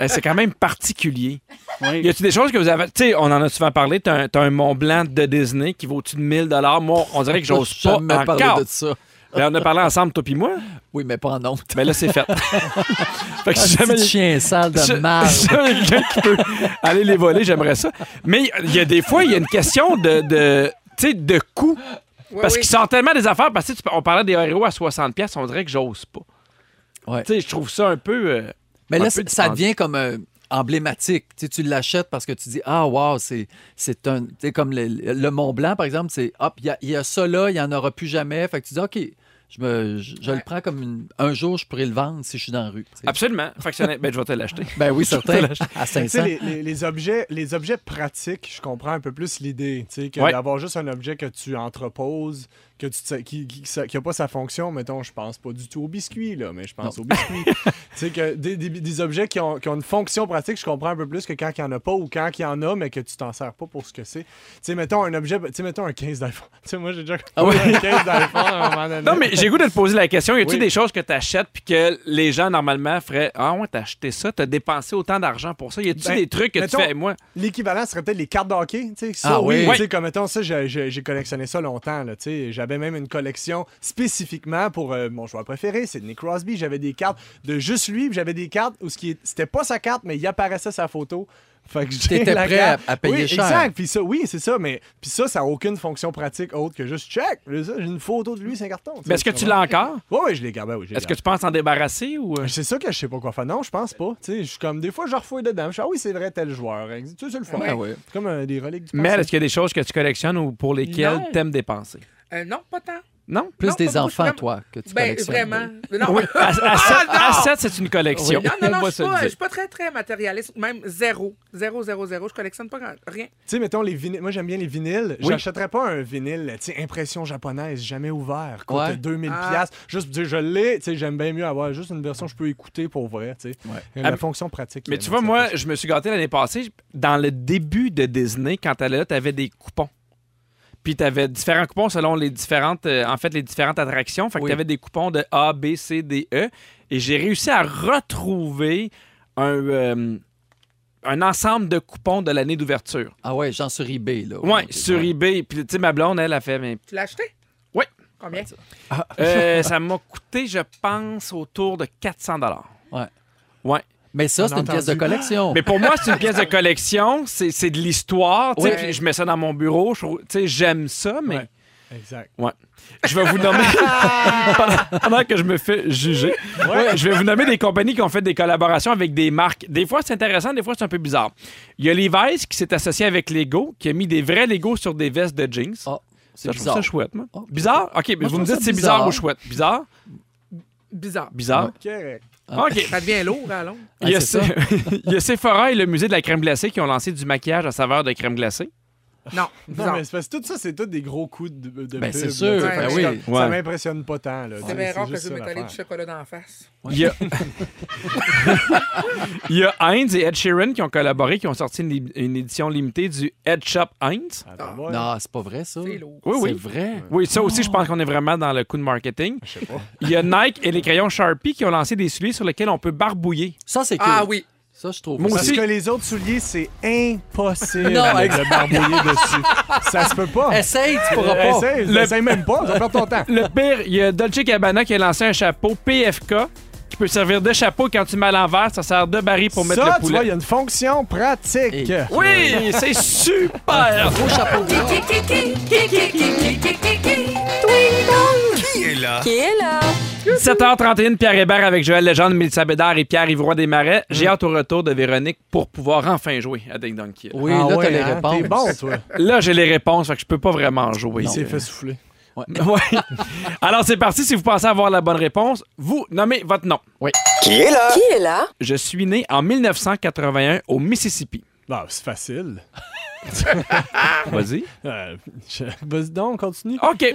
Speaker 1: Euh, C'est quand même particulier.
Speaker 7: Oui.
Speaker 1: Y a-tu des choses que vous avez. Tu sais, on en a souvent parlé. T'as un, t'as un Mont Blanc de Disney qui vaut au-dessus de 1000 Moi, on dirait que
Speaker 4: *laughs*
Speaker 1: j'ose
Speaker 4: J'ai
Speaker 1: pas
Speaker 4: jamais parlé
Speaker 1: encore.
Speaker 4: de ça.
Speaker 1: Ben, on a parlé ensemble, toi puis moi.
Speaker 4: Oui, mais pas en honte.
Speaker 1: Mais là, c'est
Speaker 4: *laughs*
Speaker 1: fait. fait que
Speaker 4: Un
Speaker 1: si *laughs* jamais.
Speaker 4: petit chien sale de
Speaker 1: Si- *laughs*
Speaker 4: mal.
Speaker 1: si jamais quelqu'un qui peut aller les voler, j'aimerais ça. Mais il y a des fois, il y a une question de, de, tu sais, de coût.
Speaker 2: Ouais,
Speaker 1: Parce
Speaker 2: oui.
Speaker 1: qu'ils sortent tellement des affaires. Parce que tu- on parlait des héros à 60$, piastres, on dirait que j'ose pas.
Speaker 4: Ouais.
Speaker 1: Tu sais, je trouve ça un peu. euh,
Speaker 4: Mais
Speaker 1: un
Speaker 4: là,
Speaker 1: peu
Speaker 4: ça
Speaker 1: dispendieux.
Speaker 4: devient comme euh, emblématique. Tu, sais, tu l'achètes parce que tu dis Ah, wow, c'est, c'est un. Tu sais, comme le, le Mont Blanc, par exemple, c'est hop, il y a, il y a ça là, il n'y en aura plus jamais. Fait que tu dis OK, je, me, je, je le
Speaker 2: Ouais.
Speaker 4: prends comme une- un jour, je pourrais le vendre si je suis dans la rue. tu sais.
Speaker 1: Absolument. Fait que ça- ben, je vais te
Speaker 3: *laughs*
Speaker 1: l'acheter.
Speaker 4: Ben oui, certain. À
Speaker 3: Tu sais,
Speaker 4: 500.
Speaker 3: les, les- les objets, les objets pratiques, je comprends un peu plus l'idée. tu sais, Que
Speaker 1: Ouais.
Speaker 3: D'avoir juste un objet que tu entreposes, que tu te- qui n'a pas sa fonction, mettons, je pense pas du tout aux biscuits, là, mais je pense aux biscuits. Tu sais, que des, des- des objets qui ont, qui ont une fonction pratique, je comprends un peu plus que quand il n'y en a pas ou quand il y en a, mais que tu t'en sers pas pour ce que c'est. Tu sais, mettons un objet, tu sais, mettons un 15 d'iPhone. *laughs* Tu sais, moi, j'ai déjà
Speaker 4: oui.
Speaker 3: un 15 d'iPhone à un moment donné.
Speaker 1: Non, mais j'ai goût de te poser la question. Y a-tu
Speaker 3: Oui.
Speaker 1: des choses que tu achètes puis que les gens, normalement, feraient Ah, ouais, t'as acheté ça, t'as dépensé autant d'argent pour ça. Y a-tu
Speaker 3: Ben,
Speaker 1: des trucs que
Speaker 3: mettons-
Speaker 1: tu fais, moi
Speaker 3: L'équivalent serait peut-être les cartes de hockey. tu sais, Ça,
Speaker 4: Ah oui.
Speaker 3: oui.
Speaker 1: Oui.
Speaker 3: tu sais, Comme mettons, ça, j'ai- j'ai j'ai collectionné ça longtemps. là, tu sais. J'avais même une collection spécifiquement pour euh, mon joueur préféré, Sidney Crosby. J'avais des cartes de juste lui. puis J'avais des cartes où ce qui est- c'était pas sa carte, mais il apparaissait sa photo. Fait que j'ai
Speaker 4: T'étais
Speaker 3: la
Speaker 4: prêt
Speaker 3: carte.
Speaker 4: à- à payer
Speaker 3: Oui,
Speaker 4: cher.
Speaker 3: Exact. Puis ça, oui, c'est ça. Mais puis ça, ça n'a aucune fonction pratique autre que juste check. J'ai ça, j'ai une photo de lui, c'est un carton.
Speaker 1: Mais Est-ce que tu l'as encore
Speaker 3: Oui, oui, je l'ai gardé. ben oui, je l'ai
Speaker 1: Est-ce que
Speaker 3: gardé.
Speaker 1: tu penses en débarrasser ou. euh?
Speaker 3: C'est ça que je sais pas quoi faire. Non, je pense pas. Tu sais, je suis comme des fois, je refouille dedans. Je suis ah oui, c'est vrai tel joueur. Tu sais, c'est le fun.
Speaker 4: Ouais, ouais.
Speaker 3: C'est comme euh, des reliques du passé.
Speaker 1: Mel, est-ce qu'il y a des choses que tu collectionnes ou pour lesquelles
Speaker 2: Non.
Speaker 1: t'aimes dépenser
Speaker 2: Euh, non, pas tant.
Speaker 1: Non?
Speaker 4: Plus
Speaker 2: Non, pas
Speaker 4: des
Speaker 2: beaucoup,
Speaker 4: enfants,
Speaker 2: vraiment-
Speaker 4: toi, que tu
Speaker 2: Ben,
Speaker 4: collectionnes. *laughs*
Speaker 2: vraiment. Non,
Speaker 1: À, à sept- à
Speaker 2: Ah, non!
Speaker 1: sept, ah, c'est une collection.
Speaker 2: *laughs* Non, non, non,
Speaker 1: On va
Speaker 2: je suis
Speaker 1: se le
Speaker 2: pas- je
Speaker 1: dire.
Speaker 2: suis pas très, très matérialiste. Même zéro. Zéro, zéro, zéro. Je collectionne pas grand- rien.
Speaker 3: Tu sais, mettons, les vinyles. Moi, j'aime bien les vinyles.
Speaker 1: Oui.
Speaker 3: J'achèterais pas un vinyle, tu sais, impression japonaise, jamais ouvert, coûte
Speaker 4: Ouais.
Speaker 3: 2000
Speaker 2: Ah.
Speaker 3: piastres. Juste pour dire, je l'ai. Tu sais, j'aime bien mieux avoir juste une version que je peux écouter pour vrai, tu sais. La
Speaker 1: Ah, mais-
Speaker 3: fonction pratique.
Speaker 1: Mais
Speaker 3: euh,
Speaker 1: tu vois,
Speaker 3: ça,
Speaker 1: moi,
Speaker 3: c'est-
Speaker 1: je me suis gâté l'année passée. Dans le début de Disney, quand t'allais là, t'avais des coupons. Puis t'avais différents coupons selon les différentes, euh, en fait, les différentes attractions. Fait que
Speaker 4: Oui.
Speaker 1: t'avais des coupons de A, B, C, D, E. Et j'ai réussi à retrouver un, euh, un ensemble de coupons de l'année d'ouverture.
Speaker 4: Ah ouais, genre sur eBay, là.
Speaker 1: Ouais, sur eBay. Puis tu sais, ma blonde, elle a fait, mais
Speaker 2: Tu l'as acheté?
Speaker 1: Oui.
Speaker 2: Combien?
Speaker 1: euh, ça m'a coûté, je pense, autour de 400 dollars.
Speaker 4: Mais ça,
Speaker 3: On
Speaker 4: c'est
Speaker 3: a
Speaker 4: une pièce de
Speaker 3: entendu.
Speaker 4: collection.
Speaker 1: Mais pour moi, c'est une pièce de collection, c'est c'est de l'histoire, tu sais,
Speaker 2: Ouais.
Speaker 1: puis je mets ça dans mon bureau, je trouve- tu sais, j'aime ça, mais
Speaker 3: Ouais. Exact.
Speaker 1: je vais vous
Speaker 4: *laughs*
Speaker 1: nommer, pendant, pendant que je me fais juger, Ouais, je vais vous nommer des compagnies qui ont fait des collaborations avec des marques. Des fois, c'est intéressant, des fois, c'est un peu bizarre. Il y a Levi's qui s'est associé avec Lego, qui a mis des vrais Lego sur des vestes de jeans.
Speaker 4: Ah,
Speaker 1: ça, je
Speaker 4: c'est
Speaker 1: trouve ça
Speaker 4: bizarre.
Speaker 1: chouette, moi.
Speaker 4: Ah.
Speaker 1: Bizarre? OK, mais
Speaker 4: Moi, je
Speaker 1: vous me
Speaker 4: trouve ça
Speaker 1: dites c'est bizarre.
Speaker 4: bizarre.
Speaker 1: ou chouette. Bizarre?
Speaker 2: Bizarre.
Speaker 1: Bizarre?
Speaker 3: Correct.
Speaker 4: Ah.
Speaker 1: OK.
Speaker 2: Ça devient lourd à Londres.
Speaker 4: Ah,
Speaker 1: Il y, a *laughs*
Speaker 4: c'est ça.
Speaker 1: Se- il y a Sephora et le musée de la crème glacée qui ont lancé du maquillage à saveur de crème glacée.
Speaker 2: Non,
Speaker 3: Non,
Speaker 2: bizarre.
Speaker 3: mais c'est parce que tout ça, c'est tout des gros coups de, de
Speaker 4: Ben,
Speaker 3: pub,
Speaker 4: c'est
Speaker 3: là,
Speaker 4: sûr,
Speaker 3: tu sais,
Speaker 2: ben
Speaker 3: fait que
Speaker 4: oui.
Speaker 3: comme, Ça
Speaker 1: Ouais.
Speaker 3: m'impressionne pas tant. là, tu
Speaker 2: C'est
Speaker 3: sais,
Speaker 2: bien rare que
Speaker 3: juste
Speaker 2: je
Speaker 3: ça,
Speaker 2: vais m'étaler du
Speaker 3: l'affaire.
Speaker 2: chocolat dans la face.
Speaker 1: Il y a... *laughs* Il y a Heinz et Ed Sheeran qui ont collaboré, qui ont sorti une, li- une édition limitée du Head Shop Heinz.
Speaker 3: Ah, ben, ouais.
Speaker 4: Non, c'est pas vrai, ça.
Speaker 2: C'est lourd.
Speaker 1: Oui,
Speaker 4: C'est
Speaker 1: oui.
Speaker 4: vrai.
Speaker 1: Oui, ça aussi, je pense qu'on est vraiment dans le coup de marketing.
Speaker 3: Je sais pas.
Speaker 1: Il y a Nike et les crayons Sharpie qui ont lancé des souliers sur lesquels on peut barbouiller.
Speaker 4: Ça, c'est cool.
Speaker 2: Ah oui.
Speaker 4: Ça, je trouve.
Speaker 1: Moi
Speaker 3: Parce
Speaker 1: aussi.
Speaker 3: que les autres souliers, c'est impossible
Speaker 4: Non,
Speaker 3: de barbouiller *laughs* dessus. Ça se peut pas.
Speaker 4: Essaye, tu pourras pas.
Speaker 3: Essaye,
Speaker 1: Le-
Speaker 3: essaye même pas, ça perd ton temps.
Speaker 1: Le pire, il y a Dolce Gabbana qui a lancé un chapeau PFK qui peut servir de chapeau quand tu mets à l'envers. Ça sert de baril pour mettre
Speaker 3: ça,
Speaker 1: le
Speaker 3: tu vois, il
Speaker 1: poulet.
Speaker 3: y a une fonction pratique.
Speaker 4: Et-
Speaker 1: oui, c'est super!
Speaker 4: Gros chapeau.
Speaker 8: Qui est là? Qui est là?
Speaker 1: 17h31, Pierre Hébert avec Joël Legendre, Mélissa Bédard et Pierre Ivroy Desmarais.
Speaker 3: Mm.
Speaker 1: J'ai hâte au retour de Véronique pour pouvoir enfin jouer à Ding Dong Kid.
Speaker 2: Ah
Speaker 4: Oui, là, t'as
Speaker 2: hein,
Speaker 4: les réponses.
Speaker 3: Ah hein? T'es bon, toi.
Speaker 1: Là, j'ai les réponses, fait que je peux pas vraiment jouer.
Speaker 3: Il s'est fait souffler.
Speaker 1: Ouais. *laughs* Alors, c'est parti. Si vous pensez avoir la bonne réponse, vous nommez votre nom.
Speaker 8: Qui est là?
Speaker 1: Je suis né en 1981 au Mississippi.
Speaker 3: Bah, c'est facile.
Speaker 1: Vas-y.
Speaker 3: Euh, je- Vas-y donc, continue.
Speaker 1: OK.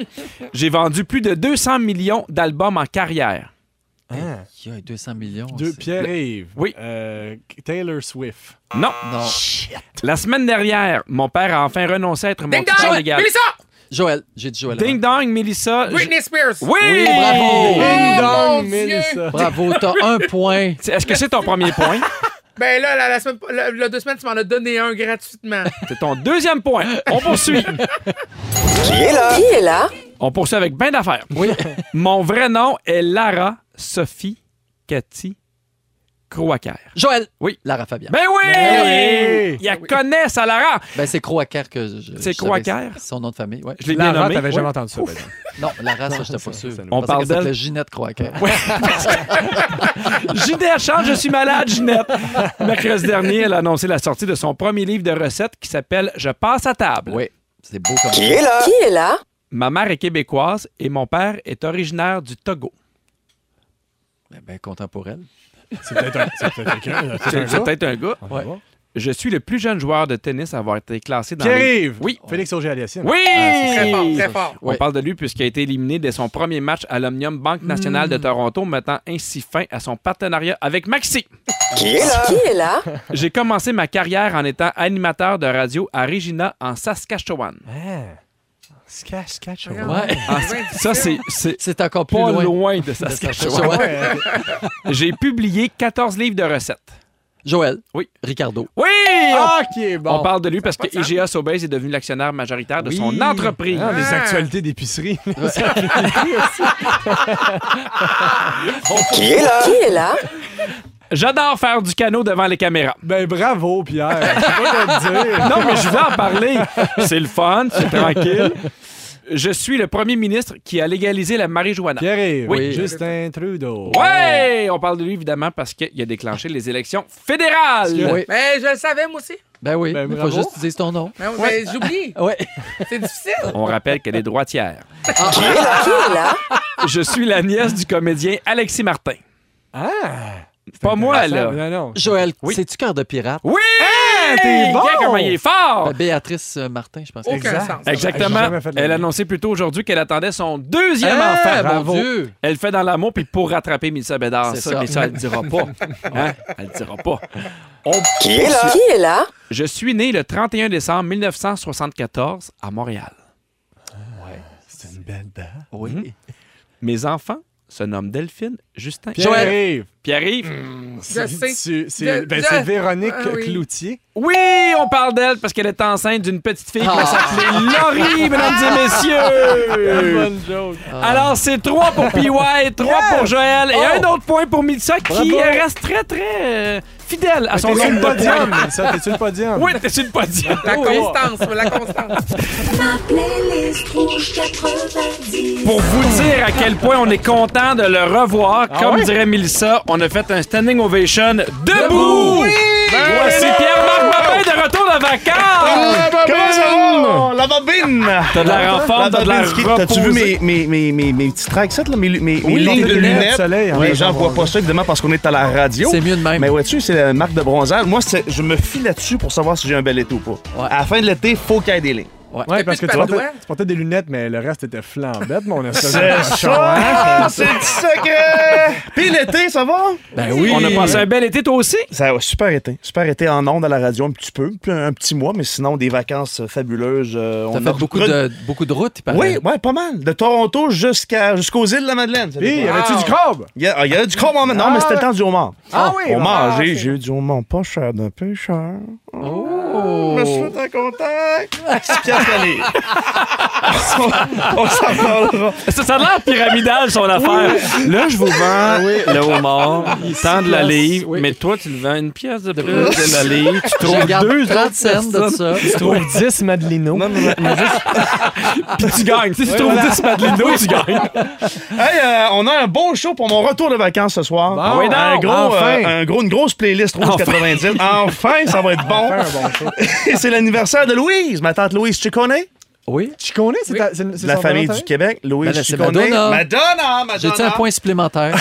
Speaker 1: J'ai vendu plus de 200 millions d'albums en carrière.
Speaker 3: Hein?
Speaker 4: Il y a 200 millions.
Speaker 3: Deux
Speaker 4: c'est-
Speaker 3: Pierre-Yves.
Speaker 1: Oui.
Speaker 3: Euh, Taylor Swift.
Speaker 1: Non.
Speaker 4: Non.
Speaker 1: La semaine dernière, mon père a enfin renoncé à être mon
Speaker 2: Ding
Speaker 1: tuteur
Speaker 2: dong!
Speaker 1: légal.
Speaker 2: Mélissa!
Speaker 4: Joël, j'ai dit Joël.
Speaker 1: Ding dong, Mélissa. Je-
Speaker 2: Britney Spears! Oh,
Speaker 1: Oui!
Speaker 4: Oui, bravo!
Speaker 3: Ding
Speaker 2: mon
Speaker 3: dong,
Speaker 2: Dieu!
Speaker 3: Mélissa.
Speaker 4: Bravo,
Speaker 1: *laughs*
Speaker 4: t'as un point.
Speaker 1: C'est- Est-ce que c'est ton premier point?
Speaker 2: Ben là, la, la semaine, la, la deux semaines, tu m'en as donné un gratuitement.
Speaker 1: C'est ton deuxième point. On poursuit.
Speaker 8: Qui est là?
Speaker 1: On poursuit avec bien d'affaires.
Speaker 4: Oui.
Speaker 1: Mon vrai nom est Lara Sophie Cathy Croaker.
Speaker 4: Joël.
Speaker 1: Oui.
Speaker 4: Lara Fabian.
Speaker 1: Ben oui!
Speaker 3: Ben oui!
Speaker 1: Il la connaît, ça, Lara!
Speaker 4: Ben, c'est Croaker que je. je
Speaker 1: C'est
Speaker 4: savais
Speaker 1: Croaker?
Speaker 4: Son nom de famille, ouais.
Speaker 1: Je l'ai bien
Speaker 3: Lara,
Speaker 1: nommé.
Speaker 3: t'avais jamais
Speaker 1: Ouais.
Speaker 3: entendu ça. par exemple.
Speaker 4: Non,
Speaker 1: *laughs*
Speaker 4: Lara, ça, j'étais pas sûr.
Speaker 1: On
Speaker 4: Je pensais
Speaker 1: parle
Speaker 4: qu'elle s'appelait
Speaker 1: d'elle.
Speaker 4: Ginette Croaker.
Speaker 1: Ginette chante, je suis malade, Ginette! Mercredi dernier, elle a annoncé la sortie de son premier livre de recettes qui s'appelle Je passe à table.
Speaker 4: Oui. C'est beau comme
Speaker 8: Qui est là? Qui est là?
Speaker 1: Ma mère est québécoise et mon père est originaire du Togo.
Speaker 4: Ben, ben, contemporaine.
Speaker 3: C'est peut-être un- c'est peut-être quelqu'un. C'est un
Speaker 1: C'est
Speaker 3: gars.
Speaker 1: peut-être un gars.
Speaker 3: On va voir.
Speaker 1: Je suis le plus jeune joueur de tennis à avoir été classé dans les...
Speaker 3: Pierre-Yves.
Speaker 1: Oui.
Speaker 3: Félix Auger-Aliassime.
Speaker 1: Oui!
Speaker 2: Très fort, très fort.
Speaker 1: On
Speaker 4: Ouais.
Speaker 1: parle de lui puisqu'il a été éliminé dès son premier match à l'Omnium Banque Nationale de Toronto, mettant ainsi fin à son partenariat avec Maxi.
Speaker 8: Qui est là? Qui est là?
Speaker 1: *laughs* J'ai commencé ma carrière en étant animateur de radio à Regina, en Saskatchewan.
Speaker 3: Hein? Sketch, sketch.
Speaker 2: Voyons.
Speaker 4: Ouais.
Speaker 1: Ah,
Speaker 2: C'est bien
Speaker 1: ça, c'est
Speaker 2: difficile.
Speaker 1: c'est
Speaker 4: C'est encore plus
Speaker 1: pas
Speaker 4: loin.
Speaker 1: loin. *laughs* de Saskatchewan.
Speaker 4: Saskatchewan.
Speaker 3: Ouais.
Speaker 1: J'ai publié 14 livres de recettes.
Speaker 4: Joël.
Speaker 1: Oui.
Speaker 4: Ricardo.
Speaker 1: Oui!
Speaker 3: Ah, qui est bon.
Speaker 1: On parle de lui parce que IGA Sobeys est devenu l'actionnaire majoritaire de son entreprise.
Speaker 3: Ah, les
Speaker 2: Ah.
Speaker 3: actualités d'épicerie.
Speaker 8: Qui est là? Qui est là?
Speaker 1: J'adore faire du canot devant les caméras.
Speaker 3: Ben bravo, Pierre. Je sais pas quoi te
Speaker 1: *laughs*
Speaker 3: dire.
Speaker 1: Non, mais je voulais en parler. C'est le fun,
Speaker 3: *laughs*
Speaker 1: c'est tranquille. Je suis le premier ministre qui a légalisé la marijuana.
Speaker 3: Pierre-Yves.
Speaker 1: Oui.
Speaker 3: Justin Trudeau.
Speaker 1: Ouais! On parle de lui, évidemment, parce qu'il a déclenché les élections fédérales.
Speaker 4: Oui.
Speaker 2: Mais Ben, je le savais, moi aussi.
Speaker 4: Ben oui,
Speaker 3: Ben,
Speaker 4: il faut
Speaker 3: bravo.
Speaker 4: juste que tu dises ton nom.
Speaker 2: Mais, mais j'oublie.
Speaker 4: Ouais.
Speaker 2: C'est difficile.
Speaker 1: *laughs* On rappelle qu'elle est droitière.
Speaker 8: Ah. Qui est là?
Speaker 1: Je suis la nièce du comédien Alexis Martin.
Speaker 3: Ah!
Speaker 1: Pas moi, là.
Speaker 3: Non, non.
Speaker 4: Joël,
Speaker 1: Oui.
Speaker 4: c'est-tu cœur de pirate?
Speaker 1: Oui!
Speaker 3: t'es bon!
Speaker 1: Regarde comment il est fort!
Speaker 4: Ben, Béatrice euh, Martin, je pense.
Speaker 2: Aucun
Speaker 3: Exact.
Speaker 1: Ben
Speaker 2: sens.
Speaker 3: J'ai
Speaker 1: Exactement.
Speaker 3: jamais fait de la
Speaker 1: Elle
Speaker 3: vie. Eh,
Speaker 1: a annoncé plus tôt aujourd'hui qu'elle attendait son deuxième
Speaker 4: Ah,
Speaker 1: enfant.
Speaker 4: mon Dieu!
Speaker 1: Elle fait dans l'amour puis pour rattraper Mélissa Bédard.
Speaker 4: C'est
Speaker 1: Ça,
Speaker 4: ça.
Speaker 1: mais ça, elle le dira *laughs* pas. Hein? Elle le dira pas. On-
Speaker 8: Qui est là? Qui est là?
Speaker 1: Je suis né le 31 décembre 1974 à Montréal.
Speaker 3: C'est une belle date.
Speaker 1: Ah, Oui. Mes enfants se nomment Delphine, Justin, Joël,
Speaker 3: Pierre-Yves.
Speaker 1: Pierre-Yves.
Speaker 2: Je sais.
Speaker 3: C'est
Speaker 2: Je-
Speaker 3: c'est- ben,
Speaker 2: je-
Speaker 3: c'est Véronique
Speaker 2: Ah oui.
Speaker 3: Cloutier.
Speaker 1: Oui, on parle d'elle parce qu'elle est enceinte d'une petite fille qui va
Speaker 4: Ah.
Speaker 1: s'appeler Laurie, mesdames et
Speaker 3: *laughs*
Speaker 1: messieurs.
Speaker 3: joke.
Speaker 4: Ah.
Speaker 1: Alors, c'est trois pour PY, trois pour Joël et un autre point pour Mitsa qui
Speaker 4: Oh. Bravo.
Speaker 1: reste très, très euh, fidèle à son
Speaker 3: T'es sur
Speaker 1: nombre
Speaker 3: le
Speaker 1: de points.
Speaker 3: podium, ça. T'es sur le podium.
Speaker 1: Oui, t'es sur le podium.
Speaker 2: La constance, la constance.
Speaker 1: Pour vous dire à quel point on est content de le revoir,
Speaker 4: Ah
Speaker 1: comme dirait Mélissa, on a fait un standing ovation debout! Voici Pierre-Marc Babin de retour de
Speaker 4: Ah.
Speaker 1: vacances!
Speaker 9: Comment ça va? oh, La bobine!
Speaker 7: *laughs*
Speaker 1: T'as de la renforme, t'as de la
Speaker 9: Babinski, T'as-tu vu
Speaker 1: reposée.
Speaker 9: mes, mes, mes, mes, mes petits tracks, ça, là, mes, lu- mes, mes lignes
Speaker 3: lunettes
Speaker 9: de
Speaker 3: de
Speaker 9: lunettes?
Speaker 3: soleil, hein,
Speaker 9: Ouais,
Speaker 3: les
Speaker 9: les gens
Speaker 3: gens
Speaker 9: voient pas ça, évidemment, parce qu'on est à la radio.
Speaker 4: C'est mieux de même.
Speaker 9: Mais vois-tu, c'est la marque de bronzage. Moi, c'est- je me fie là-dessus pour savoir si j'ai un bel été ou pas.
Speaker 4: Ouais.
Speaker 9: À la fin de l'été, faut qu'il y ait des lignes.
Speaker 3: Ouais,
Speaker 2: T'as
Speaker 3: parce
Speaker 2: plus de
Speaker 3: que tu
Speaker 2: pattes
Speaker 3: portais,
Speaker 2: d'oie?
Speaker 3: tu portais des lunettes, mais le reste était flambette, mon
Speaker 9: C'est
Speaker 3: espèce
Speaker 7: hein?
Speaker 9: ça! C'est le secret! Puis l'été, ça va?
Speaker 4: Ben oui!
Speaker 1: On a passé un bel été, toi aussi?
Speaker 9: Ça a super été. Super été en ondes à la radio un petit peu, puis un, un petit mois, mais sinon des vacances fabuleuses. euh,
Speaker 4: T'as
Speaker 9: on a
Speaker 4: fait beaucoup
Speaker 9: re-
Speaker 4: de, beaucoup de routes, il paraît.
Speaker 9: Oui, ouais, pas mal. De Toronto jusqu'à jusqu'aux îles de la Madeleine. ça
Speaker 3: Hé,
Speaker 9: dépend.
Speaker 3: y avait-tu du crabe?
Speaker 9: Il y, a, il y a du crabe en Non, mais c'était le temps du homard.
Speaker 3: Ah oui!
Speaker 9: On
Speaker 3: ah,
Speaker 9: mange,
Speaker 3: c'est-
Speaker 9: j'ai eu du homard pas cher d'un pêcheur.
Speaker 4: Oh!
Speaker 9: Je me suis fait un contact. C'est Pierre Calais. *laughs* on on s'en parlera.
Speaker 1: Ça, ça a l'air pyramidal, son affaire. Là, je vous vends le homard, tant de la livre, mais toi, tu le vends une pièce de plus de la livre. Tu
Speaker 4: Je
Speaker 1: trouves
Speaker 4: garde
Speaker 1: deux
Speaker 4: 30
Speaker 1: autres
Speaker 4: scènes de
Speaker 1: personnes,
Speaker 4: ça.
Speaker 3: Tu trouves 10 Madelino.
Speaker 1: puis tu gagnes. Si tu trouves 10 Madelino, tu gagnes.
Speaker 9: Hey, euh, on a un beau show pour mon retour de vacances ce soir.
Speaker 3: Bon, Ah
Speaker 1: oui, donc,
Speaker 9: un gros,
Speaker 3: enfin.
Speaker 9: euh, un gros, une grosse playlist Rouge
Speaker 1: Enfin.
Speaker 9: 90. Enfin, ça va être bon. *laughs*
Speaker 3: Faire un bon show.
Speaker 9: Et c'est l'anniversaire de Louise, ma tante Louise Chicone,
Speaker 4: Oui?
Speaker 3: Tu connais, c'est ta- c'est- c'est
Speaker 9: de la
Speaker 3: son
Speaker 9: famille du
Speaker 3: Valentin?
Speaker 9: Québec. Louise
Speaker 4: Ben là, c'est
Speaker 9: Chicone.
Speaker 4: Madonna.
Speaker 9: Madonna,
Speaker 4: J'ai-tu un
Speaker 9: Madonna.
Speaker 4: point supplémentaire?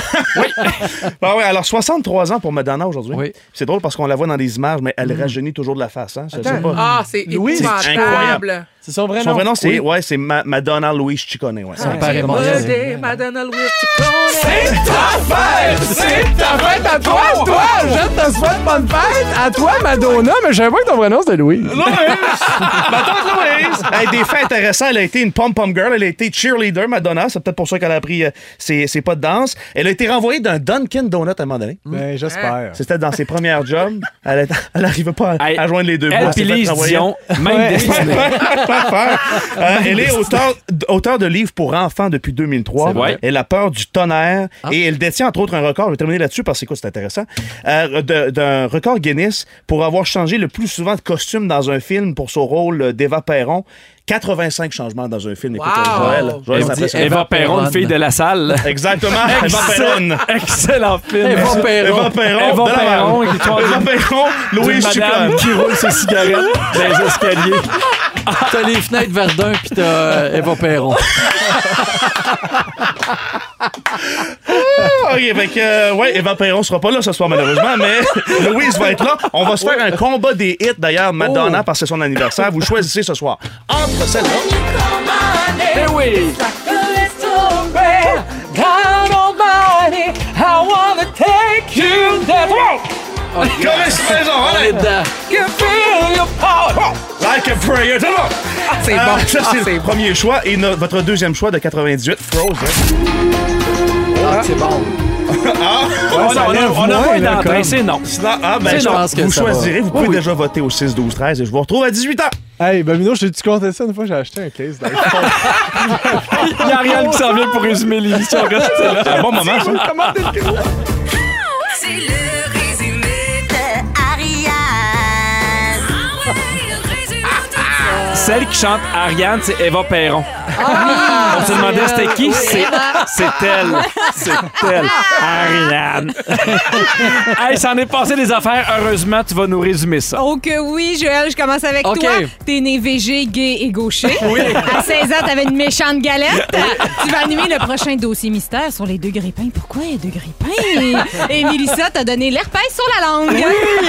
Speaker 9: Ah ouais, alors 63 ans pour Madonna aujourd'hui.
Speaker 4: Oui. Mm.
Speaker 9: C'est drôle parce qu'on la voit dans des images, mais elle rajeunit toujours de la face. Hein? Je sais
Speaker 3: Attends.
Speaker 9: pas.
Speaker 2: Ah, c'est
Speaker 3: Louis, c'est
Speaker 2: épouvantable.
Speaker 3: C'est son vrai nom.
Speaker 9: Son vrai nom, c'est
Speaker 3: Oui.
Speaker 9: ouais, c'est Ma- Madonna Louise Chicone. Ouais.
Speaker 4: Ça me paraît
Speaker 2: Moi,
Speaker 4: mondial.
Speaker 2: j'ai Madonna Louis, tu connais.
Speaker 3: C'est ta fête à toi, toi! Je te souhaite bonne fête à toi, Madonna, mais je savais pas que ton vrai nom c'était Louis.
Speaker 9: Louise! Ma tante Louise! Hey, des faits intéressants, elle a été une pom-pom girl, elle a été cheerleader, Madonna. C'est peut-être pour ça qu'elle a appris euh, ses, ses pas de danse. Elle a été renvoyée d'un Dunkin' Donut à un moment donné.
Speaker 3: Ben, j'espère.
Speaker 9: C'était dans ses premières jobs. Elle est- elle n'arrivait pas à,
Speaker 1: Hey,
Speaker 9: à joindre les deux bouts.
Speaker 1: Elle
Speaker 9: s'est
Speaker 1: puis
Speaker 9: fait
Speaker 1: Lise
Speaker 9: renvoyer.
Speaker 1: Dion, même destinée.
Speaker 9: *laughs* Pas peur. Euh, elle est auteur, auteur de livres pour enfants depuis 2003.
Speaker 1: C'est vrai. Ah.
Speaker 9: Elle a peur du tonnerre et elle détient entre autres un record. Je vais terminer là-dessus parce que écoute, c'est intéressant. Euh, de- D'un record Guinness pour avoir changé le plus souvent de costume dans un film pour son rôle euh, d'Eva Perron. 85 changements dans un film. Écoute,
Speaker 2: Wow.
Speaker 9: Joël, Joël,
Speaker 4: On
Speaker 9: ça
Speaker 4: dit
Speaker 9: fait ça.
Speaker 1: Eva Perron,
Speaker 4: Perron.
Speaker 1: une fille de la salle.
Speaker 9: Exactement. Eva Perron.
Speaker 1: Excellent, excellent film.
Speaker 4: Eva Perron.
Speaker 9: Eva Perron.
Speaker 1: Eva
Speaker 9: de la
Speaker 1: Perron,
Speaker 9: merde.
Speaker 1: qui tourne-
Speaker 9: Eva Perron.
Speaker 1: Une
Speaker 9: Louise
Speaker 1: madame
Speaker 9: Chicone.
Speaker 1: qui roule ses cigarettes dans les escaliers.
Speaker 4: T'as les fenêtres Verdun, puis t'as euh, Eva Perron.
Speaker 9: OK, fait que, euh, ouais, Eva Perron sera pas là ce soir, malheureusement, mais *laughs* Louise va être là. On va se faire un combat des hits, d'ailleurs,
Speaker 2: Oh.
Speaker 9: Madonna, parce que c'est son anniversaire. Vous choisissez ce soir. Entre celle-là.
Speaker 1: Eh oui!
Speaker 9: Correspondant, allez!
Speaker 4: Dedans.
Speaker 9: Like a prayer, tout le monde.
Speaker 2: C'est
Speaker 9: Ah,
Speaker 2: bon.
Speaker 9: ça,
Speaker 2: Ah,
Speaker 9: c'est
Speaker 2: c'est
Speaker 9: le premier choix. Et no- votre deuxième choix de 98, Frozen.
Speaker 4: Ah, c'est bon.
Speaker 1: On a- on a- on a pas
Speaker 3: Ah, moins,
Speaker 1: une
Speaker 3: là,
Speaker 1: entrée,
Speaker 3: comme.
Speaker 1: c'est non. *laughs*
Speaker 9: Sinon, ah, ben,
Speaker 4: C'est
Speaker 9: je-
Speaker 4: je pense que
Speaker 9: vous
Speaker 4: ça va.
Speaker 9: choisirez. Vous pouvez déjà voter au 6, 12, 13 et je vous retrouve à 18 ans.
Speaker 3: Hey, Bamino, je t'ai-tu compté ça une fois? J'ai acheté un case d'iPhone.
Speaker 1: Il n'y a rien qui s'en vient pour résumer l'émission. Restez là.
Speaker 9: C'est un bon moment, ça.
Speaker 10: C'est le résumé de Ariane. Ah ouais, le résumé de
Speaker 8: ah.
Speaker 1: Celle qui chante Ariane, c'est Eva Perron. On se demandait c'était qui? C'est c'est elle. C'est elle. Ariane. *laughs* hey, s'en est passé des affaires. Heureusement, tu vas nous résumer ça.
Speaker 11: Oh que oui, Joël, je commence avec
Speaker 1: OK.
Speaker 11: toi. T'es né VG, gay et
Speaker 10: *laughs*
Speaker 11: gaucher. À 16 ans, t'avais une méchante galette. Tu vas animer le prochain dossier mystère sur les deux grippins. Pourquoi les deux grippins? Et Mélissa t'a donné l'herpès sur la langue. Oui.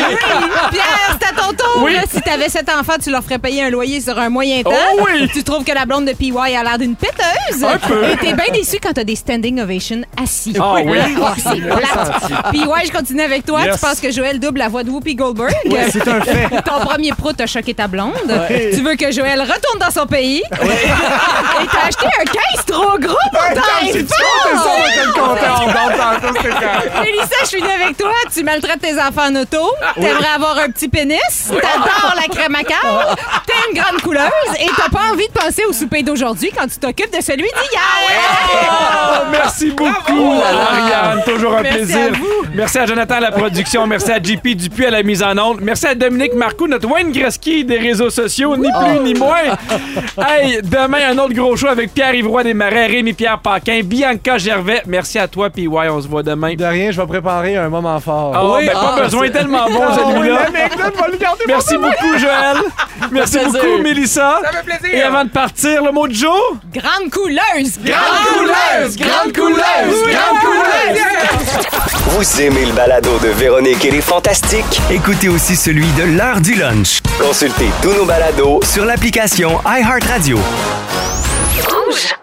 Speaker 11: Pierre, c'est à ton tour.
Speaker 10: Oui.
Speaker 11: Là, si t'avais cet enfant, tu leur ferais payer un loyer sur un moyen temps.
Speaker 10: Oh oui.
Speaker 11: Tu trouves que la blonde de PY a l'air d'une péteuse.
Speaker 10: Un peu.
Speaker 11: Et t'es bien déçu quand t'as des standing ovations assis.
Speaker 10: Ah oui.
Speaker 11: Oh, c'est plate. Puis ouais, je continue avec toi.
Speaker 10: Yes.
Speaker 11: Tu penses que Joël double la voix de Whoopi Goldberg?
Speaker 10: Ouais, c'est un fait.
Speaker 11: *laughs* Ton premier prout a choqué ta blonde.
Speaker 10: Ouais.
Speaker 11: Tu veux que Joël retourne dans son pays. *laughs* Et t'as acheté un case trop gros pour
Speaker 10: Ouais,
Speaker 11: ta
Speaker 10: non, c'est
Speaker 11: iPhone.
Speaker 10: trop, ça, on était contents, on danse dans ça, c'était clair.
Speaker 11: Mélissa, je suis venue avec toi. Tu maltraites tes enfants en auto.
Speaker 10: Oui.
Speaker 11: T'aimerais avoir un petit pénis.
Speaker 10: Oui.
Speaker 11: T'adores la crème à cœur. T'es une grande couleuse. Et t'as pas envie de penser au souper d'aujourd'hui quand tu t'occupes de celui d'hier.
Speaker 1: Oh, merci beaucoup, Ariane. Toujours un
Speaker 11: Merci
Speaker 1: plaisir.
Speaker 11: à vous.
Speaker 1: Merci à Jonathan à la production. Merci à JP Dupuis à la mise en onde. Merci à Dominique Marcoux, notre Wayne Gretzky des réseaux sociaux, ni plus
Speaker 11: Oh.
Speaker 1: ni moins. Hey, demain, un autre gros show avec Pierre Ivroy des Marais, Rémi-Pierre Paquin, Bianca Gervais. Merci à toi, PY. On se voit demain.
Speaker 6: De rien, je vais préparer un moment fort.
Speaker 1: Ah, ben, pas besoin, tellement bon,
Speaker 11: Ah,
Speaker 1: celui-là. Merci beaucoup, Joël. Merci
Speaker 11: plaisir.
Speaker 1: beaucoup, Mélissa.
Speaker 11: Ça fait plaisir.
Speaker 1: Et avant de partir, le mot de jour?
Speaker 11: Grande couleuse!
Speaker 12: Vous aimez le balado de Véronique et les Fantastiques? Écoutez aussi celui de l'heure du lunch. Consultez tous nos balados sur l'application iHeartRadio.
Speaker 10: Rouge.